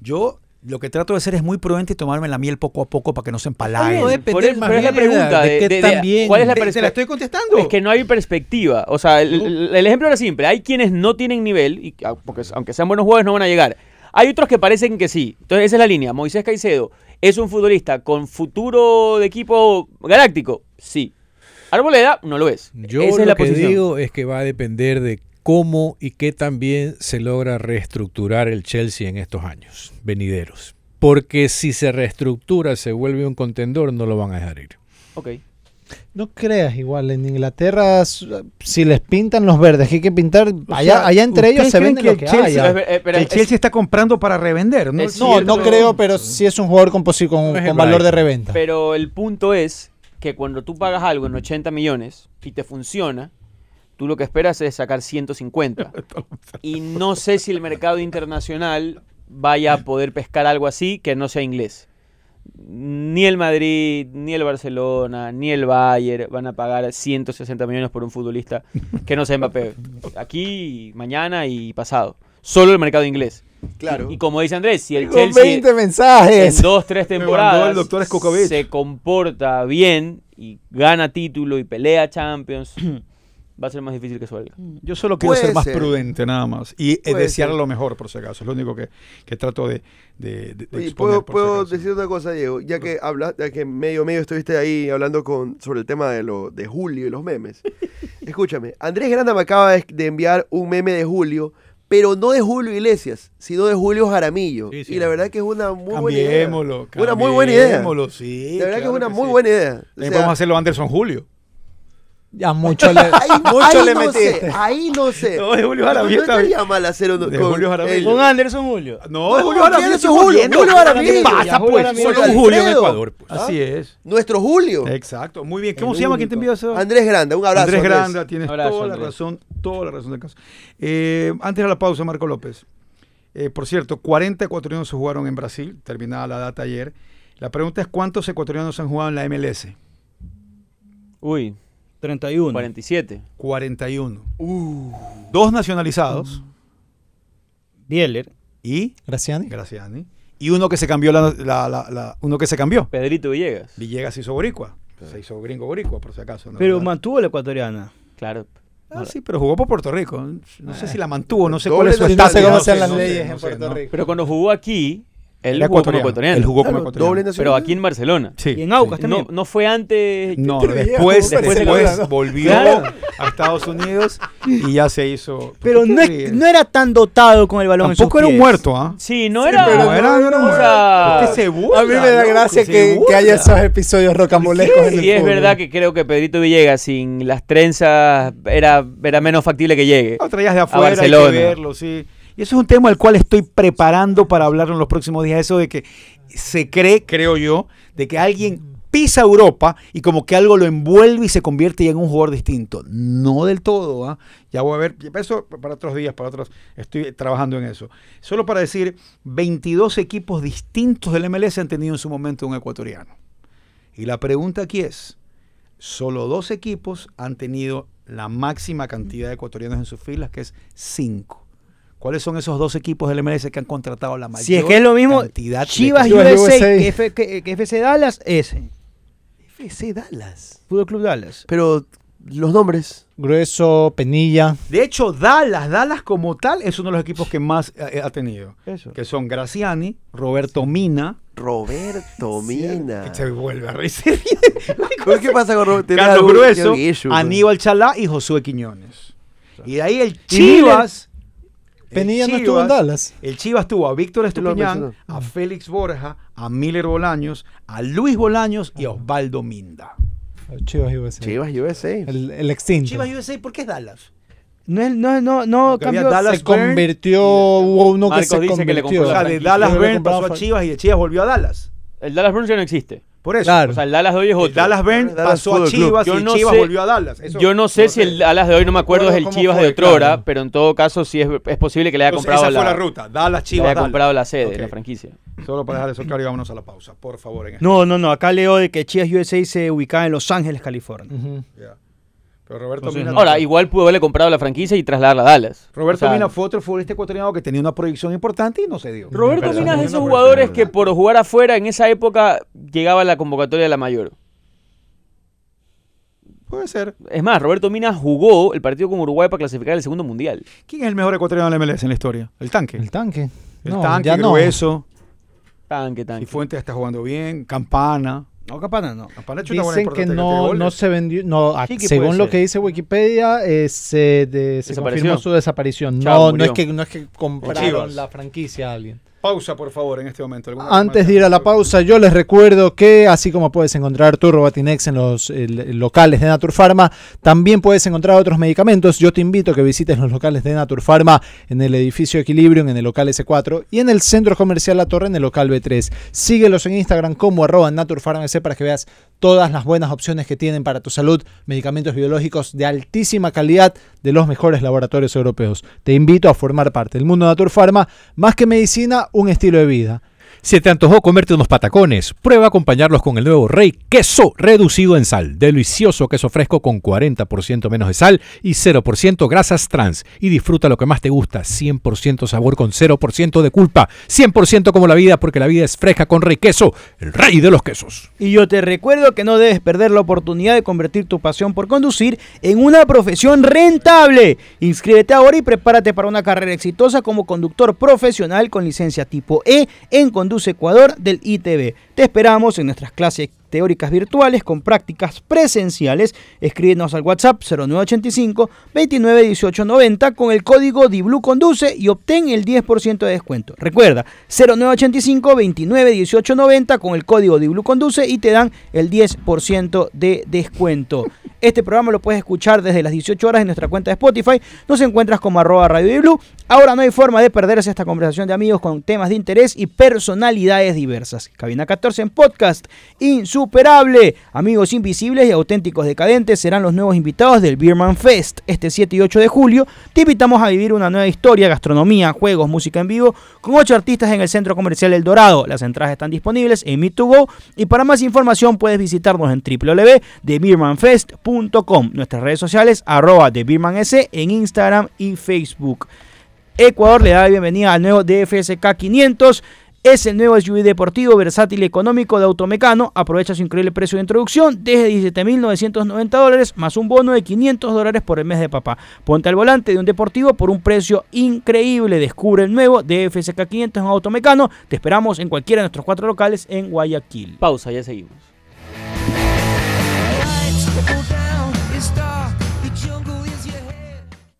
[SPEAKER 3] yo lo que trato de hacer es muy prudente y tomarme la miel poco a poco para que no se empalague.
[SPEAKER 4] Por eso-
[SPEAKER 5] depender más
[SPEAKER 4] pero es la
[SPEAKER 5] bien de la-
[SPEAKER 4] pregunta
[SPEAKER 5] de
[SPEAKER 4] de,
[SPEAKER 5] qué
[SPEAKER 4] de- de-
[SPEAKER 5] tan bien-
[SPEAKER 4] ¿Cuál es la
[SPEAKER 3] Te- te la
[SPEAKER 4] perspectiva?
[SPEAKER 3] estoy contestando.
[SPEAKER 4] Es que no hay perspectiva. O sea, el, el- el ejemplo era simple. Hay quienes no tienen nivel, y, ah, porque s- aunque sean buenos jugadores no van a llegar. Hay otros que parecen que sí. Entonces esa es la línea. Moisés Caicedo es un futbolista con futuro de equipo galáctico. Sí. Arboleda no lo es.
[SPEAKER 9] Yo
[SPEAKER 4] esa
[SPEAKER 9] lo
[SPEAKER 4] es la
[SPEAKER 9] que
[SPEAKER 4] posición.
[SPEAKER 9] digo es que va a depender de cómo y qué también se logra reestructurar el Chelsea en estos años venideros. Porque si se reestructura, se vuelve un contendor, no lo van a dejar ir.
[SPEAKER 4] Ok.
[SPEAKER 8] No creas, igual en Inglaterra, s- si les pintan los verdes, que hay que pintar, allá,
[SPEAKER 3] sea,
[SPEAKER 8] allá entre ellos
[SPEAKER 3] ¿ustedes
[SPEAKER 8] se
[SPEAKER 3] creen
[SPEAKER 8] vende
[SPEAKER 3] que
[SPEAKER 8] lo
[SPEAKER 3] el
[SPEAKER 8] que
[SPEAKER 3] Chelsea-
[SPEAKER 8] haya.
[SPEAKER 4] Pero es ver- eh, pero
[SPEAKER 3] el
[SPEAKER 4] es-
[SPEAKER 3] Chelsea está comprando para revender, ¿no?
[SPEAKER 4] Es-
[SPEAKER 8] No, no
[SPEAKER 4] cierto.
[SPEAKER 8] creo, pero sí es un jugador con, posi- con,
[SPEAKER 9] No es el
[SPEAKER 8] con valor de
[SPEAKER 9] Brighton.
[SPEAKER 8] reventa.
[SPEAKER 4] Pero el punto es que cuando tú pagas algo en 80 millones y te funciona, tú lo que esperas es sacar 150. y no sé si el mercado internacional vaya a poder pescar algo así que no sea inglés. Ni el Madrid, ni el Barcelona, ni el Bayern van a pagar 160 millones por un futbolista que no sea Mbappé. Aquí, mañana y pasado. Solo el mercado inglés.
[SPEAKER 7] Claro.
[SPEAKER 4] Y como dice Andrés, si el
[SPEAKER 8] Con
[SPEAKER 4] Chelsea
[SPEAKER 8] 20
[SPEAKER 4] en
[SPEAKER 8] mensajes.
[SPEAKER 4] dos, tres
[SPEAKER 3] mandó
[SPEAKER 4] temporadas
[SPEAKER 3] el doctor Skokovic.
[SPEAKER 4] se comporta bien y gana título y pelea Champions, *clears throat* va a ser más difícil que suelga.
[SPEAKER 3] Yo solo quiero
[SPEAKER 7] Puede
[SPEAKER 3] ser más
[SPEAKER 7] ser.
[SPEAKER 3] prudente nada más y eh,
[SPEAKER 7] Puede
[SPEAKER 3] desear
[SPEAKER 7] ser.
[SPEAKER 3] lo mejor por si acaso. Es lo único que, que trato de, de, de- de
[SPEAKER 7] Oye,
[SPEAKER 3] exponer,
[SPEAKER 7] puedo,
[SPEAKER 3] por si
[SPEAKER 7] puedo
[SPEAKER 3] acaso.
[SPEAKER 7] decir otra cosa, Diego, ya que hablas, ya que medio medio estuviste ahí hablando con sobre el tema de lo de Julio y los
[SPEAKER 3] *laughs*
[SPEAKER 7] memes. Escúchame, Andrés Granda me acaba de, de enviar un meme de Julio, pero no de Julio Iglesias, sino de Julio Jaramillo.
[SPEAKER 9] Sí, sí.
[SPEAKER 7] Y la verdad que es una muy buena idea.
[SPEAKER 3] Cambiémoslo,
[SPEAKER 7] Una muy buena idea.
[SPEAKER 3] cambiémoslo, sí,
[SPEAKER 7] la verdad que
[SPEAKER 3] claro
[SPEAKER 7] es una
[SPEAKER 3] que
[SPEAKER 7] muy
[SPEAKER 3] sí.
[SPEAKER 7] buena idea. O
[SPEAKER 3] También
[SPEAKER 7] sea,
[SPEAKER 3] podemos Eh, hacerlo Anderson Julio.
[SPEAKER 8] Ya mucho le,
[SPEAKER 7] Ahí,
[SPEAKER 8] mucho
[SPEAKER 7] ahí
[SPEAKER 8] le
[SPEAKER 7] no
[SPEAKER 8] metiste.
[SPEAKER 7] Sé, ahí no
[SPEAKER 3] *laughs*
[SPEAKER 7] sé.
[SPEAKER 3] No, de Julio
[SPEAKER 7] eh, No,
[SPEAKER 3] Jaramillo
[SPEAKER 7] No
[SPEAKER 3] está bien.
[SPEAKER 7] estaría mal hacer uno
[SPEAKER 3] De
[SPEAKER 7] con pues,
[SPEAKER 3] Julio Jaramillo.
[SPEAKER 7] ellos.
[SPEAKER 6] Con Anderson Julio.
[SPEAKER 3] No,
[SPEAKER 7] No,
[SPEAKER 3] Julio
[SPEAKER 7] ¿quién
[SPEAKER 3] Jaramillo
[SPEAKER 7] es
[SPEAKER 3] es
[SPEAKER 7] Julio?
[SPEAKER 3] Julio.
[SPEAKER 7] Julio Jaramillo.
[SPEAKER 3] ¿Qué pasa,
[SPEAKER 8] Ya, Julio
[SPEAKER 3] pues?
[SPEAKER 8] Jaramillo.
[SPEAKER 7] Solo
[SPEAKER 9] Solo
[SPEAKER 7] un
[SPEAKER 9] un
[SPEAKER 7] Alfredo.
[SPEAKER 9] Julio en Ecuador. pues.
[SPEAKER 3] Así es.
[SPEAKER 7] Nuestro Julio.
[SPEAKER 3] Exacto. Muy bien.
[SPEAKER 8] El
[SPEAKER 3] ¿Cómo se llama? ¿Quién
[SPEAKER 8] único.
[SPEAKER 3] te envió eso?
[SPEAKER 7] Andrés Granda, un abrazo.
[SPEAKER 3] Andrés
[SPEAKER 7] Andrés.
[SPEAKER 3] Granda, tienes
[SPEAKER 4] Abrazo,
[SPEAKER 3] toda la
[SPEAKER 4] Andrés.
[SPEAKER 3] razón, toda la razón del caso. Eh, antes de la pausa, Marco López. Eh, por cierto, 40 ecuatorianos se jugaron en Brasil, terminada la data ayer. La pregunta es cuántos ecuatorianos han jugado en la MLS.
[SPEAKER 4] Uy,
[SPEAKER 6] 31.
[SPEAKER 4] 47.
[SPEAKER 3] 41. Dos nacionalizados
[SPEAKER 6] Bieler.
[SPEAKER 3] y
[SPEAKER 8] Graciani.
[SPEAKER 3] Graciani. Y uno que se cambió la- la- la- la- uno que se cambió.
[SPEAKER 4] Pedrito Villegas.
[SPEAKER 3] Villegas se hizo boricua. Se hizo gringo boricua, por si acaso. ¿no?
[SPEAKER 6] Pero
[SPEAKER 3] ¿Verdad?
[SPEAKER 6] mantuvo la ecuatoriana.
[SPEAKER 4] Claro.
[SPEAKER 3] Ah, sí, pero jugó por Puerto Rico. No sé si la mantuvo, no sé
[SPEAKER 7] Doble
[SPEAKER 3] cuál es su
[SPEAKER 7] nacional-
[SPEAKER 8] No
[SPEAKER 3] estatus.
[SPEAKER 8] se
[SPEAKER 7] Está-
[SPEAKER 8] conocen
[SPEAKER 3] sé,
[SPEAKER 8] las
[SPEAKER 3] no sé,
[SPEAKER 8] leyes
[SPEAKER 3] no
[SPEAKER 8] en
[SPEAKER 3] sé,
[SPEAKER 8] Puerto
[SPEAKER 3] ¿no?
[SPEAKER 8] Rico.
[SPEAKER 4] Pero cuando jugó aquí, él
[SPEAKER 3] Era
[SPEAKER 4] jugó como
[SPEAKER 3] ecuatoriano.
[SPEAKER 4] ecuatoriano.
[SPEAKER 3] Él jugó como
[SPEAKER 7] Claro,
[SPEAKER 3] ecuatoriano.
[SPEAKER 7] doble nacional.
[SPEAKER 4] Pero aquí en Barcelona.
[SPEAKER 3] Sí.
[SPEAKER 6] Y en Aucas
[SPEAKER 4] No,
[SPEAKER 6] también.
[SPEAKER 4] no fue antes.
[SPEAKER 3] No,
[SPEAKER 8] Yo te veía
[SPEAKER 3] después,
[SPEAKER 8] como
[SPEAKER 3] después,
[SPEAKER 8] venezolano.
[SPEAKER 3] volvió
[SPEAKER 4] Claro.
[SPEAKER 3] a Estados Unidos y ya se hizo.
[SPEAKER 6] Pero
[SPEAKER 3] ¿Por qué
[SPEAKER 6] no,
[SPEAKER 3] te
[SPEAKER 6] es-
[SPEAKER 3] ríes?
[SPEAKER 6] no era tan dotado con el balón. en sus
[SPEAKER 3] tampoco era un
[SPEAKER 6] pies.
[SPEAKER 3] muerto, ¿ah?
[SPEAKER 4] Sí, no era.
[SPEAKER 3] pero no era- no era
[SPEAKER 4] o sea,
[SPEAKER 3] Usted se burla,
[SPEAKER 8] A mí me da
[SPEAKER 3] loco,
[SPEAKER 8] gracia
[SPEAKER 3] se
[SPEAKER 8] que, que
[SPEAKER 3] burla.
[SPEAKER 8] haya esos episodios rocambolescos en el
[SPEAKER 4] Sí, es
[SPEAKER 8] fútbol.
[SPEAKER 4] verdad que creo que Pedrito Villegas sin las trenzas era, era menos factible que llegue.
[SPEAKER 3] Lo traías de afuera, hay que
[SPEAKER 4] Barcelona.
[SPEAKER 3] verlo, sí. Y eso es un tema al cual estoy preparando para hablar en los próximos días. Eso de que se cree, creo yo, de que alguien pisa Europa y como que algo lo envuelve y se convierte ya en un jugador distinto. No del todo, ¿ah? ya voy a ver, eso para otros días, para otros, estoy trabajando en eso. Solo para decir, 22 equipos distintos del MLS han tenido en su momento un ecuatoriano. Y la pregunta aquí es, solo dos equipos han tenido la máxima cantidad de ecuatorianos en sus filas, que es cinco. ¿Cuáles son esos dos equipos del MLS que han contratado la mayor
[SPEAKER 6] Si es que es lo mismo,
[SPEAKER 3] cantidad de
[SPEAKER 6] Chivas
[SPEAKER 8] Chivas
[SPEAKER 6] USA,
[SPEAKER 8] USA.
[SPEAKER 6] Que, F- que- que FC Dallas, ese.
[SPEAKER 7] FC Dallas.
[SPEAKER 6] Fútbol Club Dallas.
[SPEAKER 7] Pero los nombres.
[SPEAKER 8] Grueso, Penilla.
[SPEAKER 3] De hecho, Dallas, Dallas como tal, es uno de los equipos que más eh, ha tenido.
[SPEAKER 6] Eso.
[SPEAKER 3] Que son Graciani, Roberto Mina. *laughs*
[SPEAKER 7] Roberto Mina.
[SPEAKER 3] que se vuelve a reír, se ríe.
[SPEAKER 7] ¿Pero ¿Qué pasa con Roberto
[SPEAKER 3] Carlos
[SPEAKER 7] algún-
[SPEAKER 3] Grueso,
[SPEAKER 7] tiene issue, bro.
[SPEAKER 3] Aníbal Chalá y Josué Quiñones. Y de ahí el
[SPEAKER 8] Chile.
[SPEAKER 3] Chivas. el
[SPEAKER 8] Penilla no estuvo en
[SPEAKER 3] Chivas-
[SPEAKER 8] Dallas.
[SPEAKER 3] El Chivas tuvo a Víctor
[SPEAKER 7] lo
[SPEAKER 3] Estupiñán,
[SPEAKER 7] mencionó.
[SPEAKER 3] a Félix Borja, a Miller Bolaños, a Luis Bolaños y a Osvaldo Minda.
[SPEAKER 8] Eh, Chivas USA.
[SPEAKER 7] Chivas USA.
[SPEAKER 8] El, el extinto.
[SPEAKER 3] Chivas USA, ¿por qué es Dallas?
[SPEAKER 6] No, es- no, no, no
[SPEAKER 3] Porque había
[SPEAKER 6] cambió.
[SPEAKER 3] Dallas
[SPEAKER 8] se convirtió, hubo uno que
[SPEAKER 4] Marcos
[SPEAKER 8] se
[SPEAKER 4] dice que le
[SPEAKER 8] convirtió.
[SPEAKER 4] compró
[SPEAKER 3] O sea, de
[SPEAKER 4] franquicia.
[SPEAKER 3] Dallas
[SPEAKER 8] Yo le
[SPEAKER 3] Bern
[SPEAKER 8] compraba
[SPEAKER 3] pasó a
[SPEAKER 8] fran-
[SPEAKER 3] Chivas y de Chivas volvió a Dallas.
[SPEAKER 4] El Dallas Bruins ya no existe.
[SPEAKER 3] Por eso.
[SPEAKER 8] Claro.
[SPEAKER 4] O sea, el Dallas de hoy es
[SPEAKER 3] El
[SPEAKER 4] otro.
[SPEAKER 3] Dallas Bern
[SPEAKER 7] Dallas
[SPEAKER 3] pasó a
[SPEAKER 7] Fútbol Club.
[SPEAKER 3] Chivas
[SPEAKER 4] Yo
[SPEAKER 3] y
[SPEAKER 4] no
[SPEAKER 3] Chivas
[SPEAKER 4] sé-
[SPEAKER 3] volvió a Dallas. Eso-
[SPEAKER 4] Yo no sé si el Dallas de hoy no me acuerdo es el
[SPEAKER 8] cómo
[SPEAKER 4] Chivas
[SPEAKER 8] fue,
[SPEAKER 4] de otrora,
[SPEAKER 8] claro.
[SPEAKER 4] pero en todo caso sí es, es posible que le haya
[SPEAKER 3] Entonces,
[SPEAKER 4] comprado
[SPEAKER 3] esa fue la,
[SPEAKER 4] la,
[SPEAKER 3] ruta. Dallas,
[SPEAKER 4] le
[SPEAKER 3] Chivas,
[SPEAKER 4] haya
[SPEAKER 3] Dallas.
[SPEAKER 4] comprado la sede,
[SPEAKER 3] Ok.
[SPEAKER 4] la franquicia.
[SPEAKER 3] Solo para dejar eso claro y vámonos a la pausa, por favor. En esto.
[SPEAKER 6] No, no, no. Acá leo de que Chivas USA se ubicaba en Los Ángeles, California.
[SPEAKER 8] Ujú.
[SPEAKER 3] Ya. Pero Roberto
[SPEAKER 8] Entonces,
[SPEAKER 3] Mina...
[SPEAKER 8] no.
[SPEAKER 4] Ahora, igual pudo haberle comprado la franquicia y trasladarla a Dallas.
[SPEAKER 3] Roberto
[SPEAKER 4] O sea,
[SPEAKER 3] Mina fue otro futbolista ecuatoriano que tenía una proyección importante y no se dio.
[SPEAKER 4] Roberto
[SPEAKER 3] Pero-
[SPEAKER 4] Mina es de esos
[SPEAKER 3] Una
[SPEAKER 4] jugadores
[SPEAKER 3] proyección.
[SPEAKER 4] que por jugar afuera en esa época llegaba a la convocatoria de la mayor.
[SPEAKER 3] Puede ser.
[SPEAKER 4] Es más, Roberto Mina jugó el partido con Uruguay para clasificar al segundo mundial.
[SPEAKER 3] ¿Quién es el mejor ecuatoriano del MLS en la historia? El tanque.
[SPEAKER 8] El
[SPEAKER 3] El,
[SPEAKER 8] tanque. No,
[SPEAKER 3] tanque,
[SPEAKER 8] ya no.
[SPEAKER 3] grueso.
[SPEAKER 4] Tanque, tanque.
[SPEAKER 3] Y Fuentes está jugando bien. Campana.
[SPEAKER 6] No, Capana, no.
[SPEAKER 3] Campana ha hecho una buena
[SPEAKER 8] Dicen que
[SPEAKER 3] importante de
[SPEAKER 8] no,
[SPEAKER 3] goles.
[SPEAKER 8] no se vendió. No, a-
[SPEAKER 6] Sí que
[SPEAKER 8] según
[SPEAKER 6] puede
[SPEAKER 8] lo
[SPEAKER 6] ser.
[SPEAKER 8] que dice Wikipedia, eh, se, de- se
[SPEAKER 4] Desapareció.
[SPEAKER 8] confirmó su desaparición.
[SPEAKER 4] Chao,
[SPEAKER 8] no, no
[SPEAKER 4] murió.
[SPEAKER 8] es que no es que
[SPEAKER 3] Chivas.
[SPEAKER 8] compraron la franquicia a alguien.
[SPEAKER 3] Pausa, por favor, en este momento. ¿Alguna
[SPEAKER 8] Antes
[SPEAKER 3] pregunta?
[SPEAKER 8] de ir a la pausa, yo les recuerdo que así como puedes encontrar tu Robatinex en los eh, locales de Naturpharma, también puedes encontrar otros medicamentos. Yo te invito a que visites los locales de Naturpharma en el edificio Equilibrium, en el local S4 y en el centro comercial La Torre, en el local B3. Síguelos en Instagram como arroba naturpharmac para que veas todas las buenas opciones que tienen para tu salud, medicamentos biológicos de altísima calidad de los mejores laboratorios europeos. Te invito a formar parte del mundo de Naturpharma, más que medicina, un estilo de vida.
[SPEAKER 9] Si te antojó comerte unos patacones, prueba a acompañarlos con el nuevo Rey Queso reducido en sal. Delicioso queso fresco con 40% menos de sal y 0% grasas trans. Y disfruta lo que más te gusta, 100% sabor con 0% de culpa. 100% como la vida, porque la vida es fresca con Rey Queso, el rey de los quesos.
[SPEAKER 6] Y yo te recuerdo que no debes perder la oportunidad de convertir tu pasión por conducir en una profesión rentable. Inscríbete ahora y prepárate para una carrera exitosa como conductor profesional con licencia tipo E en Conduce Ecuador del ITB. Te esperamos en nuestras clases teóricas virtuales con prácticas presenciales. Escríbenos al WhatsApp 0985 29 18 90 con el código DIBLU Conduce y obtén el 10% de descuento. Recuerda, 0985 29 18 90 con el código DIBLU Conduce y te dan el 10% de descuento. Este programa lo puedes escuchar desde las 18 horas en nuestra cuenta de Spotify. Nos encuentras como arroba Radio DIBLU. Ahora no hay forma de perderse esta conversación de amigos con temas de interés y personalidades diversas. Cabina 14 en podcast, insuperable. Amigos invisibles y auténticos decadentes serán los nuevos invitados del Beerman Fest. Este 7 y 8 de julio te invitamos a vivir una nueva historia, gastronomía, juegos, música en vivo, con ocho artistas en el Centro Comercial El Dorado. Las entradas están disponibles en meet to go y para más información puedes visitarnos en www.thebirmanfest.com. Nuestras redes sociales, arroba TheBeermanS en Instagram y Facebook. Ecuador le da la bienvenida al nuevo DFSK 500. Es el nuevo SUV deportivo versátil y económico de Automecano. Aprovecha su increíble precio de introducción desde 17.990 dólares más un bono de 500 dólares por el mes de papá. Ponte al volante de un deportivo por un precio increíble. Descubre el nuevo DFSK 500 en Automecano. Te esperamos en cualquiera de nuestros cuatro locales en Guayaquil.
[SPEAKER 4] Pausa, ya seguimos.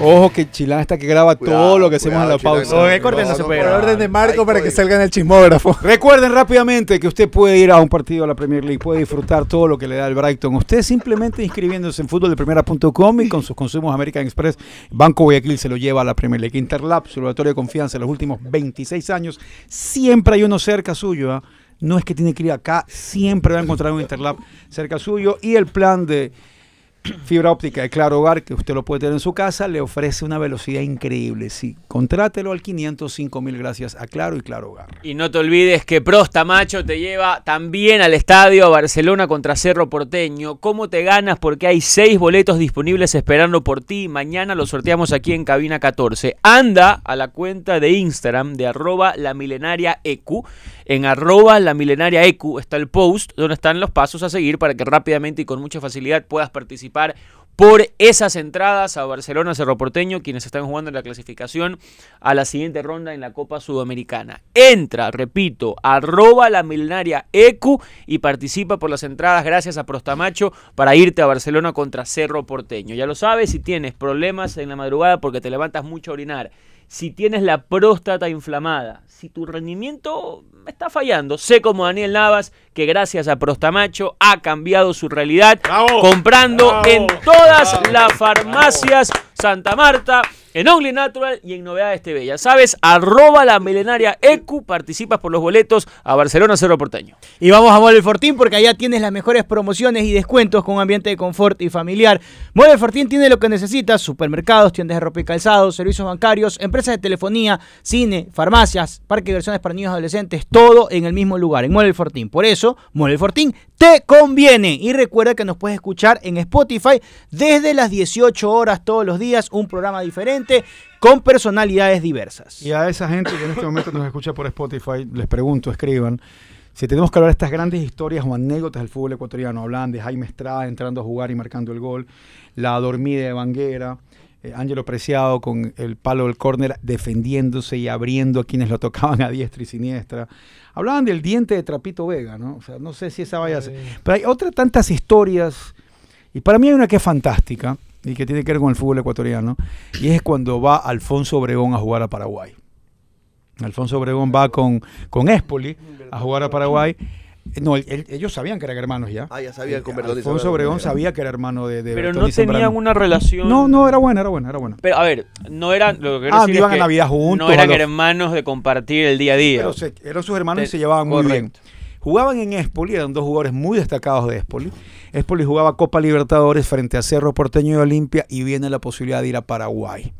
[SPEAKER 3] Ojo que Chilán está que graba todo lo que hacemos en la pausa.
[SPEAKER 6] Oye, corten, no se puede
[SPEAKER 8] Por
[SPEAKER 6] grabar.
[SPEAKER 8] orden de Marco para que salga en el chismógrafo.
[SPEAKER 3] *laughs* Recuerden rápidamente que usted puede ir a un partido de la Premier League, puede disfrutar todo lo que le da el Brighton. Usted simplemente inscribiéndose en futboldeprimera.com y con sus consumos American Express, Banco Guayaquil se lo lleva a la Premier League. Interlab, su laboratorio de confianza en los últimos 26 años, siempre hay uno cerca suyo. ¿ah? No es que tiene que ir acá, siempre va a encontrar un Interlab cerca suyo. Y el plan de fibra óptica de Claro Hogar, que usted lo puede tener en su casa, le ofrece una velocidad increíble. Sí, contrátelo al 505 mil gracias a Claro y Claro Hogar.
[SPEAKER 4] Y no te olvides que Prosta Macho te lleva también al estadio a Barcelona contra Cerro Porteño. ¿Cómo te ganas? Porque hay seis boletos disponibles esperando por ti. Mañana los sorteamos aquí en Cabina 14. Anda a la cuenta de Instagram de arroba la milenaria EQ. En arroba la milenaria EQ está el post donde están los pasos a seguir para que rápidamente y con mucha facilidad puedas participar por esas entradas a Barcelona Cerro Porteño, quienes están jugando en la clasificación a la siguiente ronda en la Copa Sudamericana. Entra, repito, arroba la milenaria ECU y participa por las entradas gracias a Prostamacho para irte a Barcelona contra Cerro Porteño. Ya lo sabes, si tienes problemas en la madrugada porque te levantas mucho a orinar, si tienes la próstata inflamada, si tu rendimiento está fallando, sé como Daniel Navas que gracias a Prostamacho ha cambiado su realidad comprando en todas las farmacias Santa Marta, en Only Natural y en Novedades TV. Ya sabes, arroba la milenaria EQ, participas por los boletos a Barcelona Cerro Porteño.
[SPEAKER 6] Y vamos a Mole Fortín porque allá tienes las mejores promociones y descuentos con un ambiente de confort y familiar. Mole Fortín tiene lo que necesitas: supermercados, tiendas de ropa y calzado, servicios bancarios, empresas de telefonía, cine, farmacias, parques de diversiones para niños y adolescentes, todo en el mismo lugar, en Mole Fortín. Por eso, Mole Fortín te conviene. Y recuerda que nos puedes escuchar en Spotify desde las 18 horas todos los días, un programa diferente con personalidades diversas.
[SPEAKER 3] Y a esa gente que en este momento nos escucha por Spotify, les pregunto, escriban. Si tenemos que hablar de estas grandes historias o anécdotas del fútbol ecuatoriano, hablan de Jaime Estrada entrando a jugar y marcando el gol, la dormida de Vanguera, eh, Ángelo Preciado con el palo del córner defendiéndose y abriendo a quienes lo tocaban a diestra y siniestra. Hablaban del diente de Trapito Vega, ¿no? O sea, no sé si esa vaya a ser. Pero hay otras tantas historias, y para mí hay una que es fantástica y que tiene que ver con el fútbol ecuatoriano, y es cuando va Alfonso Obregón a jugar a Paraguay. Alfonso Obregón va con, con Espoli a jugar a Paraguay. Eh, No, el- el- ellos sabían que eran hermanos ya. Eh,
[SPEAKER 7] Ah, ya sabía con Bertoni
[SPEAKER 3] Alfonso
[SPEAKER 7] Zambrano.
[SPEAKER 3] Obregón sabía que era hermano de, de
[SPEAKER 4] Pero
[SPEAKER 3] Bertoni
[SPEAKER 4] no tenían
[SPEAKER 3] Zambrano.
[SPEAKER 4] una relación.
[SPEAKER 3] No, no, era buena, era buena, era buena.
[SPEAKER 4] Pero a ver, no eran. Lo que quiero
[SPEAKER 3] Ah,
[SPEAKER 4] decir es
[SPEAKER 3] iban a
[SPEAKER 4] que
[SPEAKER 3] Navidad juntos,
[SPEAKER 4] No eran
[SPEAKER 3] a los-
[SPEAKER 4] hermanos de compartir el día a día.
[SPEAKER 3] Pero se- eran sus hermanos y
[SPEAKER 4] Te-
[SPEAKER 3] se llevaban muy bien.
[SPEAKER 4] correcto.
[SPEAKER 3] Jugaban en Espoli, eran dos jugadores muy destacados de Espoli. Espoli jugaba Copa Libertadores frente a Cerro Porteño y Olimpia y viene la posibilidad de ir a Paraguay.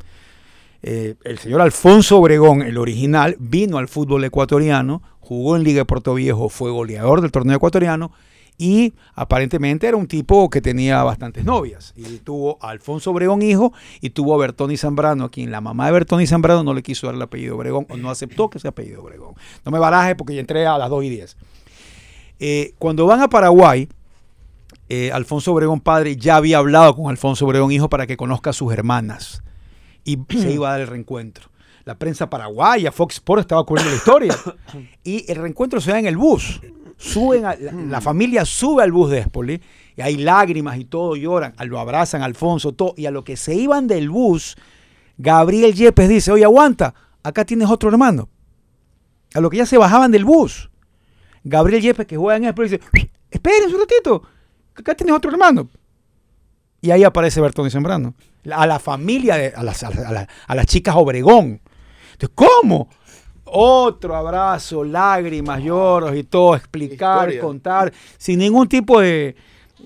[SPEAKER 3] Eh, el señor Alfonso Obregón, el original, vino al fútbol ecuatoriano, jugó en Liga de Puerto Viejo, fue goleador del torneo ecuatoriano y aparentemente era un tipo que tenía bastantes novias. Y tuvo a Alfonso Obregón hijo y tuvo a Bertoni Zambrano, a quien la mamá de Bertoni Zambrano no le quiso dar el apellido Obregón o no aceptó que sea apellido Obregón. No me baraje porque ya entré a las 2 y 10. Eh, cuando van a Paraguay, eh, Alfonso Obregón padre ya había hablado con Alfonso Obregón hijo para que conozca a sus hermanas y se iba a dar el reencuentro. La prensa paraguaya, Fox Sports estaba cubriendo la historia y el reencuentro se da en el bus. Suben a- la, la familia sube al bus de Espoli y hay lágrimas y todo lloran, a- lo abrazan a Alfonso todo y a lo que se iban del bus Gabriel Yepes dice, "Oye, aguanta, acá tienes otro hermano." A lo que ya se bajaban del bus. Gabriel Yepes, que juega en Espoli, dice, espérense un ratito, que acá tienes otro hermano. Y ahí aparece Bertoni Sembrano. A la familia, de, a, las, a la- a la- a las chicas Obregón. Entonces, ¿cómo? Otro abrazo, lágrimas, lloros y todo, explicar,
[SPEAKER 7] Historia.
[SPEAKER 3] contar, sin ningún tipo de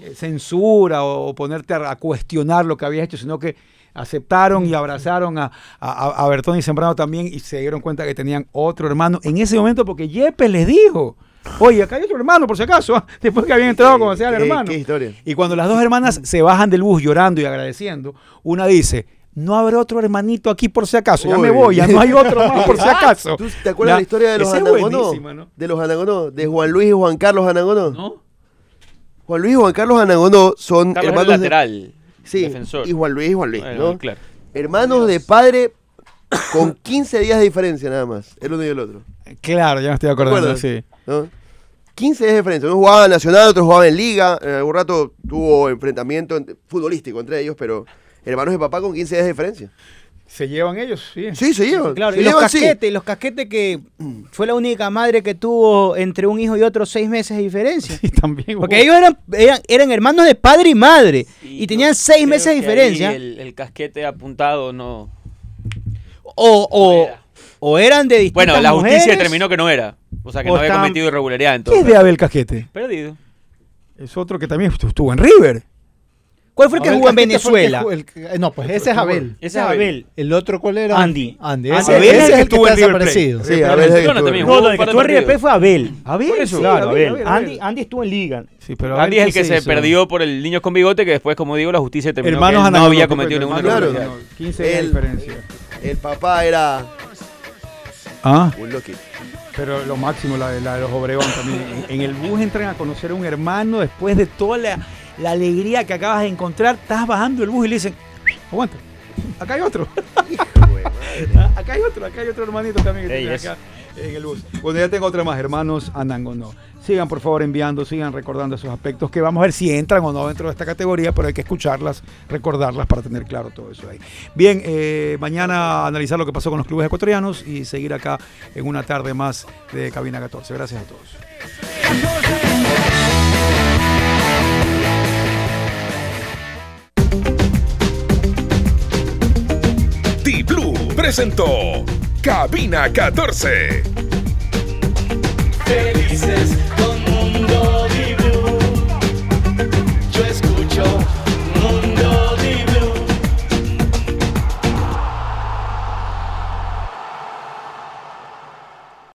[SPEAKER 3] eh, censura o, o ponerte a, a cuestionar lo que habías hecho, sino que aceptaron y abrazaron a, a, a Bertoni Sembrano también y se dieron cuenta que tenían otro hermano en ese momento porque Yepes les dijo, oye, acá hay otro hermano por si acaso, ah", *laughs* después que habían entrado como sea el
[SPEAKER 7] ¿Qué-
[SPEAKER 3] hermano.
[SPEAKER 7] qué historia?
[SPEAKER 3] Y cuando las dos hermanas se bajan del bus llorando y agradeciendo, una dice, no habrá otro hermanito aquí por si acaso, ya me
[SPEAKER 7] Uy.
[SPEAKER 3] voy, ya no hay otro más
[SPEAKER 7] *laughs*
[SPEAKER 3] por si acaso.
[SPEAKER 7] ¿Tú te acuerdas
[SPEAKER 3] Ya.
[SPEAKER 7] de la historia de los
[SPEAKER 3] Esa es
[SPEAKER 7] Anagonó?
[SPEAKER 3] buenísima, ¿no?
[SPEAKER 7] De los Anagonó, de Juan Luis y Juan Carlos Anagonó.
[SPEAKER 4] ¿No?
[SPEAKER 7] Juan Luis y Juan Carlos Anagonó
[SPEAKER 4] *laughs*
[SPEAKER 7] son
[SPEAKER 4] Carlos
[SPEAKER 7] hermanos
[SPEAKER 4] era
[SPEAKER 7] de-
[SPEAKER 4] lateral.
[SPEAKER 7] Sí,
[SPEAKER 4] defensor.
[SPEAKER 7] y Juan Luis y Juan Luis,
[SPEAKER 4] Bueno,
[SPEAKER 7] ¿no?
[SPEAKER 4] claro.
[SPEAKER 7] Hermanos de padre con 15 días de diferencia nada más, el uno y el otro.
[SPEAKER 3] Claro, ya me estoy
[SPEAKER 7] ¿Te
[SPEAKER 3] acordando,
[SPEAKER 7] acuerdas?
[SPEAKER 3] sí.
[SPEAKER 7] ¿No? 15 días de diferencia. Uno jugaba en Nacional, otro jugaba en Liga. En algún rato tuvo enfrentamiento en- futbolístico entre ellos, pero hermanos de papá con 15 días de diferencia.
[SPEAKER 3] Se llevan ellos, sí. *laughs*
[SPEAKER 7] Sí, se llevan.
[SPEAKER 6] Claro, y
[SPEAKER 7] se
[SPEAKER 6] los
[SPEAKER 7] llevan, sí.
[SPEAKER 6] casquetes, los casquetes que *clears throat* fue la única madre que tuvo entre un hijo y otro seis meses de diferencia.
[SPEAKER 3] Y también.
[SPEAKER 6] Porque
[SPEAKER 3] hubo-
[SPEAKER 6] ellos eran, eran, eran hermanos de padre y madre y,
[SPEAKER 4] yo
[SPEAKER 6] tenían seis
[SPEAKER 4] creo
[SPEAKER 6] meses de
[SPEAKER 4] que ahí
[SPEAKER 6] diferencia.
[SPEAKER 4] El, el casquete apuntado no.
[SPEAKER 6] o, o,
[SPEAKER 4] era.
[SPEAKER 6] o eran de distintas
[SPEAKER 4] Bueno, la justicia
[SPEAKER 6] mujeres.
[SPEAKER 4] determinó que no era. O sea, que
[SPEAKER 3] O
[SPEAKER 4] no había
[SPEAKER 3] estaban-
[SPEAKER 4] cometido irregularidad en todo
[SPEAKER 3] ¿Qué es de
[SPEAKER 4] caso.
[SPEAKER 3] Abel Casquete?
[SPEAKER 4] Perdido.
[SPEAKER 3] Es otro que también estu- estuvo en River.
[SPEAKER 6] ¿Cuál fue el que
[SPEAKER 8] Abel
[SPEAKER 6] jugó en
[SPEAKER 8] Casquete fue el que
[SPEAKER 6] Venezuela?
[SPEAKER 8] jugó- el que- eh, no, pues ese es Abel.
[SPEAKER 4] Ese es Abel.
[SPEAKER 8] ¿El otro cuál era?
[SPEAKER 6] Andy.
[SPEAKER 8] Andy.
[SPEAKER 3] Ah,
[SPEAKER 6] Andy.
[SPEAKER 8] Ese,
[SPEAKER 6] Abel
[SPEAKER 8] ese
[SPEAKER 6] es
[SPEAKER 8] es
[SPEAKER 6] el
[SPEAKER 8] el
[SPEAKER 6] que
[SPEAKER 8] que
[SPEAKER 3] estuvo
[SPEAKER 8] está
[SPEAKER 3] en River Plate.
[SPEAKER 8] desaparecido.
[SPEAKER 7] Sí, a veces.
[SPEAKER 4] Barcelona también.
[SPEAKER 6] No,
[SPEAKER 4] jugó
[SPEAKER 6] no,
[SPEAKER 4] un
[SPEAKER 6] el que
[SPEAKER 4] par de
[SPEAKER 6] estuvo en River
[SPEAKER 4] partidos.
[SPEAKER 6] Plate fue Abel.
[SPEAKER 3] Por
[SPEAKER 6] Abel,
[SPEAKER 3] eso,
[SPEAKER 6] claro,
[SPEAKER 3] Abel,
[SPEAKER 6] Abel.
[SPEAKER 3] Abel,
[SPEAKER 6] Andy,
[SPEAKER 3] Abel.
[SPEAKER 6] Andy estuvo en Liga.
[SPEAKER 3] Sí, pero
[SPEAKER 4] Andy es el que se
[SPEAKER 3] hizo?
[SPEAKER 4] perdió por el niño con bigote que después, como digo, la justicia determinó
[SPEAKER 3] Hermanos
[SPEAKER 4] que él no había
[SPEAKER 3] anacrónicos,
[SPEAKER 4] cometido ninguna
[SPEAKER 3] hermanos
[SPEAKER 7] Claro.
[SPEAKER 4] irregularidad.
[SPEAKER 3] anacrónicos. 15 de
[SPEAKER 7] El-
[SPEAKER 3] diferencia.
[SPEAKER 7] El papá era
[SPEAKER 3] Ah,
[SPEAKER 7] un loquito.
[SPEAKER 3] pero lo máximo, la de, la de los Obregón también. en el bus entran a conocer a un hermano después de toda la, la alegría que acabas de encontrar. Estás bajando el bus y le dicen, aguanta, acá hay otro. Ah, acá hay otro, acá hay otro hermanito también que
[SPEAKER 4] Ey,
[SPEAKER 3] tiene
[SPEAKER 4] eso.
[SPEAKER 3] acá en el bus. Bueno, ya tengo otra más, hermanos Anango no. Sigan por favor enviando, sigan recordando esos aspectos que vamos a ver si entran o no dentro de esta categoría, pero hay que escucharlas, recordarlas para tener claro todo eso ahí. Bien, eh, mañana analizar lo que pasó con los clubes ecuatorianos y seguir acá en una tarde más de Cabina 14. Gracias a todos.
[SPEAKER 1] T-Blue presentó Cabina 14.
[SPEAKER 2] Felices con